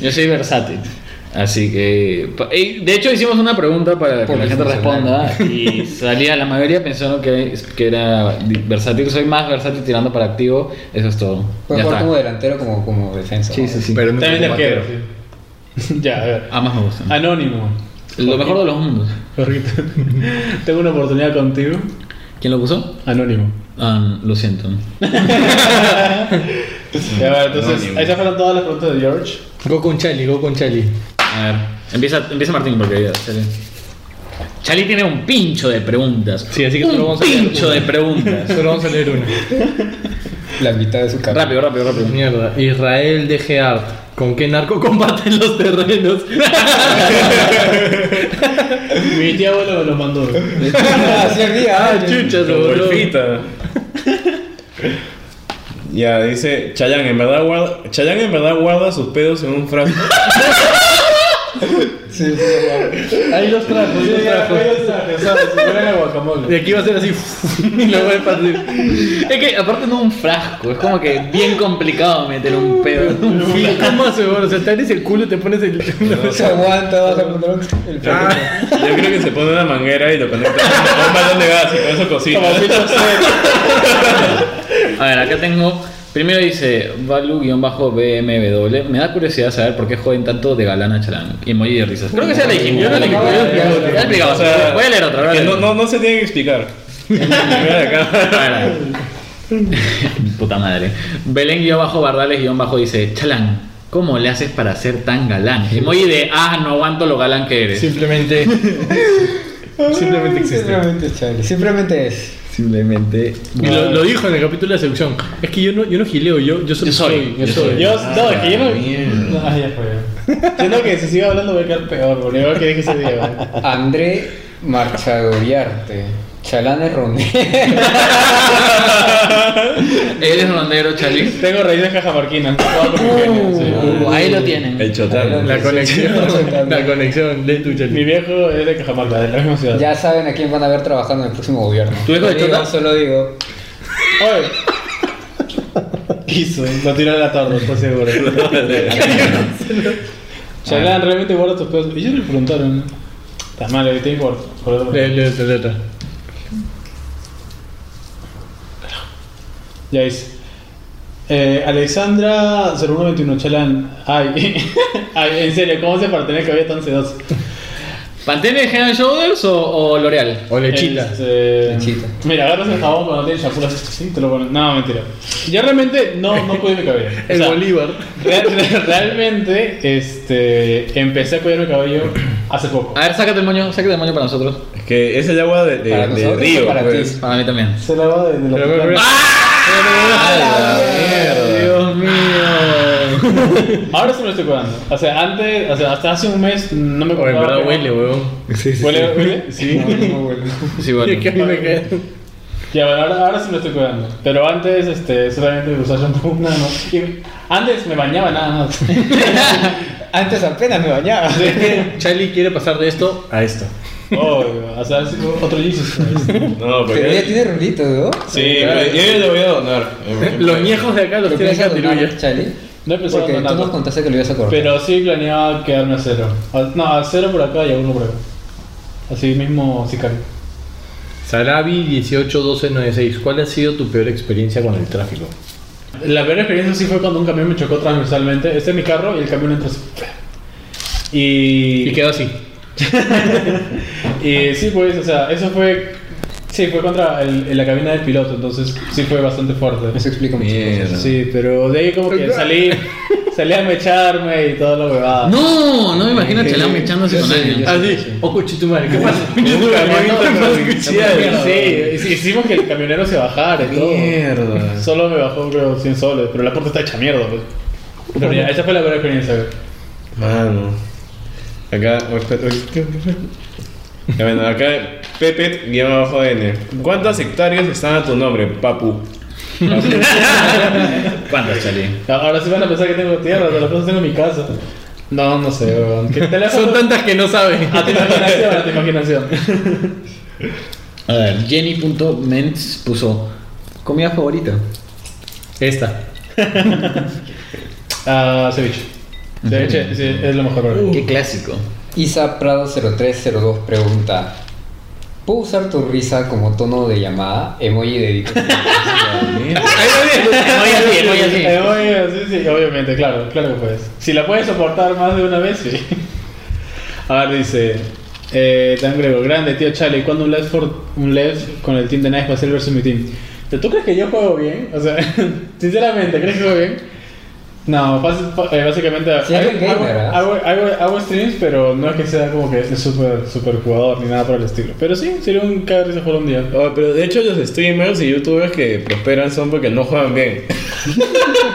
C: yo soy versátil. Así que. pa- y De hecho, hicimos una pregunta para que
A: Por
C: la gente
A: disfuncional.
C: responda y salía la mayoría pensando que, que era di- versátil. Soy más versátil tirando para activo. Eso es todo.
A: Puedes
C: ya
A: jugar
C: está.
A: como delantero como, como defensa.
C: Sí, sí, sí.
E: Pero no
B: También de
E: como
B: arquero.
E: arquero.
B: sí. Ya, a ver.
C: Ah, más me gusta.
B: Anónimo.
C: Lo mejor de los mundos.
B: Jorgito. Tengo una oportunidad contigo.
C: ¿Quién lo puso?
B: Anónimo.
C: Ah, lo siento.
B: Ya, a ver, entonces,
D: Anónimo.
B: ahí se fueron todas las preguntas de George.
E: Go con Chali, go con Chali.
C: A ver, empieza, empieza Martín porque ya. Chali. Chali tiene un pincho de preguntas.
E: Sí, así que
C: un
E: solo vamos a leer
C: pincho
E: una.
C: de preguntas.
E: Solo vamos a leer una.
A: La mitad de su cara.
C: rápido, rápido, rápido.
E: Mierda. Israel de Geart. ¿Con qué narco combaten los terrenos?
B: Mi tía abuelo me lo mandó.
A: Así había.
E: ah, chucha, se
D: Con
E: voló.
D: golfita. Ya, dice Chayanne, en verdad guarda, Chayanne en verdad guarda sus pedos en un frasco.
A: Sí, sí, sí.
B: Ahí los trajo, ahí los trajo. Ahí los trajo, ¿sabes? Se fueron a
E: De
B: guacamole.
E: aquí va a ser así. y lo voy a partir.
C: Es que aparte no un frasco, es como que bien complicado meter un pedo en un
E: Sí,
C: frasco.
E: ¿Cómo hace, bro? O sea, te abres el culo y te pones el.
A: Se aguanta, vas a poner el frente.
D: Yo creo que se pone una manguera y lo conecta a un balón de gas y con eso cocina.
C: A ver, acá tengo. Primero dice Valu-BMW. Me da curiosidad saber por qué joden tanto de galán a chalán. Y emoji de risas. Creo que ya le dijimos.
E: Yo no
C: ya le
E: le-
C: dijimos.
E: yo no le-
C: Ya
E: yo no le-
C: le explicamos.
D: O sea,
C: Voy a leer otra. voy a
D: que
C: leer
D: no,
C: otra.
D: no, no se tiene que explicar. Mira acá.
C: A ver, a ver. Puta madre. Belén guión bajo Bardales guión bajo dice Chalán, ¿cómo le haces para ser tan galán? Emoji de ah, no aguanto lo galán que eres.
E: Simplemente. Simplemente existe.
A: Simplemente, Charlie. Simplemente es.
C: Simplemente.
E: Y lo, lo dijo en el capítulo de seducción. Es que yo no, yo no gileo, yo, yo solo
C: Yo soy,
E: Yo
C: yo
E: soy.
C: soy.
B: Yo, no, es que yo
D: mierda.
B: no. Ah, ya fue. Siento que si sigo hablando voy a quedar peor, boludo. Igual que dije ese día, ¿verdad?
A: André Marchadoriarte. Chalán es Roné.
C: Eres rondero, Chalín.
B: Tengo raíces cajamarquinas. Todo con ingenio, sí.
C: Uh, ahí lo tienen.
D: El chotano.
E: La conexión. la conexión de tu
B: Mi
E: Chali.
B: viejo es de Cajamarca, de la misma ciudad.
A: Ya saben a quién van a ver trabajando en el próximo gobierno.
C: ¿Tú hijo de
A: Solo digo,
C: Chota?
A: Solo digo.
B: Oye. Quiso, lo tiró en la torre, estoy seguro.
D: Ah.
B: Chalán, realmente guarda tus pedos. Y ellos le preguntaron. ¿no? Está mal, ahorita y por, por otro.
E: Lee, lee esa letra.
B: Ya dice. Eh, Alexandra 0121 Chalán. Ay, ay, en serio, ¿cómo se parte el cabello tan sedoso?
C: ¿Pantene Head and Shoulders o, o L'Oreal?
E: O lechita.
B: Este,
A: Lechita.
B: Mira, agarras el jabón cuando tienes champú, haces así, te lo pones. No, mentira. Yo realmente no, no cuidé mi cabello. O
E: El
B: sea,
E: Bolívar.
B: real- real- realmente este, empecé a cuidar mi cabello hace poco.
C: A ver, sácate el moño, sácate el moño para nosotros.
D: Es que es el agua de, de,
A: Para
D: de
A: nosotros,
D: río.
A: para ti.
D: pues.
C: Para mí también.
B: Se la va de, de la
E: Pero, pero,
B: puta-
E: pero-
D: Mierda.
E: Dios mío.
B: Ahora sí me lo estoy cuidando. O sea, antes, o sea, hasta hace un mes no me
E: O en
B: cuidaba.
E: verdad
B: pero-
E: huele, huevón.
B: ¿Huele? ¿Huele? Sí.
C: Sí, bueno.
E: Es que a mí me queda.
B: Ya, bueno, ahora, ahora sí me estoy cuidando. Pero antes, este, solamente usaba shampoo, nada más. Y antes me bañaba nada más.
A: Antes apenas me bañaba.
E: Charlie quiere pasar de esto a esto.
B: Oh, o sea, es otro Jesus pues. Christ.
A: Pero ya
D: No, porque.
A: tiene rulitos, ¿no?
D: Sí, pero yo le voy a donar.
E: Eh, Los ñejos de acá los
A: ¿Lo
E: tiene
A: piensas
E: Catirulla.
A: donar, Chali?
B: No he pensado
A: Porque
B: en
A: tú nos
B: nada.
A: contaste que lo ibas a cortar.
B: Pero sí planeaba quedarme a cero. A- No, a cero por acá y a uno por acá. Así mismo, sicario.
E: Sarabi 181296. ¿Cuál ha sido tu peor experiencia con el tráfico?
B: La peor experiencia sí fue cuando un camión me chocó transversalmente. Este es mi carro y el camión entró así. Y.
E: Y quedó así.
B: Y sí, pues, o sea, eso fue. Sí, fue contra el- en la cabina del piloto, entonces sí fue bastante fuerte.
A: Eso explica muchas cosas.
D: Mierda.
B: Sí, pero de ahí como que salí, salí a mecharme y toda la huevada.
C: No, no me imagino a Chalán echándose con alguien.
E: Así. Oh, O cochitumare, ¿qué pasa?
B: Sí, sí, sí, hicimos que el camionero se bajara y todo.
D: Mierda.
B: Solo me bajó creo 100 soles, pero la puerta está hecha mierda, pues. Pero ya, esa fue la peor experiencia. güey.
D: Mano. Acá. ¿qué fue? Ya, Bueno, acá Pepe guión abajo N. ¿Cuántas hectáreas están a tu nombre, papu?
C: ¿Cuántas, Chalín?
B: Ahora sí van a pensar que tengo tierra, pero las cosas tengo en mi casa. No, no sé, weón. ¿Qué teléfono?
E: Son tantas que no saben.
B: A tu imaginación, a tu imaginación.
C: A ver, Jenny.ments puso comida favorita.
E: Esta.
B: Ah, ceviche. Ceviche, sí, es lo mejor. güey.
C: Qué clásico.
A: Isa Prado 0302 pregunta: ¿Puedo usar tu risa como tono de llamada? Emoji de dedito.
C: Voy así, voy así.
B: Eh, obvio, sí, sí, obviamente, claro, claro que puedes. Si la puedes soportar más de una vez, sí. A ver, dice. Eh, Dan Gregor, grande, tío Charlie. ¿Cuándo un left, for- un left con el team de Nice va a ser versus mi team? ¿Pero ¿Tú crees que yo juego bien? O sea, sinceramente, ¿crees que juego bien? No, bas- ba- eh, básicamente
A: Sí,
B: hago,
A: eres gamer, ¿ah?
B: hago- hago- hago- hago streams, pero no es que sea como que es súper super jugador ni nada por el estilo. Pero sí, sería un cagar ese juego un día.
D: Oh, pero de hecho los streamers y youtubers que prosperan son porque no juegan bien.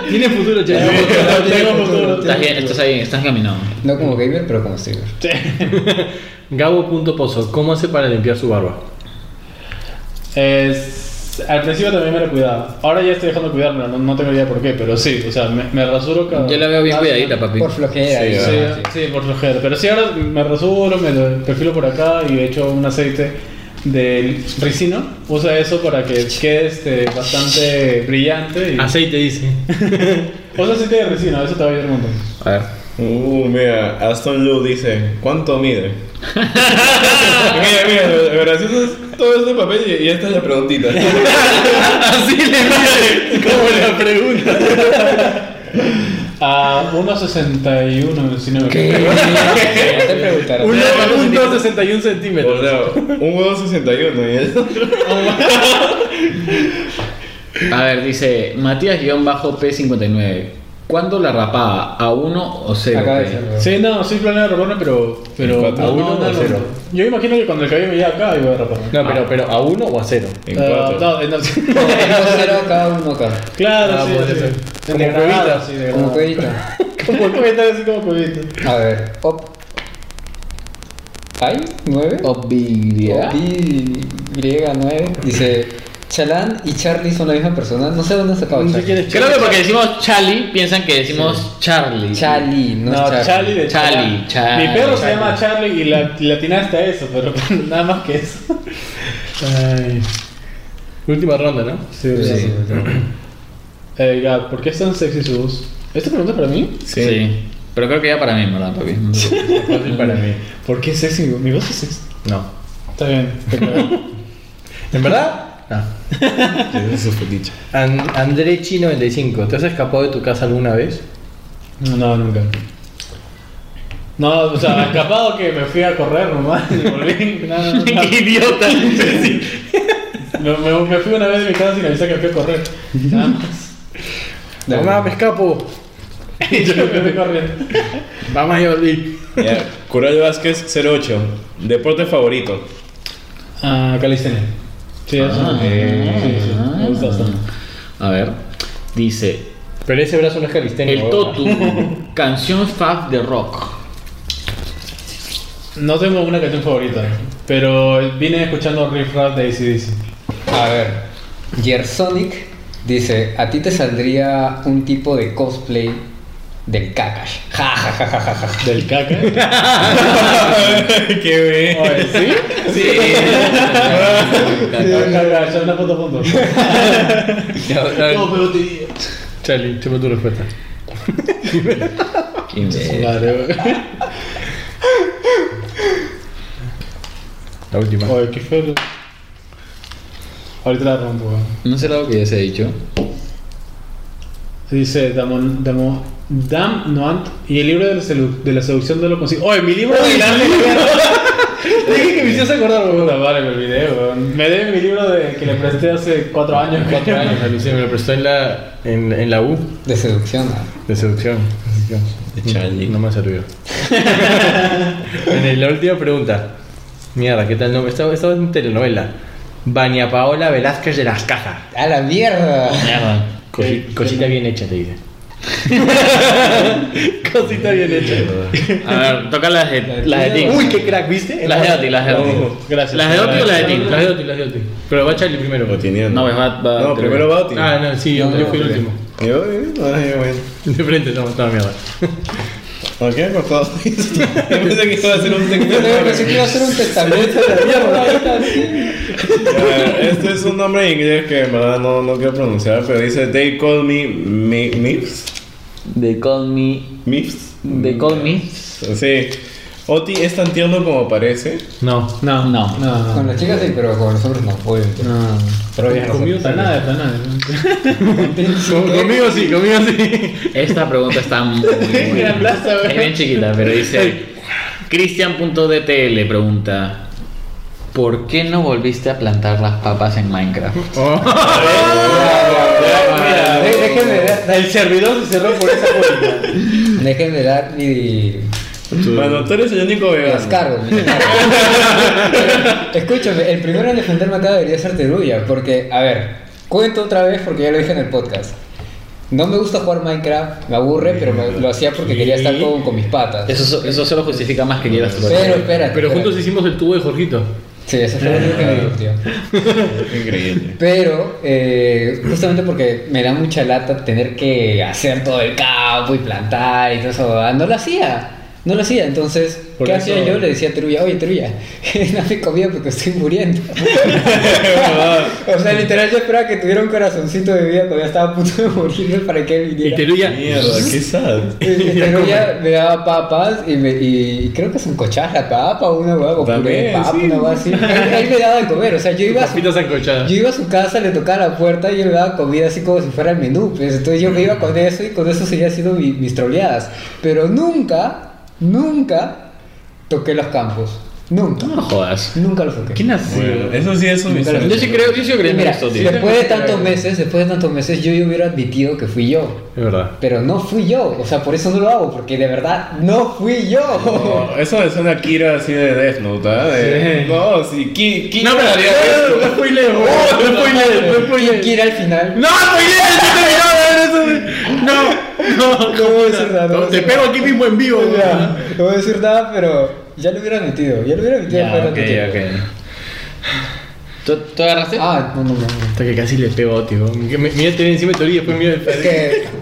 E: Tiene futuro, Charlie.
B: Tengo futuro.
C: Estás, bien, estás ahí, estás encaminado.
A: No como gamer, pero como streamer.
E: Gabo.pozo, ¿cómo hace para limpiar su barba?
B: Es- al principio también me lo cuidaba. Ahora ya estoy dejando de cuidarme, no, no tengo idea por qué, pero sí, o sea, me, me rasuro cada.
C: Yo la veo bien cuidadita, papi.
A: Por flojera.
D: Sí,
A: y-
B: Sí,
A: ah, sí.
B: sí, por flojera. Pero sí, ahora me rasuro, me lo perfilo por acá y echo un aceite de ricino. Usa eso para que quede este, bastante brillante. Y...
E: Aceite dice.
B: Usa aceite de ricino, eso te va a ayudar un montón.
C: A ver.
D: Uh, mira, Aston Lu dice, ¿cuánto mide? mira, mira, lo lo gracioso es todo este papel y, y esta es la preguntita.
C: Así le mire. Como la pregunta.
B: A 1,61, si no me
A: ¿Qué?
B: equivoco.
A: No te preguntaron.
E: Un 61 centímetros.
D: o sea, un huevo 61 y eso.
C: A ver, dice Matías-P59. ¿Cuándo la rapaba? ¿A uno o cero?
A: Acaba de
C: pe?
A: ser.
B: Sí, no, sí planeo raparme, pero. pero
D: Empate.
B: no,
D: ¿A uno
B: no,
D: o
B: no, no.
D: cero?
B: Yo imagino que cuando el cabello me llegue acá, iba a raparme.
E: No, pero, pero a 1 o a 0.
D: En
B: Eh,
D: cuatro.
B: no, eh, no, sí.
A: Dos cero cada uno acá.
B: Claro,
E: Ah,
B: sí,
E: puede
B: sí.
E: ser.
B: De
E: Como
B: degradado,
E: cuevita.
B: sí, de
A: Como
B: como cuevita.
A: cuevita.
B: Como cuevita, así como cuevita.
A: A ver. Op. ¿Ay? ¿Nueve?
C: Obviedad.
A: Y9 dice Chalán y Charlie son la misma persona. No sé dónde ha sacado
E: No sé
A: Charlie.
E: quién es
C: Creo que porque decimos Charlie, piensan que decimos Charlie.
A: Charlie, no,
B: No,
A: es Charlie.
B: Charlie de
C: Charlie, Charlie,
B: Mi perro se
C: Charlie.
B: llama Charlie y la, latina hasta eso, pero nada más que eso.
E: Ay. Última ronda, ¿no?
B: Sí,
A: Sí.
B: Eh, Gab, ¿por qué es tan sexy su voz? ¿Esta pregunta es para mí?
C: Sí. Pero creo que ya para mí, en ¿verdad, papi? No te preocupes.
B: Fácil para mí. ¿Por qué sexy? Mi voz es sexy.
E: No.
B: Está bien. te creo.
E: ¿En verdad? No.
D: Eso fue dicho.
E: An Andrechi 95, ¿te has escapado de tu casa alguna vez?
B: No, nunca. No, o sea, escapado que me fui a correr nomás y volví. Nada, nada.
C: ¡Idiota! Sí.
B: Me, me- me fui una vez de mi casa sin avisar que fui a correr. Nada más.
E: Mamá, me escapo.
B: Y yo me fui corriendo.
E: Mamá, yo volví.
D: Ya, Curayo Vázquez 08. Deporte favorito.
B: Ah, calistenia. Sí, eso.
C: Ah,
B: Ah. sí, sí. Me gusta bastante.
C: A ver, dice
E: Pero ese brazo no es calistenia.
C: El Totu, canción fab de rock.
B: No tengo una canción favorita, pero vine escuchando Riff Raff de ACDC.
A: A ver, Gersonic dice, ¿a ti te saldría un tipo de cosplay del Kakash? Ja, ja, ja, ja, ja, ja.
B: ¿Del caca?
D: Qué bien.
B: Oye, ¿sí?
C: Sí.
B: Del caca, ya una foto a fondo.
A: No, no,
B: pero te
E: Charlie, chupa tu respuesta.
B: Claro.
E: La última.
B: Oye, qué feo. Ahorita la rompo. weón.
C: ¿No será lo que ya se ha dicho?
B: Dice Damon, Damon, Dam Noant y el libro de la, selu- de la seducción de lo consigo. ¡Oye, mi libro de la Dije que me hiciste acordar, weón. Puta madre, me olvidé, weón. Me debe mi libro de que le presté hace cuatro años.
E: Cuatro años, alucina, Ah, me lo prestó en la, en, en la U
A: de seducción. ah.
E: de seducción. De
D: Charlie.
E: No me sirvió. en la última pregunta. Mierda, ¿qué tal? No, estaba, estaba en telenovela. Bania Paola Velázquez de las Cajas.
A: ¡A la mierda!
C: Mierda.
E: Cosi-
B: ¿Qué?
E: cosita bien hecha, te dice. cosita bien hecha.
C: A ver, toca las de, las de Tink.
E: Uy, qué crack, ¿viste? Oh.
C: Las de Oti, las de
D: No,
C: Oti.
B: gracias.
C: ¿Las de Oti o las de Tink?
E: Las de Oti, las de Oti. Pero va Charlie primero.
D: Opinión.
C: No, pues va- va-
D: No, primero va Oti.
E: Ah, no, sí, yo, yo fui el último.
D: Yo, eh, no, yo, bueno.
E: De frente, no, estaba mierda.
D: ¿Por qué me cortado? Yo pensé que iba a hacer un
A: Yo
D: segmento.
A: pensé que iba a hacer un testamento de la mierda.
D: Ya, Este es un nombre en inglés que en verdad no, no quiero pronunciar, pero dice They call me mi, Mips.
C: They call me.
D: Mips.
C: They call me.
D: Sí. Oti es tan tierno como parece.
E: No.
B: No,
C: No.
B: no.
A: Con las chicas sí, pero con los hombres no. Obviamente.
B: No.
A: Pero ya no
B: Conmigo
A: sé.
B: está nada, está nada.
E: Conmigo sí, conmigo sí.
C: Esta pregunta está muy buena. Es bien chiquita, pero dice Cristian.dtl pregunta ¿Por qué no volviste a plantar las papas en Minecraft?
A: Mira, de- Déjenme dar,
B: El servidor se cerró por esa puerta.
A: déjenme dar mi.
D: Bueno, tú eres el único
A: mi
D: vegano.
A: descargo. mi descargo. Escúchame, el primero en defenderme acá debería ser Teruya, porque, a ver, cuento otra vez porque ya lo dije en el podcast. No me gusta jugar Minecraft, me aburre, pero me- lo hacía porque quería estar con, con mis patas.
C: Eso, eso solo justifica más que quieras tu
A: Pero, espera.
E: Pero juntos
A: sí.
E: hicimos el tubo de Jorgito.
A: Sí, eso fue lo único que me divirtió.
D: Increíble.
A: Pero eh, justamente porque me da mucha lata tener que hacer todo el campo y plantar y todo eso, ah, no lo hacía. No lo hacía, entonces,
B: Por
A: ¿qué
B: eso-
A: hacía yo? Le decía a Truya, oye Truya, dame comida porque estoy muriendo. o sea, literal yo esperaba que tuviera un corazoncito de vida cuando ya estaba a punto de morirme para que él
E: Y
A: viniera.
E: Teruya.
D: Mierda, qué sad.
A: Y Teruya me daba papas y, me, y creo que son cochadas la papa o una hueá o puré de
D: También,
A: papa,
D: sí.
A: una hueá así. Él, él me daba de comer, o sea, yo iba a su
E: Papitas sancochadas.
A: yo iba a su casa, le tocaba la puerta y él me daba comida así como si fuera el menú. pues. Entonces yo me iba con eso y con eso seguía haciendo mi- mis troleadas. Pero nunca, nunca toqué los campos. Nunca.
C: No jodas.
A: Nunca los toqué.
C: ¿Quién nació?
D: Bueno, eso sí es un
A: Nunca lo-
D: misterio.
C: Yo sí creo, yo sí creo
A: Y
C: en
A: mira,
C: esto, tío.
A: después de tantos meses, después de tantos meses, yo, yo hubiera admitido que fui yo.
E: Es verdad.
A: Pero no fui yo. O sea, por eso no lo hago, porque de verdad no fui yo.
D: No, eso me suena a Kira así de Death Note, ¿ah? De-
B: Sí.
D: No, sí, Ki- Kira.
E: No, pero
D: haría
E: no,
D: esto.
E: no fui lejos, no fui lejos, no fui
A: ¿Quién
E: lejos.
A: quiere al final?
E: No, fui lejos, no terminaba de ver eso. No, no,
A: No voy a decir nada, no
E: no,
A: voy a
E: Te
A: decir
E: pego
A: nada.
E: aquí mismo en vivo.
A: Ya, no voy a decir nada, pero ya lo hubiera admitido. Ya lo hubiera admitido.
C: Ya,
A: después
C: ok,
A: de tanto tiempo.
C: ok. ¿Tú, tú agarraste?
A: Ah, no, no, no.
E: Hasta que casi le pego, tío. Que me- Mira, te ven encima de Teruya, después mira el
A: Es que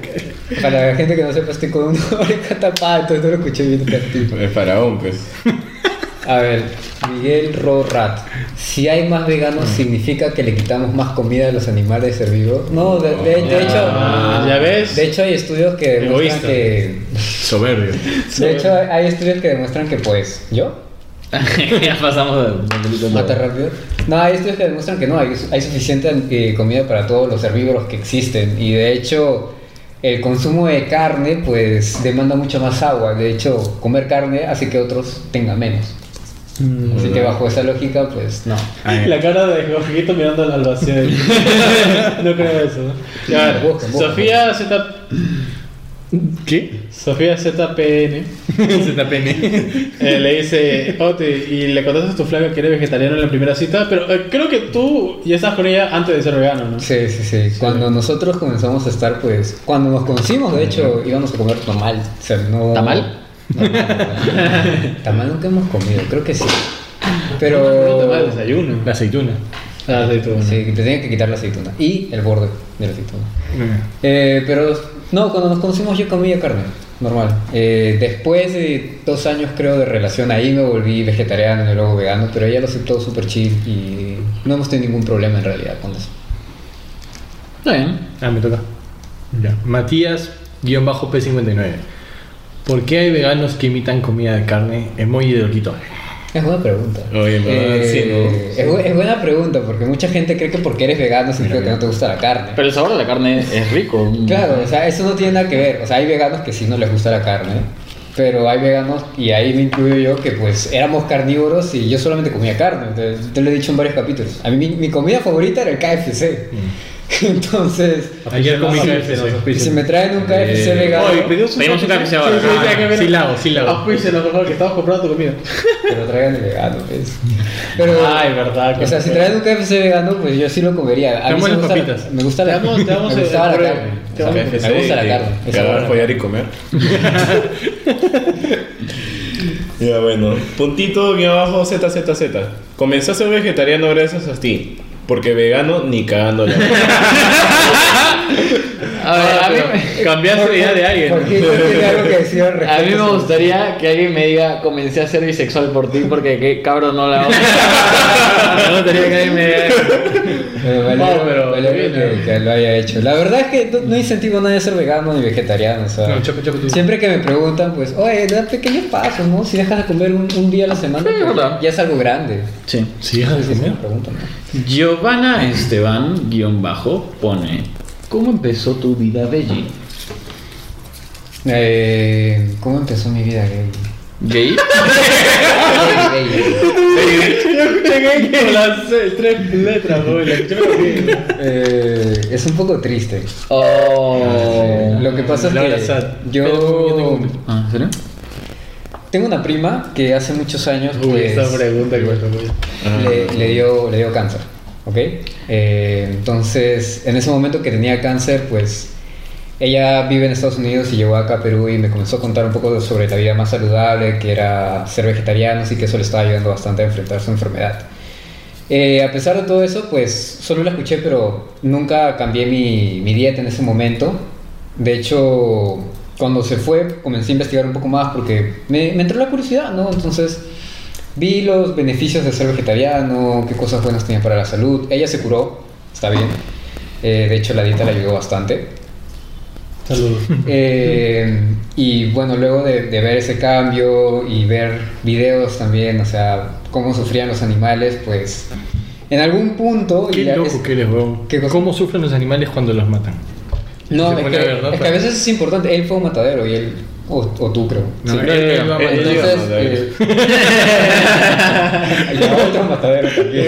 A: para la gente que no sepa, estoy con una oreja tapada, entonces no lo escuché bien atentivo.
D: El faraón, pues.
A: A ver, Miguel Rorat. Si hay más veganos, ¿significa que le quitamos más comida a los animales herbívoros? No, de, de- de hecho.
B: ¿Ya ves?
A: De hecho, hay estudios que demuestran
B: Egoísta.
A: que.
D: Soberbio.
A: De hecho, hay- hay estudios que demuestran que, pues, ¿yo?
C: ya pasamos de- de delito todo.
A: ¿Mata rápido? No, hay estudios que demuestran que no, hay, hay suficiente eh, comida para todos los herbívoros que existen. Y de hecho, el consumo de carne, pues, demanda mucha más agua. De hecho, comer carne hace que otros tengan menos. Así que bajo esa lógica, pues, Mm. no.
B: La cara de Jorgito mirando al vacío. no creo eso. Ya, a ver,
A: Busca, busca.
B: Sofía Z.
E: ¿Qué?
B: Sofía ZPN
E: ZPN.
B: eh, le dice, Oti, y le contaste a tu flaca que eres vegetariano en la primera cita, pero eh, creo que tú ya estás con ella antes de ser vegano, ¿no?
A: Sí, sí, sí. Cuando nosotros comenzamos a estar, pues, cuando nos conocimos, de hecho, íbamos a comer tamal. O sea, no...
C: ¿Tamal?
A: No, no, no, no. Tamal nunca hemos comido, creo que sí. Pero...
B: No te va el desayuno.
E: La aceituna.
B: Ah, sí, tú.
A: Sí, te tienen que quitar la aceituna y el borde de la aceituna. Eh, pero no, cuando nos conocimos yo comía carne, normal. Eh, después de dos años creo de relación ahí me volví vegetariano y luego vegano, pero ella lo aceptó súper chill y no hemos tenido ningún problema en realidad con eso.
C: Está bien.
E: Ah, me toca. Ya. Matías-P59. ¿Por qué hay veganos que imitan comida de carne? Emoji de loquito.
A: Es buena pregunta. Eh,
D: Oye, en verdad, sí, ¿no?
A: es, bu- es buena pregunta porque mucha gente cree que porque eres vegano significa que no te gusta la carne.
C: Pero el sabor de la carne es rico.
A: Claro, o sea, eso no tiene nada que ver. O sea, hay veganos que sí no les gusta la carne, pero hay veganos, y ahí me incluyo yo, que pues éramos carnívoros y yo solamente comía carne. Entonces, te lo he dicho en varios capítulos. A mí mi, mi comida favorita era el KFC. Entonces,
E: Ayer comí KFC.
A: si me traen un KFC
D: Eh,
A: vegano,
B: Oye, pedimos
C: Pedimos un café ahora.
B: Sí, sí, sí, hay que ver-
E: Sí, la hago, sí, la hago.
B: Auspícenos, por favor, que estamos comprando tu comida.
A: pero traigan el vegano, pues. Pero,
B: Ay, verdad.
A: o sea, si traen un KFC vegano, pues yo sí lo comería. A mí sí
E: Te amo
A: me
E: las
A: gusta la-
E: papitas.
A: Me gusta la,
B: Te amo- te amo
A: me
B: el-
A: gustaba la
B: el-
A: carne.
B: te
A: O sea,
B: amo
A: me- me gusta la carne.
D: y
A: esa
D: Cagar,
A: buena.
D: follar y comer. ya bueno, puntito bien abajo ZZZ. Comencé a ser vegetariano gracias a ti. Porque vegano ni cagando la-
C: A ver, a mí me-
E: Cambiaste la idea de
A: ¿Por
E: alguien.
A: qué? ¿Por qué tiene algo que decir al
C: A mí
A: respecto?
C: me gustaría que alguien me diga, comencé a ser bisexual por ti porque qué cabrón no la hago. me gustaría que alguien me diga.
A: Me vale-
B: No, pero
A: vale
B: bien,
A: que, que lo haya hecho. La verdad es que no, no incentivo a nadie a ser vegano ni vegetariano. o sea,
E: No, choco, choco tú.
A: siempre que me preguntan, pues, oye, da pequeños pasos, ¿no? Si dejas de comer un, un día a la semana,
C: Sí,
A: pues,
C: verdad.
A: ya es algo grande.
C: Sí.
E: Sí, deja de
A: Esa es
E: comer.
A: una pregunta, ¿no?
C: Giovanna Esteban, guión bajo, pone, ¿cómo empezó tu vida veggie?
A: Eh, ¿Cómo empezó mi vida gay?
C: ¿Gay?
A: Gay, gay.
B: Con las eh, tres letras, güey. la que yo me comí.
A: Eh, es un poco triste. Eh,
C: Oh.
A: Lo que pasa es
E: Laura Sad.
A: que yo...
E: Pero yo tengo un-
C: Ah, ¿en serio?
A: Tengo una prima que hace muchos años
B: Uy,
A: pues,
B: esta pregunta que me tomé.
A: le, le dio, le dio cáncer, ¿ok? Eh, entonces, en ese momento que tenía cáncer, pues ella vive en Estados Unidos y llegó acá a Perú y me comenzó a contar un poco sobre la vida más saludable, que era ser vegetarianos y que eso le estaba ayudando bastante a enfrentar su enfermedad. Eh, a pesar de todo eso, pues solo la escuché, pero nunca cambié mi, mi dieta en ese momento. De hecho, cuando se fue, comencé a investigar un poco más porque me, me entró la curiosidad, ¿no? Entonces vi los beneficios de ser vegetariano, qué cosas buenas tenía para la salud. Ella se curó, está bien. Eh, de hecho, la dieta le ayudó bastante.
B: Saludos.
A: Eh, y bueno, luego de, de ver ese cambio y ver videos también, o sea, cómo sufrían los animales, pues en algún punto... y
E: Qué
A: ya
E: loco
A: es-
E: que eres, weón.
A: ¿Qué cosa?
E: ¿Cómo sufren los animales cuando los matan?
A: no,
E: se
A: es
E: pone
A: que,
E: a ver, ¿no?
A: es que a veces es importante. Él fue un matadero y él... O, o tú creo.
E: No,
A: Sí,
E: él-
A: creo que
E: él
A: él
E: iba a
A: fue-
E: matar.
A: Entonces, eh, y a otro matadero también.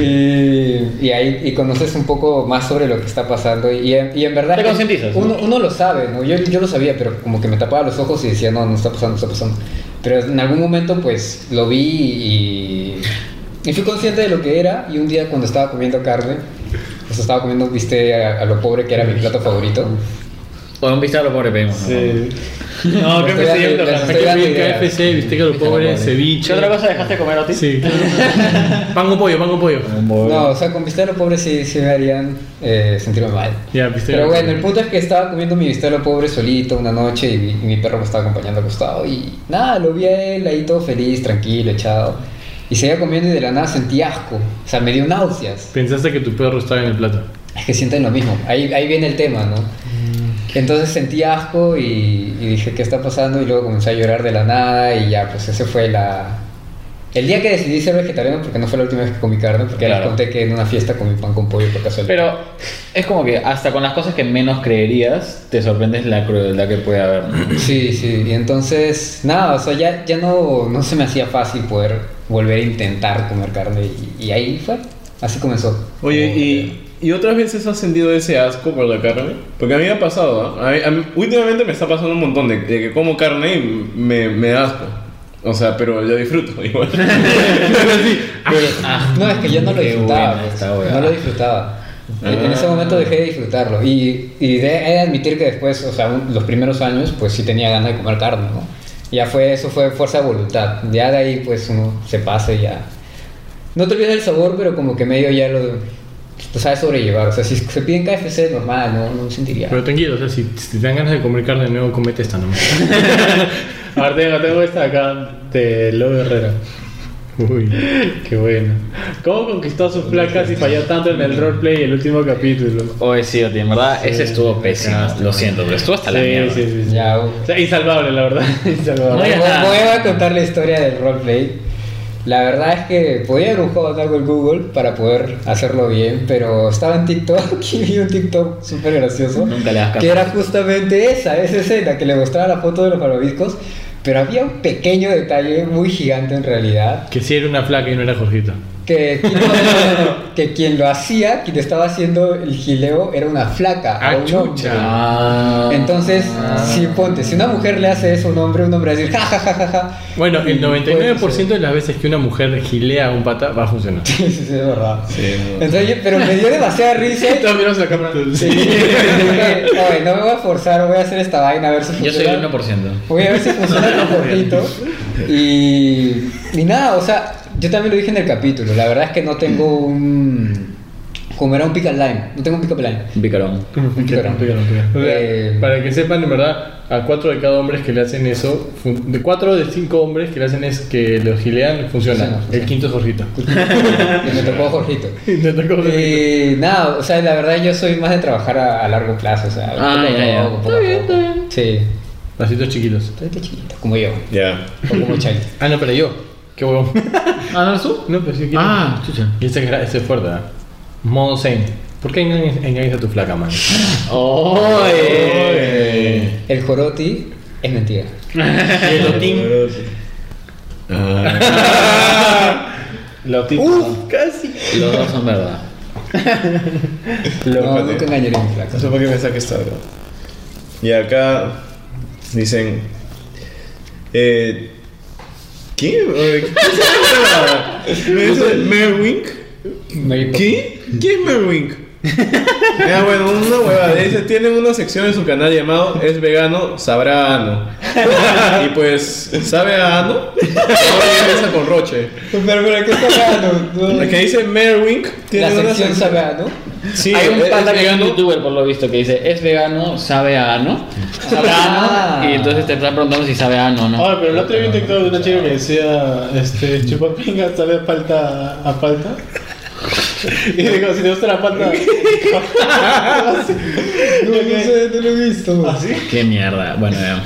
A: Y, y ahí y conoces un poco más sobre lo que está pasando. Y, y en, y en verdad.
C: Te concientizas, ¿no?
A: Uno, uno lo sabe, ¿no? Yo, yo lo sabía, pero como que me tapaba los ojos y decía, no, no está pasando, no está pasando. Pero en algún momento, pues lo vi y. Y fui consciente de lo que era. Y un día, cuando estaba comiendo carne, pues estaba comiendo, viste, a, a lo pobre que era mi plato favorito.
C: Con un vistazo pobre pedimos. ¿no?
B: Sí.
E: No,
A: Me
E: que
A: estoy
E: me
A: dando- me
E: estoy yendo.
A: estoy dando ideas.
E: KFC, viste que los
A: Viste que lo
E: pobres,
A: pobre.
E: ceviche.
C: ¿Qué otra cosa dejaste de comer a ti?
E: Sí. pan con pollo, pan con pollo.
A: No, o sea, con vista a lo pobre sí, sí me harían eh, sentirme mal.
E: Ya, viste.
A: Pero bueno, el punto es que estaba comiendo mi bistec a lo pobre solito una noche y, mi- y mi perro me estaba acompañando acostado y nada, lo vi a él ahí todo feliz, tranquilo, echado. Y seguía comiendo y de la nada sentí asco, o sea, me dio náuseas.
E: Pensaste que tu perro estaba en el plato.
C: Mm.
A: Es que sienten lo mismo, ahí, ahí viene el tema, ¿no? Entonces sentí asco y, y dije, ¿qué está pasando? Y luego comencé a llorar de la nada y ya, pues ese fue la... El día que decidí ser vegetariano, porque no fue la última vez que comí carne, porque ya les
C: Claro.
A: conté que en una fiesta comí pan con pollo por casualidad.
C: Pero es como que hasta con las cosas que menos creerías, te sorprendes la crueldad que puede haber. ¿no?
A: Sí, sí, y entonces, nada, o sea, ya, ya no, no se me hacía fácil poder volver a intentar comer carne y, y ahí fue, así comenzó.
D: Oye, ¿y, ¿y otras veces has sentido ese asco por la carne? Porque a mí me ha pasado, ¿ah? A mí- a mí- últimamente me está pasando un montón de, de que como carne y me, me da asco. O sea, pero lo disfruto igual.
A: Ah, No, es que yo no lo
C: Qué
A: disfrutaba,
C: buena
A: pues,
C: esta hueá.
A: no lo disfrutaba. En- En
D: Ah.
A: ese momento dejé de disfrutarlo y, y de, he de admitir que después, o sea, un- los primeros años, pues sí tenía ganas de comer carne, ¿no? Ya fue, eso fue fuerza de voluntad, ya de ahí pues uno se pasa y ya. No te olvides el sabor, pero como que medio ya lo, lo sabes sobrellevar, o sea, si se piden KFC normal, no, no sentiría.
E: Pero tranquilo, o sea, si, si te dan ganas de comer carne de nuevo, comete esta nomás.
B: Ahora tengo, tengo esta acá de Lobo Herrera.
E: Uy.
B: Qué bueno. ¿Cómo conquistó a sus placas y falló tanto en el roleplay en el último capítulo?
C: Oye, sí, Oti, en verdad, ese estuvo pésimo. Lo siento, pero estuvo hasta la
B: Sí,
C: mierda.
B: sí, sí, sí.
A: Ya,
B: O sea, insalvable, la verdad.
A: Voy,
B: Insalvable.
C: No, ya
A: voy-
C: está.
A: voy a contar la historia del roleplay. La verdad es que podía haber buscado algo en Google para poder hacerlo bien, pero estaba en TikTok y vi un TikTok súper gracioso.
C: Nunca le das caso.
A: Que era justamente esa, esa escena que le mostraba la foto de los barabiscos. Pero había un pequeño detalle muy gigante en realidad.
E: Que si era una flaca y no era Jorgito.
A: Que, quien- no, no, no, no, que quien lo hacía, quien estaba haciendo el gileo, era una flaca.
E: Ah,
A: o un hombre.
E: chucha.
C: Ah.
A: Entonces, si ponte, si una mujer le hace eso a un hombre, un hombre va a decir, ja, ja, ja, ja, ja.
E: Bueno, el
A: Y puede
E: 99% de las veces que una mujer gilea a un pata va a funcionar.
A: Sí, sí, sí, es verdad.
D: Sí, no.
A: Entonces, yo- pero me dio demasiada risa. y-
E: Todos miramos la cámara.
A: Sí, dije, "Oye, no me voy a forzar, voy a hacer esta vaina a ver si
C: Yo soy
A: funciona".
C: el 1%.
A: Voy a ver si funciona con poquito. Y, y nada, o sea, yo también lo dije en el capítulo. La verdad es que no tengo un. Como era un pick and line. No tengo un pick up line.
C: Picarón.
A: Un pick and line.
E: O sea,
A: Eh,
E: para que sepan, en verdad, a 4 de cada hombre que le hacen eso, fun- de 4 de 5 hombres que le hacen es que lo gilean, funciona.
A: Funciona, funciona.
E: El quinto es Jorgito.
A: Y me tocó Jorgito.
E: No te acuerdas.
A: Y nada, o sea, la verdad yo soy más de trabajar a, a largo plazo. O sea, poco
C: Ah,
A: a
C: ya, ya.
A: poco, poco a poco. Sí,
E: Pasitos chiquitos.
A: tú eres chiquito, como yo.
D: Ya.
A: O como Charlie.
E: Ah, no, pero yo. Qué huevón.
C: Ah, ¿no tú?
E: No, pero sí que.
C: Ah, chucha.
E: Y ese, gra- ese es fuerte, ¿eh? Modo Zen. ¿Por qué engañas, engañas a tu flaca, man?
C: Oye.
D: Oye.
A: El joroti es mentira.
E: Y el otín.
D: Ah,
B: Lo típico.
E: Uf, casi.
C: Los dos son verdad.
A: No,
D: Lópate.
A: nunca engañaré a mi flaca.
D: no sé por qué me saqué esta, bro. Y acá dicen. Eh, ¿Qué? Eh, ¿Qué es esta? ¿Me dice Merwink?
A: Mary Poppins.
D: ¿Qué? ¿Qué es Merwink? Ah, bueno, una huevada. Dice, tienen una sección en su canal llamado Es vegano, sabrá a ano. y pues, ¿sabe a ano? Ahora empieza con Roche.
A: Pero, pero, ¿qué está hablando? No.
D: El que dice Merwink tiene
A: La
D: una
A: sección sabe, ah, ¿no?
D: Sí, eh,
C: Hay un
D: es- es
C: pata que es un
D: vegano.
C: youtuber, por lo visto, que dice: es vegano, sabe a ano. Sabe a ano.
A: Ah.
C: Y entonces te están preguntando si sabe a ano o no.
B: Oye, Ah, pero el otro día vi un TikTok de una chica que decía, este, chupapinga sabe a palta a palta. Y digo, si te gusta la palta.
A: No, no sé, no lo he visto.
B: ¿Así?
C: Qué mierda. Bueno, veamos.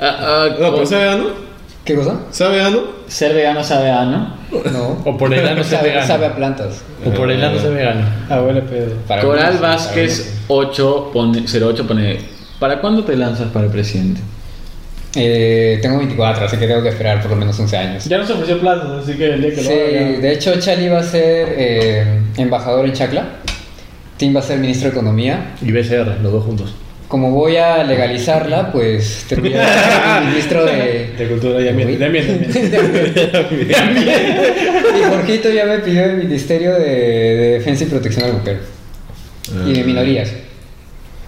C: Ah, ah,
D: No, pero
C: con-
D: ¿sabe a ano?
A: ¿Qué cosa?
D: ¿Sabe a ano?
C: Ser vegano sabe a ano.
A: No.
E: O por el ano se
A: sabe,
E: vegano.
A: sabe a plantas.
E: O por el ano se vegano.
B: Ah, huele pedo.
A: Eh, Para
C: Coral
A: algunos, para
C: Vázquez
A: algunos.
C: 8 pone, 08 pone: ¿Para cuándo te lanzas para presidente?
A: Eh, tengo 24, así que tengo que esperar por lo menos 11 años.
B: Ya nos ofreció plazos, así que el día que
A: Sí,
B: lo haga.
A: de hecho Chali va a ser eh, embajador en Chacla. Tim va a ser ministro de Economía.
E: Y BCR, los dos juntos.
A: Como voy a legalizarla, pues tendría que ser ministro de...
B: De cultura y ambiente.
A: Uy.
B: De ambiente, ambiente.
A: Y Jorgito ya me pidió el Ministerio de, de Defensa y Protección de la Mujer. Y de minorías.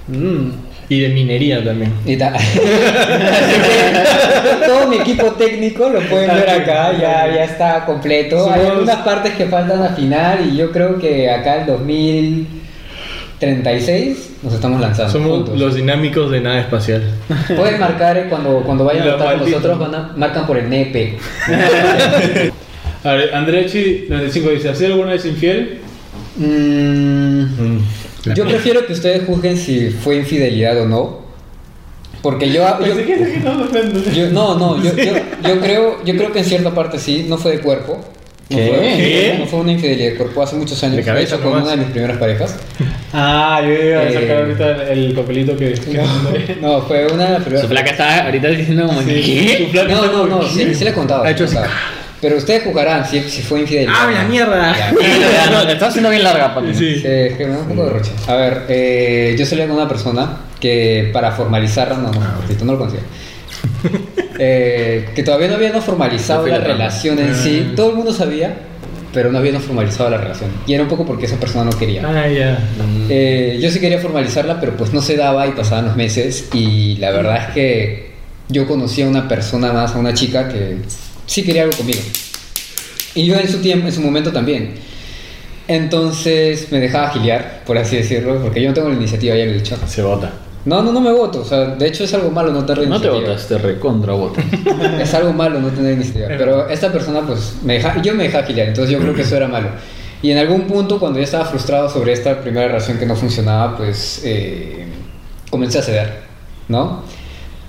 B: Mm.
E: Y de minería también.
A: Y ta- Así que todo mi equipo técnico lo pueden ver acá, ya, ya está completo. Hay
B: Somos-
A: algunas partes que faltan afinar y yo creo que acá en 2036 nos estamos lanzando.
E: Somos
A: Ah, juntos.
E: los dinámicos de nada espacial.
A: Pueden marcar eh, cuando, cuando vayan a
B: Los
A: votar con
B: malditos.
A: nosotros, van a- marcan por el nepe.
B: A ver, Andrechi 95 dice, ¿así alguna vez infiel?
A: Mm, Yo prefiero que ustedes juzguen si fue infidelidad o no. Porque yo. yo-
B: Pensé que- que no, no, no.
A: yo- no, no, yo, yo, yo creo, yo creo que en cierta parte sí, no fue de cuerpo. No
C: ¿Qué?
A: Fue,
B: ¿Qué?
A: no fue una infidelidad de cuerpo hace muchos años.
E: De cabeza
A: hecho, con
E: nomás.
A: una de mis primeras parejas.
B: Ah, yo iba a sacar
A: Eh.
B: ahorita el, el papelito que. que-
A: No, fue una de las primeras.
C: Su placa está ahorita diciendo como ¿qué?
A: No, no, no, sí, sí le he contado.
E: Ha
A: sí
E: hecho
A: le he contado. Pero ustedes juzgarán si, si fue infidelidad.
E: ¡Ah, la mierda!
A: Ya.
C: No, te estás haciendo bien larga, papi.
E: Sí.
A: Sí, es que me da un poco de roche. A ver, eh, yo salía con una persona que para formalizar, no, no, esto no lo conocía. Eh, que todavía no habíamos formalizado la Ah. relación en sí. Todo el mundo sabía, pero no habíamos formalizado la relación. Y era un poco porque esa persona no quería.
E: Ah, ya.
A: Eh, yo sí quería formalizarla, pero pues no se daba y pasaban los meses. Y la verdad es que yo conocí a una persona más, a una chica que sí quería algo conmigo. Y yo en su tiempo, en su momento también. Entonces me dejaba giliar, por así decirlo, porque yo no tengo la iniciativa, ya lo he dicho.
E: Se vota.
A: No, no, no me voto. O sea, de hecho es algo malo no tener
C: No te
A: iniciativa.
C: votas, te recontra votas.
A: Es algo malo no tener iniciativa.
E: Es
A: Pero esta persona, pues, me deja, yo me dejaba gilear, entonces yo creo que eso era malo. Y en algún punto, cuando ya estaba frustrado sobre esta primera relación que no funcionaba, pues eh, comencé a ceder, ¿no?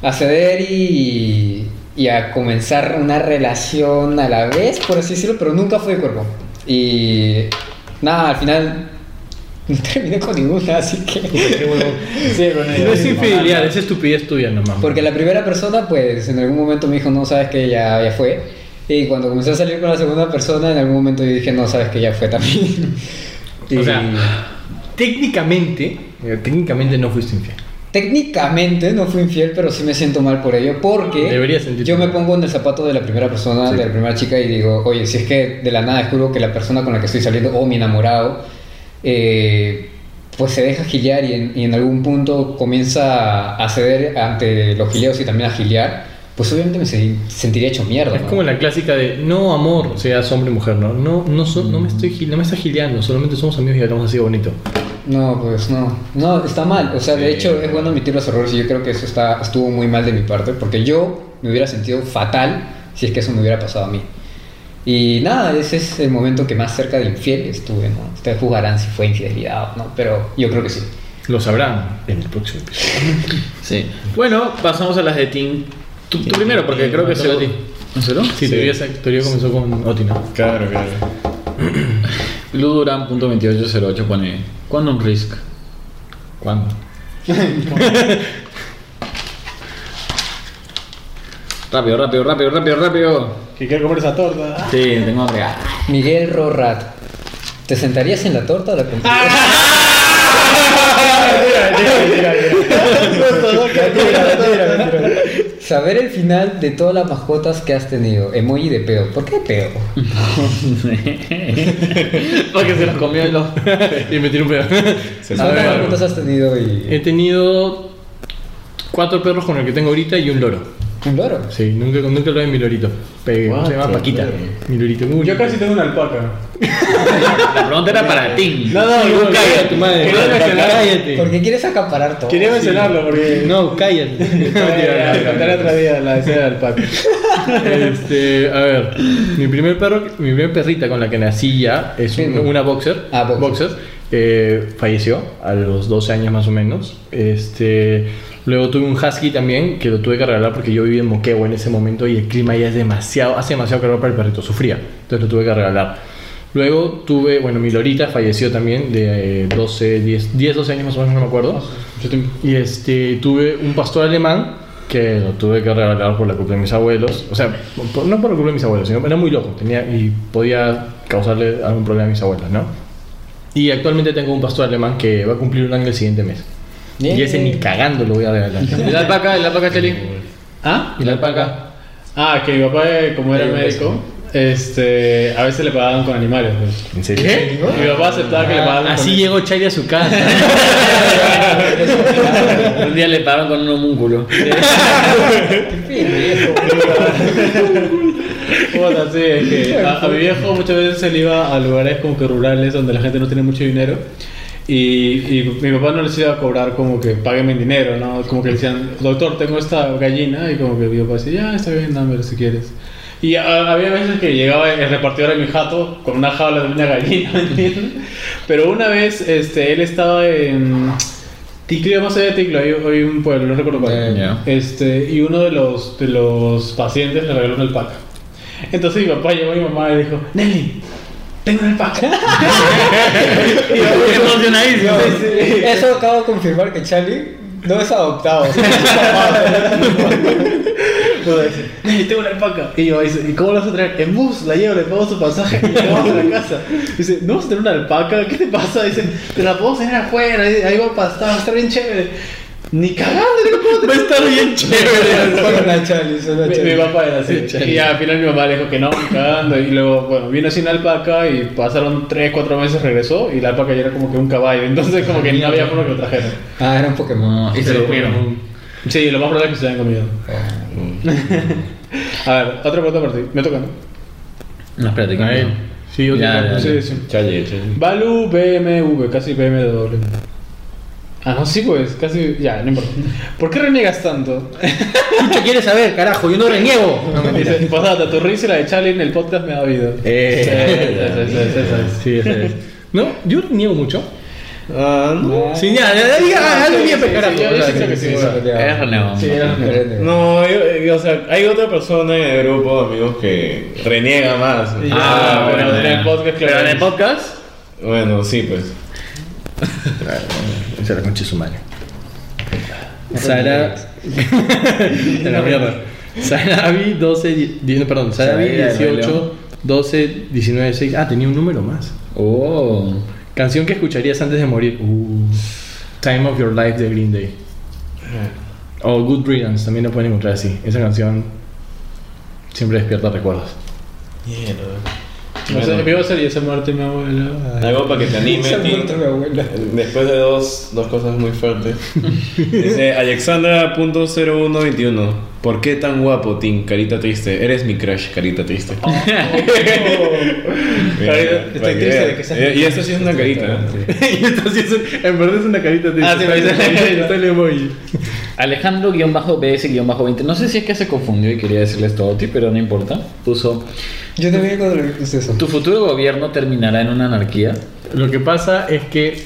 A: A ceder y, y a comenzar una relación a la vez, por así decirlo, pero nunca fue de cuerpo. Y nada, al final no terminé con ninguna, así que...
B: Sí, con ella.
E: No es infidelidad, es estupidez tuya nomás.
A: Ah, Porque la primera persona, pues en algún momento me dijo, no sabes que ya, ya fue. Y cuando comencé a salir con la segunda persona, en algún momento yo dije, no sabes que ya fue también. Y
E: O sea, técnicamente, eh, técnicamente no fuiste infiel.
A: técnicamente no fui infiel, pero sí me siento mal por ello, porque
E: Deberías sentirte
A: yo me
E: mal.
A: pongo en el zapato de la primera persona,
E: Sí.
A: de la primera chica, y digo, oye, si es que de la nada descubro que la persona con la que estoy saliendo, o mi enamorado, eh, pues se deja giliar y en, y en algún punto comienza a ceder ante los gileos y también a giliar, pues obviamente me se- sentiría hecho mierda.
E: Es
A: ¿no?
E: como la clásica de no amor, o sea, es hombre y mujer, ¿no? No, no, so- no me estoy gil- no me estás gileando, solamente somos amigos y hablamos así de bonito.
A: No, pues no. No, está mal. O sea, de hecho, es bueno admitir los errores y yo creo que eso está, estuvo muy mal de mi parte porque yo me hubiera sentido fatal si es que eso me hubiera pasado a mí. Y nada, ese es el momento que más cerca de infiel estuve, ¿no? Ustedes juzgarán si fue infidelidad o no, pero yo creo que sí.
E: Lo sabrán en el próximo episodio.
C: Sí. Bueno, pasamos a las de Team. Tú, tú primero, porque creo que
E: No,
C: se
E: todo.
C: ¿En serio?
E: Sí,
D: Sí.
E: Teoría, sa- teoría comenzó con Oti, ¿no?
D: Claro, claro.
C: Luduran.2808 pone Quantum Risk.
E: ¿Cuándo?
C: Rápido, rápido, rápido, rápido, rápido.
B: Que quiere comer esa torta.
C: Sí, tengo hambre. Ah.
A: Miguel Rorrat, ¿te sentarías en la torta o la comprarías? Saber el final de todas las mascotas que has tenido. Emoji de pedo. ¿Por qué pedo?
C: Porque se los comió y los.
E: y me tiró un pedo.
D: Se
E: A
A: ¿Cuántas
E: ver.
A: mascotas has tenido
E: He
A: y
E: tenido cuatro perros con el que tengo ahorita y un loro.
A: un loro?
E: Sí, nunca, nunca lo de mi lorito. Pe- ¿Cómo se llama?
D: Cuatro
E: Paquita.
D: perros.
E: Mi lorito. Uy,
B: Yo casi tengo una alpaca.
C: La pregunta era para ti.
E: No, no, no, cállate, tu madre.
B: Quería mencionar-
E: Cállate.
A: ¿Por qué quieres acaparar todo?
B: Quería mencionarlo porque.
E: No, cállate.
B: Ya, ya, ya, Contaré otro día la escena del alpaca.
E: Este, a ver, mi primer perro, mi primer perrita con la que nací ya es un-
A: Pitbull.
E: una boxer.
A: Ah, boxer.
E: eh, falleció a los 12 años más o menos. Este, luego tuve un husky también que lo tuve que regalar porque yo vivía en Moquegua en ese momento y el clima ya es demasiado, hace demasiado calor para el perrito, sufría. Entonces lo tuve que regalar. Luego tuve, bueno, mi lorita falleció también de eh, 12, 10, 10, 12 años más o menos, no me acuerdo. Y este, tuve un pastor alemán que lo tuve que regalar por la culpa de mis abuelos. O sea, por- no por la culpa de mis abuelos, sino era muy loco. Tenía, y podía causarle algún problema a mis abuelos, ¿no? Y actualmente tengo un pastor alemán que va a cumplir un año el siguiente mes. Y ese ni cagando lo voy a regalar.
C: ¿Y la alpaca? ¿Y la alpaca, Cheli?
B: ¿Ah?
E: ¿Y la alpaca?
B: Ah, que mi papá, eh, como era
A: Ahí un beso.
B: médico, este, a veces le pagaban con animales. pues.
E: ¿En serio?
B: Mi papá aceptaba que le pagaban con
E: Así llegó Chayri a su casa.
C: Un día le pagaron con un homúnculo.
B: Puta, sí, es que a, a mi viejo muchas veces él iba a lugares como que rurales donde la gente no tiene mucho dinero y, y mi papá no les iba a cobrar como que páguenme en dinero, ¿no? Como que le decían, doctor, tengo esta gallina y como que mi papá decía, ya, está bien, dámelo si quieres. Y a- había veces que llegaba el repartidor de mi jato con una jaula de una gallina, ¿me entiendes? Pero una vez este, él estaba en Ticlo, más allá de Ticlo, hay, hay un pueblo, no recuerdo cuál.
D: Ya.
B: Este, y uno de los, de los pacientes le regaló una alpaca. Entonces mi papá llegó a mi mamá y le dijo, Nelly, tengo una alpaca.
C: Emocionadísimo.
A: Eso acabo de confirmar que Charlie no es adoptado.
B: Nelly, tengo una alpaca. Y yo dice, ¿y cómo la vas a traer? En bus, la llevo, le pago su pasaje y la llevamos a la casa. Dice, ¿no vas a tener una alpaca? ¿Qué te pasa? Dice, te la puedo tener afuera, ahí va a pastar, va a estar bien chévere. Ni cagando, no puedo
C: Va a estar bien chévere.
A: Suena Charlie, suena
B: Mi, mi
A: Charlie.
B: papá era así. Y al final mi mamá le dijo que no, ni cagando. Y luego, bueno, vino sin alpaca y pasaron 3, 4 meses, regresó y la alpaca ya era como que un caballo. Entonces, como que no había forma que lo trajeran.
A: Ah, era un Pokémon.
C: Y se lo comieron.
B: Sí, lo más probable es que se hayan comido. A ver, otra pregunta para ti. Me toca, ¿no?
C: No, espérate.
E: A él.
C: que-
E: Sí, yo
C: Ya,
E: tengo-
C: ya,
E: sí.
B: Sí, sí.
D: Challe, challe.
B: Balu BMW, casi BMW. Ah, no, sí, pues, casi. Ya, no importa. ¿Por qué reniegas tanto?
E: Chucho quiere saber, carajo, yo no reniego. No, mentira.
B: Dice, posdata, tu risa y la de Charlie en el podcast me ha habido.
C: Eh.
B: Sí, sí, sí, sí, sí, sí.
E: Sí, esa es. No, yo reniego mucho.
D: Ah, no.
E: Sí, ya, ya, ya, diga, hazlo bien,
B: Sí, sí,
E: pe, carajo.
B: sí, yo- yo sí creo Ah, que sí.
C: Eres reneado.
B: Sí, era-
D: No, yo- yo, o sea, hay otra persona en el grupo de amigos que reniega más.
B: Ya,
C: Ah,
B: pero
C: bueno,
B: en
C: ya.
B: el podcast, claro.
C: Pero en el podcast.
D: Bueno, sí, pues.
E: Se la concha su madre. Sara. De la mierda. Sarabi 12, die- die- no, perdón, Sarabi
C: Sarabi del
E: 18,
C: reloj.
E: 12, 19, 6. Ah, tenía un número más.
C: Oh.
E: Canción que escucharías antes de morir. Uh, Time of Your Life de Green Day. O Good Riddance, también lo pueden encontrar así. Esa canción siempre despierta recuerdos.
B: No sé, me iba a salir esa muerte, mi abuela.
D: Algo para que te anime, Tim.
A: mi abuela.
D: Después de dos, dos cosas muy fuertes. Dice Alexandra.0121. ¿Por qué tan guapo, Tim? Carita triste. Eres mi crush, carita triste.
C: Oh.
D: Mira,
B: Carita-
D: para
B: estoy
D: que
B: triste de
D: veas.
B: que seas
D: Y- Y esta sí es una carita. ¿eh?
E: y esto sí es un- en verdad es una carita triste.
B: Ah, sí, me dice la carita.
E: Está el emoji.
C: Alejandro-BS-20. No sé si es que se confundió y quería decirles todo a ti, pero no importa. Puso.
A: Yo también cuando lo puse eso.
C: Tu futuro gobierno terminará en una anarquía.
E: Lo que pasa es que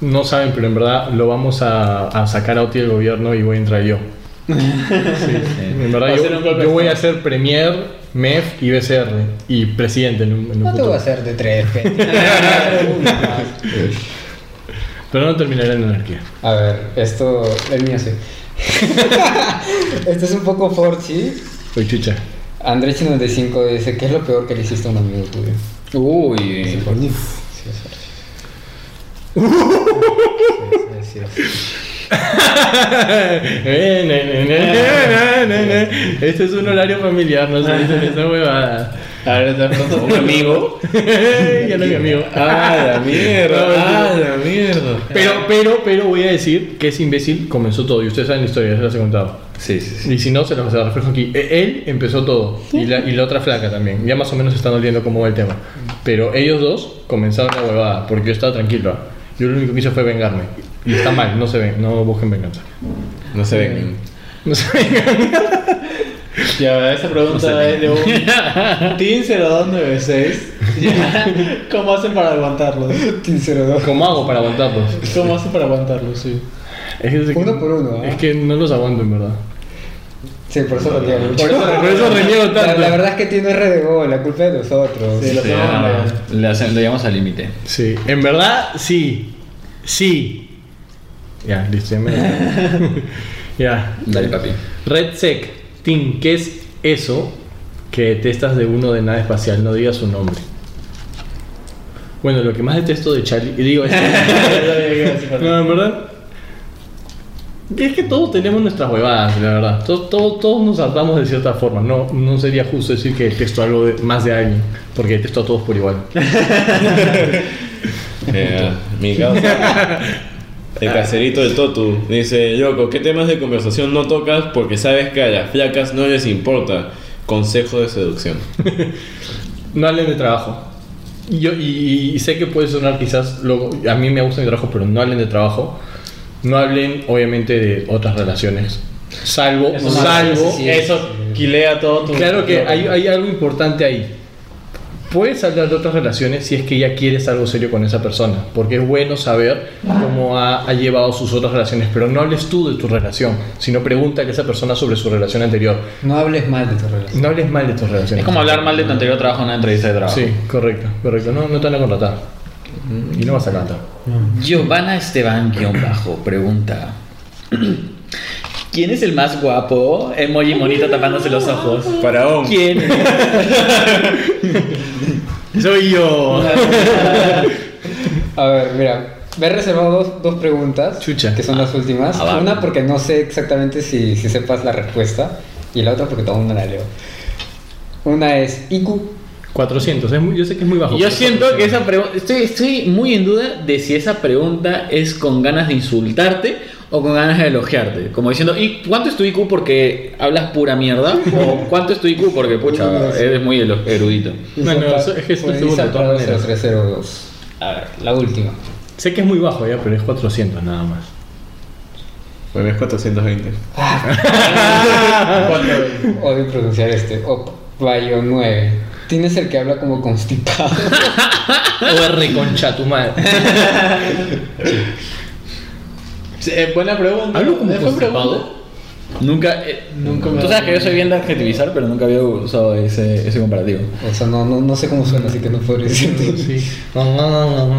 E: no saben, pero en verdad lo vamos a, a sacar a Oti del gobierno y voy a entrar yo. En
B: Va
E: verdad
B: a
E: yo,
B: ser un golpe de
E: yo voy a
B: estado.
E: ser Premier, MEF y BCR ¿eh? y presidente en un, en un
A: No te
E: futuro.
A: voy a hacer de tres, pe.
E: Pero no terminaré en anarquía.
A: A ver, esto. El mío sí. Esto es un poco forchi.
E: Soy chucha.
A: Andrés95 dice: ¿Qué es lo peor que le hiciste a un amigo tuyo?
C: Uy.
A: Sí, es forchi. Sí, sí, sí.
E: Eh, ne, ne, ne, ne, ne, ne. Este es un horario familiar, no se dicen esa huevada.
B: A ver, te pregunto.
D: Un amigo.
E: ya no es mi amigo.
D: Ah, la mierda. Ah, la mierda.
E: Pero, pero, pero voy a decir que ese imbécil comenzó todo. Y ustedes saben la historia, ya se las he contado.
C: Sí, sí, sí.
E: Y si no, se los, se los reflejo aquí. E- Él empezó todo. Y la, y la otra flaca también. Ya más o menos están oliendo cómo va el tema. Pero ellos dos comenzaron la huevada. Porque yo estaba tranquilo. Yo lo único que hice fue vengarme. Y está mal, no se ven, no busquen venganza.
D: No se ven.
E: No se vengan.
B: Ya, esa pregunta es de un Team 0296. Ya, ¿Cómo hacen para aguantarlos?
A: 1502.
E: ¿Cómo hago para aguantarlos?
C: pues?
B: ¿Cómo hacen para aguantarlos? Sí.
E: Es que,
A: Uno por uno, ¿eh?
E: Es que no los aguanto, en verdad.
A: Sí, por eso lo niego mucho.
B: Por eso,
E: Por eso reniego
A: La,
E: tanto.
A: la verdad es que tiene RDO, la culpa es de nosotros.
B: Sí, lo
C: Sí,
B: tengo
C: ah,
B: mal.
C: le hacen- lo llevamos al límite.
E: Sí, en verdad, sí. Sí. Ya, listo. ya me- ya.
C: Dale, papi.
E: RedSec, Tim, ¿qué es eso que detestas de uno de nada espacial? No digas su nombre. Bueno, lo que más detesto de Charlie. y Digo, es- no, en verdad. Es que todos tenemos nuestras huevadas, la verdad. Todos, todos, todos nos saltamos de cierta forma. No, no sería justo decir que detesto algo de- más de alguien, porque detesto a todos por igual.
D: Eh, mi causa. El caserito del Totu dice: Loco, ¿qué temas de conversación no tocas? Porque sabes que a las flacas no les importa. Consejo de seducción.
E: No hablen de trabajo. Y Yo, y, y sé que puede sonar quizás, loco, a mí me gusta mi trabajo, pero no hablen de trabajo. No hablen, obviamente, de otras relaciones Salvo,
B: Eso no-
E: salvo.
A: Sí.
B: Eso quilea todo tu.
E: Claro que hay, hay algo importante ahí. Puedes hablar de otras relaciones si es que ya quieres algo serio con esa persona, porque es bueno saber cómo ha, ha llevado sus otras relaciones, pero no hables tú de tu relación, sino pregúntale a esa persona sobre su relación anterior.
A: No hables mal de tu relación.
E: No hables mal de tus relaciones.
C: Es como hablar mal de tu anterior trabajo en una entrevista de trabajo.
E: Sí, correcto, correcto. No, no te van a contratar. Mm, Y no vas a cantar.
C: Giovanna Esteban guión bajo pregunta. ¿Quién es el más guapo? Emoji monito tapándose los ojos.
D: Faraón.
C: ¿Quién? es?
E: Soy yo.
A: A ver, mira, me he reservado dos, dos preguntas,
E: Chucha.
A: que son las últimas.
C: ah, va.
A: Una porque no sé exactamente si, si sepas la respuesta, y la otra porque todo el mundo la leo. Una es IQ.
E: 400, es muy- yo sé que es muy bajo.
C: Yo
E: pero
C: siento que
E: 400.
C: esa pregunta. Estoy, estoy muy en duda de si esa pregunta es con ganas de insultarte o con ganas de elogiarte. Como diciendo, ¿y cuánto es tu IQ porque hablas pura mierda? ¿O cuánto es tu IQ porque, pucha, eres muy elo- erudito?
E: No, no,
A: Isaac-
E: es que es el
A: fue
E: segundo, de
A: Isaac
E: todas
A: Prado
E: maneras.
A: 0302. A ver, la última.
E: Sé que es muy bajo ya, pero es 400 nada más.
D: Bueno, es 420.
E: Ah.
A: Odio pronunciar este. Opayo 9. Tienes el que habla como constipado.
E: OR concha tu madre.
B: Sí, eh, buena pregunta.
E: ¿Hablo como
B: ¿Es buena
E: constipado?
B: pregunta?
C: Nunca. eh,
B: Nunca me
C: Tú sabes que yo soy bien de adjetivizar, pero nunca había usado ese, ese comparativo.
A: O sea, no, no, no sé cómo suena, así que no podría decirte.
E: Sí. No, no, no, no,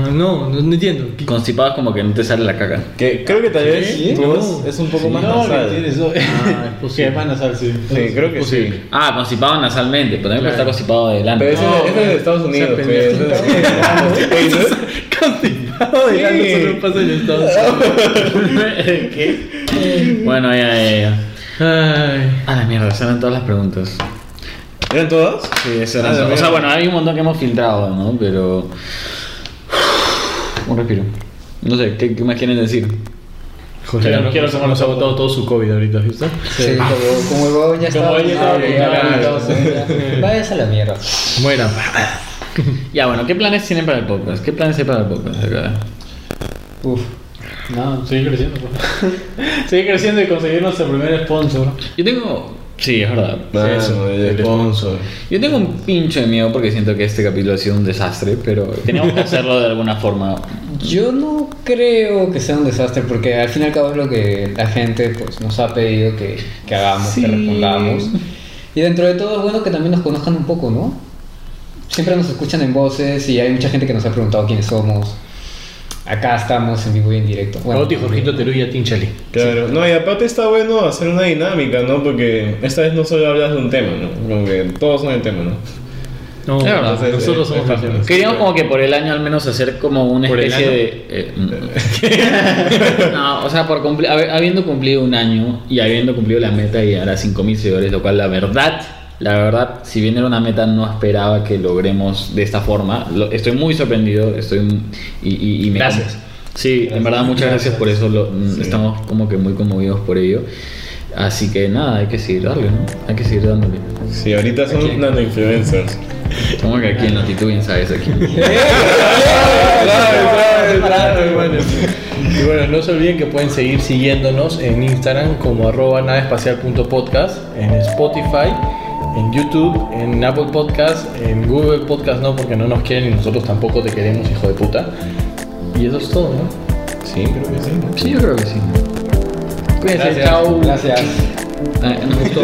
E: ah, no, no, no entiendo. ¿Qué-
C: Constipado es como que no te sale la caca.
D: Que creo que tal vez
A: ¿Sí?
D: tu voz es un poco más
B: No,
D: nasal.
B: que tienes eso.
E: Ah, es
B: Que
E: posible.
B: es más nasal, Oh, sí.
D: Sí, creo que sí.
C: Ah, constipado nasalmente, pero también puede estar constipado de delante.
D: Pero ese
B: No,
D: ese es de Estados Unidos.
E: sea,
D: pues, ese es- Oye, ¿no?
E: Constipado de algo Oh, solo pasa en Estados
C: ¿Qué? Bueno, ya, ya, ya.
E: Ay.
C: A la mierda, se eran todas las preguntas.
D: ¿Eran todos?
C: Sí, eso
D: Ah, la
C: O sea,
D: mierda.
C: bueno, hay un montón que hemos filtrado, ¿no? Pero. Un respiro. No sé, ¿qué, qué más quieren decir?
E: José,
B: Quiero-
E: no
B: quiero
E: quiero que nos ha botado todo su COVID ahorita, ¿viste?
A: Sí, como, como el huevo ya
B: Como
A: estaba.
B: él ya estaba
A: Ah,
B: vacunado,
A: ya, ya. Vayas a la mierda.
E: Bueno,
C: Ya, bueno, ¿qué planes tienen para el podcast? ¿Qué planes hay para el podcast acá?
A: Uf.
B: No, sigue creciendo. pues. sigue creciendo y conseguir nuestro primer sponsor.
C: Yo tengo. Sí, es verdad.
D: Mano, el sponsor.
C: Yo tengo un pincho de miedo porque siento que este capítulo ha sido un desastre, pero teníamos que hacerlo de alguna forma.
A: Yo no creo que sea un desastre porque al fin y al cabo es lo que la gente pues, nos ha pedido que, que hagamos,
C: Sí.
A: que respondamos. Y dentro de todo es bueno que también nos conozcan un poco, ¿no? Siempre nos escuchan en voces y hay mucha gente que nos ha preguntado quiénes somos. Acá estamos en vivo y en directo.
E: Oti, Jorgito, Teruya, Tinchali.
D: Claro, no, y aparte está bueno hacer una dinámica, ¿no? Porque esta vez no solo hablas de un tema, ¿no? Como que todos son el tema, ¿no?
E: No,
C: Es verdad.
E: entonces, nosotros somos
D: Entonces,
E: campeones.
C: Queríamos como que por el año al menos hacer como una
E: ¿Por el
C: especie
E: año?
C: de... eh, mm. no, o sea, por cumpli- haber- habiendo cumplido un año y habiendo cumplido la meta de llegar a 5.000 seguidores, lo cual la verdad, la verdad, si bien era una meta, no esperaba que logremos de esta forma. Lo- estoy muy sorprendido, estoy... m- Y, y- y me-
E: Gracias.
C: Sí, en verdad muchas gracias por eso, lo- mm, estamos como que muy conmovidos por ello. Así que nada, hay que seguir darle, ¿no? Hay que seguir dándole.
D: Sí, ahorita son
A: Aquí.
D: nanoinfluencers.
C: Como que aquí en Latitud bien sabes aquí.
E: Y bueno, no se olviden que pueden seguir siguiéndonos en Instagram como arroba nadaespacial.podcast, en Spotify, en YouTube, en Apple Podcast, en Google Podcast no, porque no nos quieren y nosotros tampoco te queremos, hijo de puta. Y eso es todo, ¿no?
D: Sí, creo que sí.
C: Sí, yo creo que sí.
E: Cuídense,
A: Gracias.
E: chao.
A: Gracias.
C: Ah, nos gustó.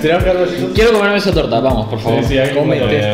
B: Sería un Carlos.
C: Quiero comerme esa torta, vamos, por favor.
B: Sí, sí, hay que
E: Cómete.
B: comer.